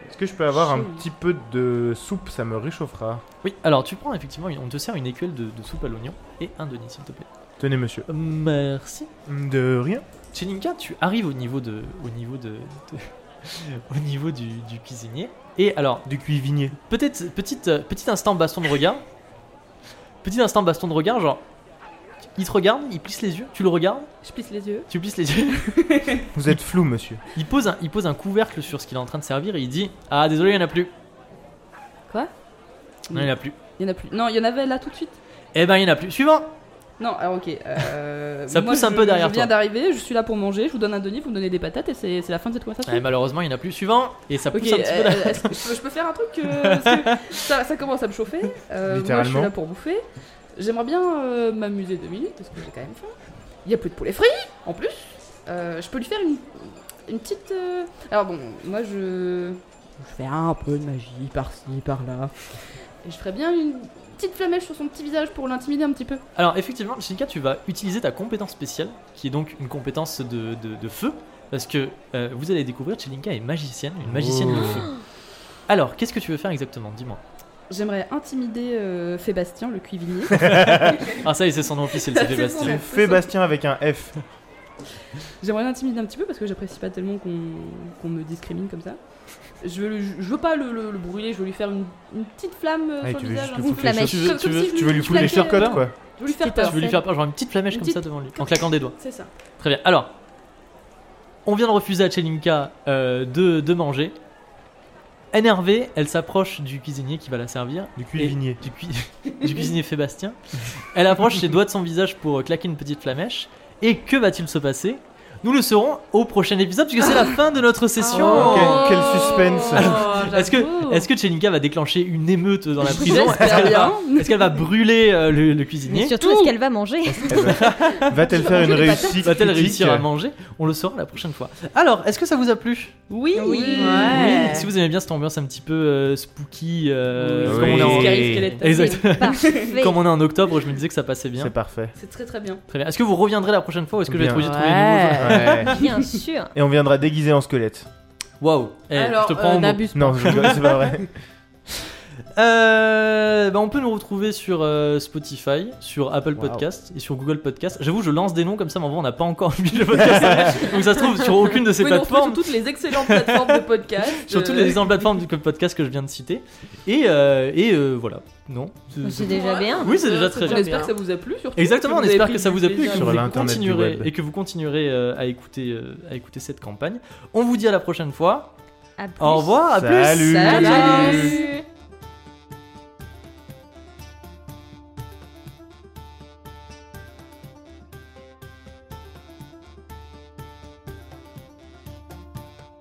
Speaker 4: Est-ce que je peux avoir un
Speaker 2: Chou.
Speaker 4: petit peu de soupe Ça me réchauffera.
Speaker 1: Oui, alors tu prends effectivement, on te sert une écuelle de, de soupe à l'oignon et un denier, s'il te plaît.
Speaker 4: Tenez, monsieur.
Speaker 1: Merci.
Speaker 4: De rien.
Speaker 1: Chelinka, tu arrives au niveau de, au niveau de, de- au niveau du, du cuisinier. Et alors,
Speaker 4: Du cuivinier.
Speaker 1: peut-être petite, euh, petit instant baston de regard. Petit instant baston de regard, genre, il te regarde, il plisse les yeux, tu le regardes,
Speaker 2: Je plisse les yeux.
Speaker 1: tu plisses les yeux.
Speaker 4: Vous êtes flou, monsieur.
Speaker 1: Il pose un, il pose un couvercle sur ce qu'il est en train de servir et il dit, ah désolé, il n'y en a plus.
Speaker 2: Quoi
Speaker 1: Non, il n'y en a plus.
Speaker 2: Il y en a plus. Non, il y en avait là tout de suite.
Speaker 1: Eh ben, il n'y en a plus. Suivant.
Speaker 2: Non, alors ok. euh,
Speaker 1: Ça pousse un
Speaker 2: je-
Speaker 1: peu derrière
Speaker 2: Je viens
Speaker 1: toi.
Speaker 2: d'arriver, je suis là pour manger, je vous donne un denier, vous me donnez des patates et c'est c'est la fin de cette conversation.
Speaker 1: Eh, malheureusement, il n'y en a plus. Suivant. Et ça pousse un
Speaker 2: Ok,
Speaker 1: petit peu.
Speaker 2: euh,
Speaker 1: derrière.
Speaker 2: est-ce que je peux- je peux faire un truc euh, parce que ça, ça commence à me chauffer. Euh, moi, je suis
Speaker 4: Littéralement.
Speaker 2: là pour bouffer. J'aimerais bien euh, m'amuser deux minutes parce que j'ai quand même faim. Il n'y a plus de poulet frit en plus. Euh, je peux lui faire une, une petite. euh, Alors bon, moi je. Je fais un peu de magie par-ci, par-là. Et je ferais bien une petite flamèche sur son petit visage pour l'intimider un petit peu.
Speaker 1: Alors effectivement, Shinka, tu vas utiliser ta compétence spéciale, qui est donc une compétence de, de- de feu, parce que euh, vous allez découvrir que Shinka est magicienne, une magicienne de
Speaker 4: Oh.
Speaker 1: feu. Alors, qu'est-ce que tu veux faire exactement Dis-moi.
Speaker 2: J'aimerais intimider euh, Fébastien, le cuivinier.
Speaker 1: Ah ça y est, c'est son nom officiel, c'est
Speaker 2: C'est
Speaker 1: Bébastien.
Speaker 2: son
Speaker 4: C'est
Speaker 2: nom.
Speaker 4: Fébastien avec un F.
Speaker 2: J'aimerais l'intimider un petit peu parce que j'apprécie pas tellement qu'on qu'on me discrimine comme ça. Je veux, le- je veux pas le, le- le brûler, je veux lui faire une, une petite flamme euh,
Speaker 1: Ah,
Speaker 4: Ouais,
Speaker 2: sur
Speaker 4: tu
Speaker 2: le
Speaker 4: veux
Speaker 2: visage.
Speaker 4: juste
Speaker 2: un
Speaker 4: lui
Speaker 2: peu
Speaker 1: foutre les
Speaker 2: flammèche,
Speaker 1: choses.
Speaker 2: comme-
Speaker 1: Tu veux-
Speaker 2: comme
Speaker 1: tu
Speaker 2: si je
Speaker 4: Tu veux lui foutre les
Speaker 2: claquais, euh,
Speaker 4: surcotes, quoi.
Speaker 2: Je veux lui faire
Speaker 6: Tu
Speaker 1: Tu
Speaker 2: peur.
Speaker 1: veux lui faire peur, genre une petite flamèche
Speaker 2: Une
Speaker 1: comme ça
Speaker 2: petite-
Speaker 1: devant lui, en claquant des doigts.
Speaker 2: C'est ça.
Speaker 1: Très bien. Alors, on vient de refuser à Chelinka euh, de, de manger. Énervée, elle s'approche du cuisinier qui va la servir.
Speaker 4: Du
Speaker 1: Et-
Speaker 4: cuivinier.
Speaker 1: Du, cui- du cuisinier Fébastien. Elle approche ses doigts de son visage pour claquer une petite flamèche. Et que va-t-il se passer Nous le saurons au prochain épisode puisque c'est la fin de notre session.
Speaker 4: Oh, quel- quel suspense.
Speaker 1: Est-ce que, est que Chelinka va déclencher une émeute dans la prison Est-ce
Speaker 2: Oh. J'espère
Speaker 1: qu'elle va,
Speaker 2: bien.
Speaker 1: est-ce qu'elle va brûler euh, le, le
Speaker 6: Mais
Speaker 1: cuisinier
Speaker 6: surtout, est-ce qu'elle va manger
Speaker 4: Va-t-elle faire une
Speaker 2: manger les patates.
Speaker 4: réussite
Speaker 1: Va-t-elle
Speaker 4: critique
Speaker 1: réussir à manger On le saura la prochaine fois. Alors, est-ce que ça vous a plu
Speaker 2: Oui,
Speaker 3: Ouais.
Speaker 1: Si vous aimez bien cette ambiance un petit peu euh, spooky, euh,
Speaker 4: Oui.
Speaker 1: comme, on est en...
Speaker 4: Oui.
Speaker 1: Exact.
Speaker 6: Parfait.
Speaker 1: comme on est en octobre, je me disais que ça passait bien.
Speaker 4: C'est parfait.
Speaker 2: C'est très très bien.
Speaker 1: Très bien. Est-ce que vous reviendrez la prochaine fois ou est-ce que je vais être
Speaker 4: Bien.
Speaker 1: obligé de trouver une nouvelle
Speaker 4: Ouais.
Speaker 6: Bien sûr.
Speaker 4: Et on viendra déguisé en squelette.
Speaker 1: Waouh. Eh,
Speaker 3: Alors,
Speaker 1: je te prends
Speaker 3: euh,
Speaker 1: au mot.
Speaker 3: n'abuse pas.
Speaker 4: Non, je rigole, c'est pas vrai.
Speaker 1: Euh, bah, on peut nous retrouver sur euh, Spotify, sur Apple
Speaker 7: Waouh.
Speaker 1: Podcast et sur Google Podcast. J'avoue, je lance des noms comme ça, mais en vrai, on n'a pas encore mis le podcast. Donc ça se trouve sur aucune de ces
Speaker 2: Vous pouvez nous retrouver
Speaker 1: plateformes.
Speaker 2: sur toutes les excellentes plateformes de podcast.
Speaker 1: Sur toutes les
Speaker 2: Euh,
Speaker 1: excellentes plateformes du podcast que je viens de citer. Et, euh, et euh, voilà. Non. c'est-
Speaker 6: C'est déjà bien.
Speaker 1: Oui, c'est déjà
Speaker 3: Euh,
Speaker 1: très
Speaker 2: On
Speaker 1: bien.
Speaker 2: espère que ça vous a plu. surtout,
Speaker 1: Exactement, on
Speaker 2: Ah, vous avez
Speaker 1: espère
Speaker 2: pris
Speaker 1: que ça
Speaker 2: du
Speaker 1: vous a plu et
Speaker 2: plaisir.
Speaker 1: que
Speaker 4: Sur
Speaker 1: vous,
Speaker 4: l'internet du
Speaker 1: continuerez,
Speaker 4: web.
Speaker 1: et que vous continuerez euh, à, écouter, euh, à écouter cette campagne. On vous dit à la prochaine fois.
Speaker 6: À plus.
Speaker 1: Au revoir, à plus
Speaker 4: Salut.
Speaker 2: Salut.
Speaker 6: Salut.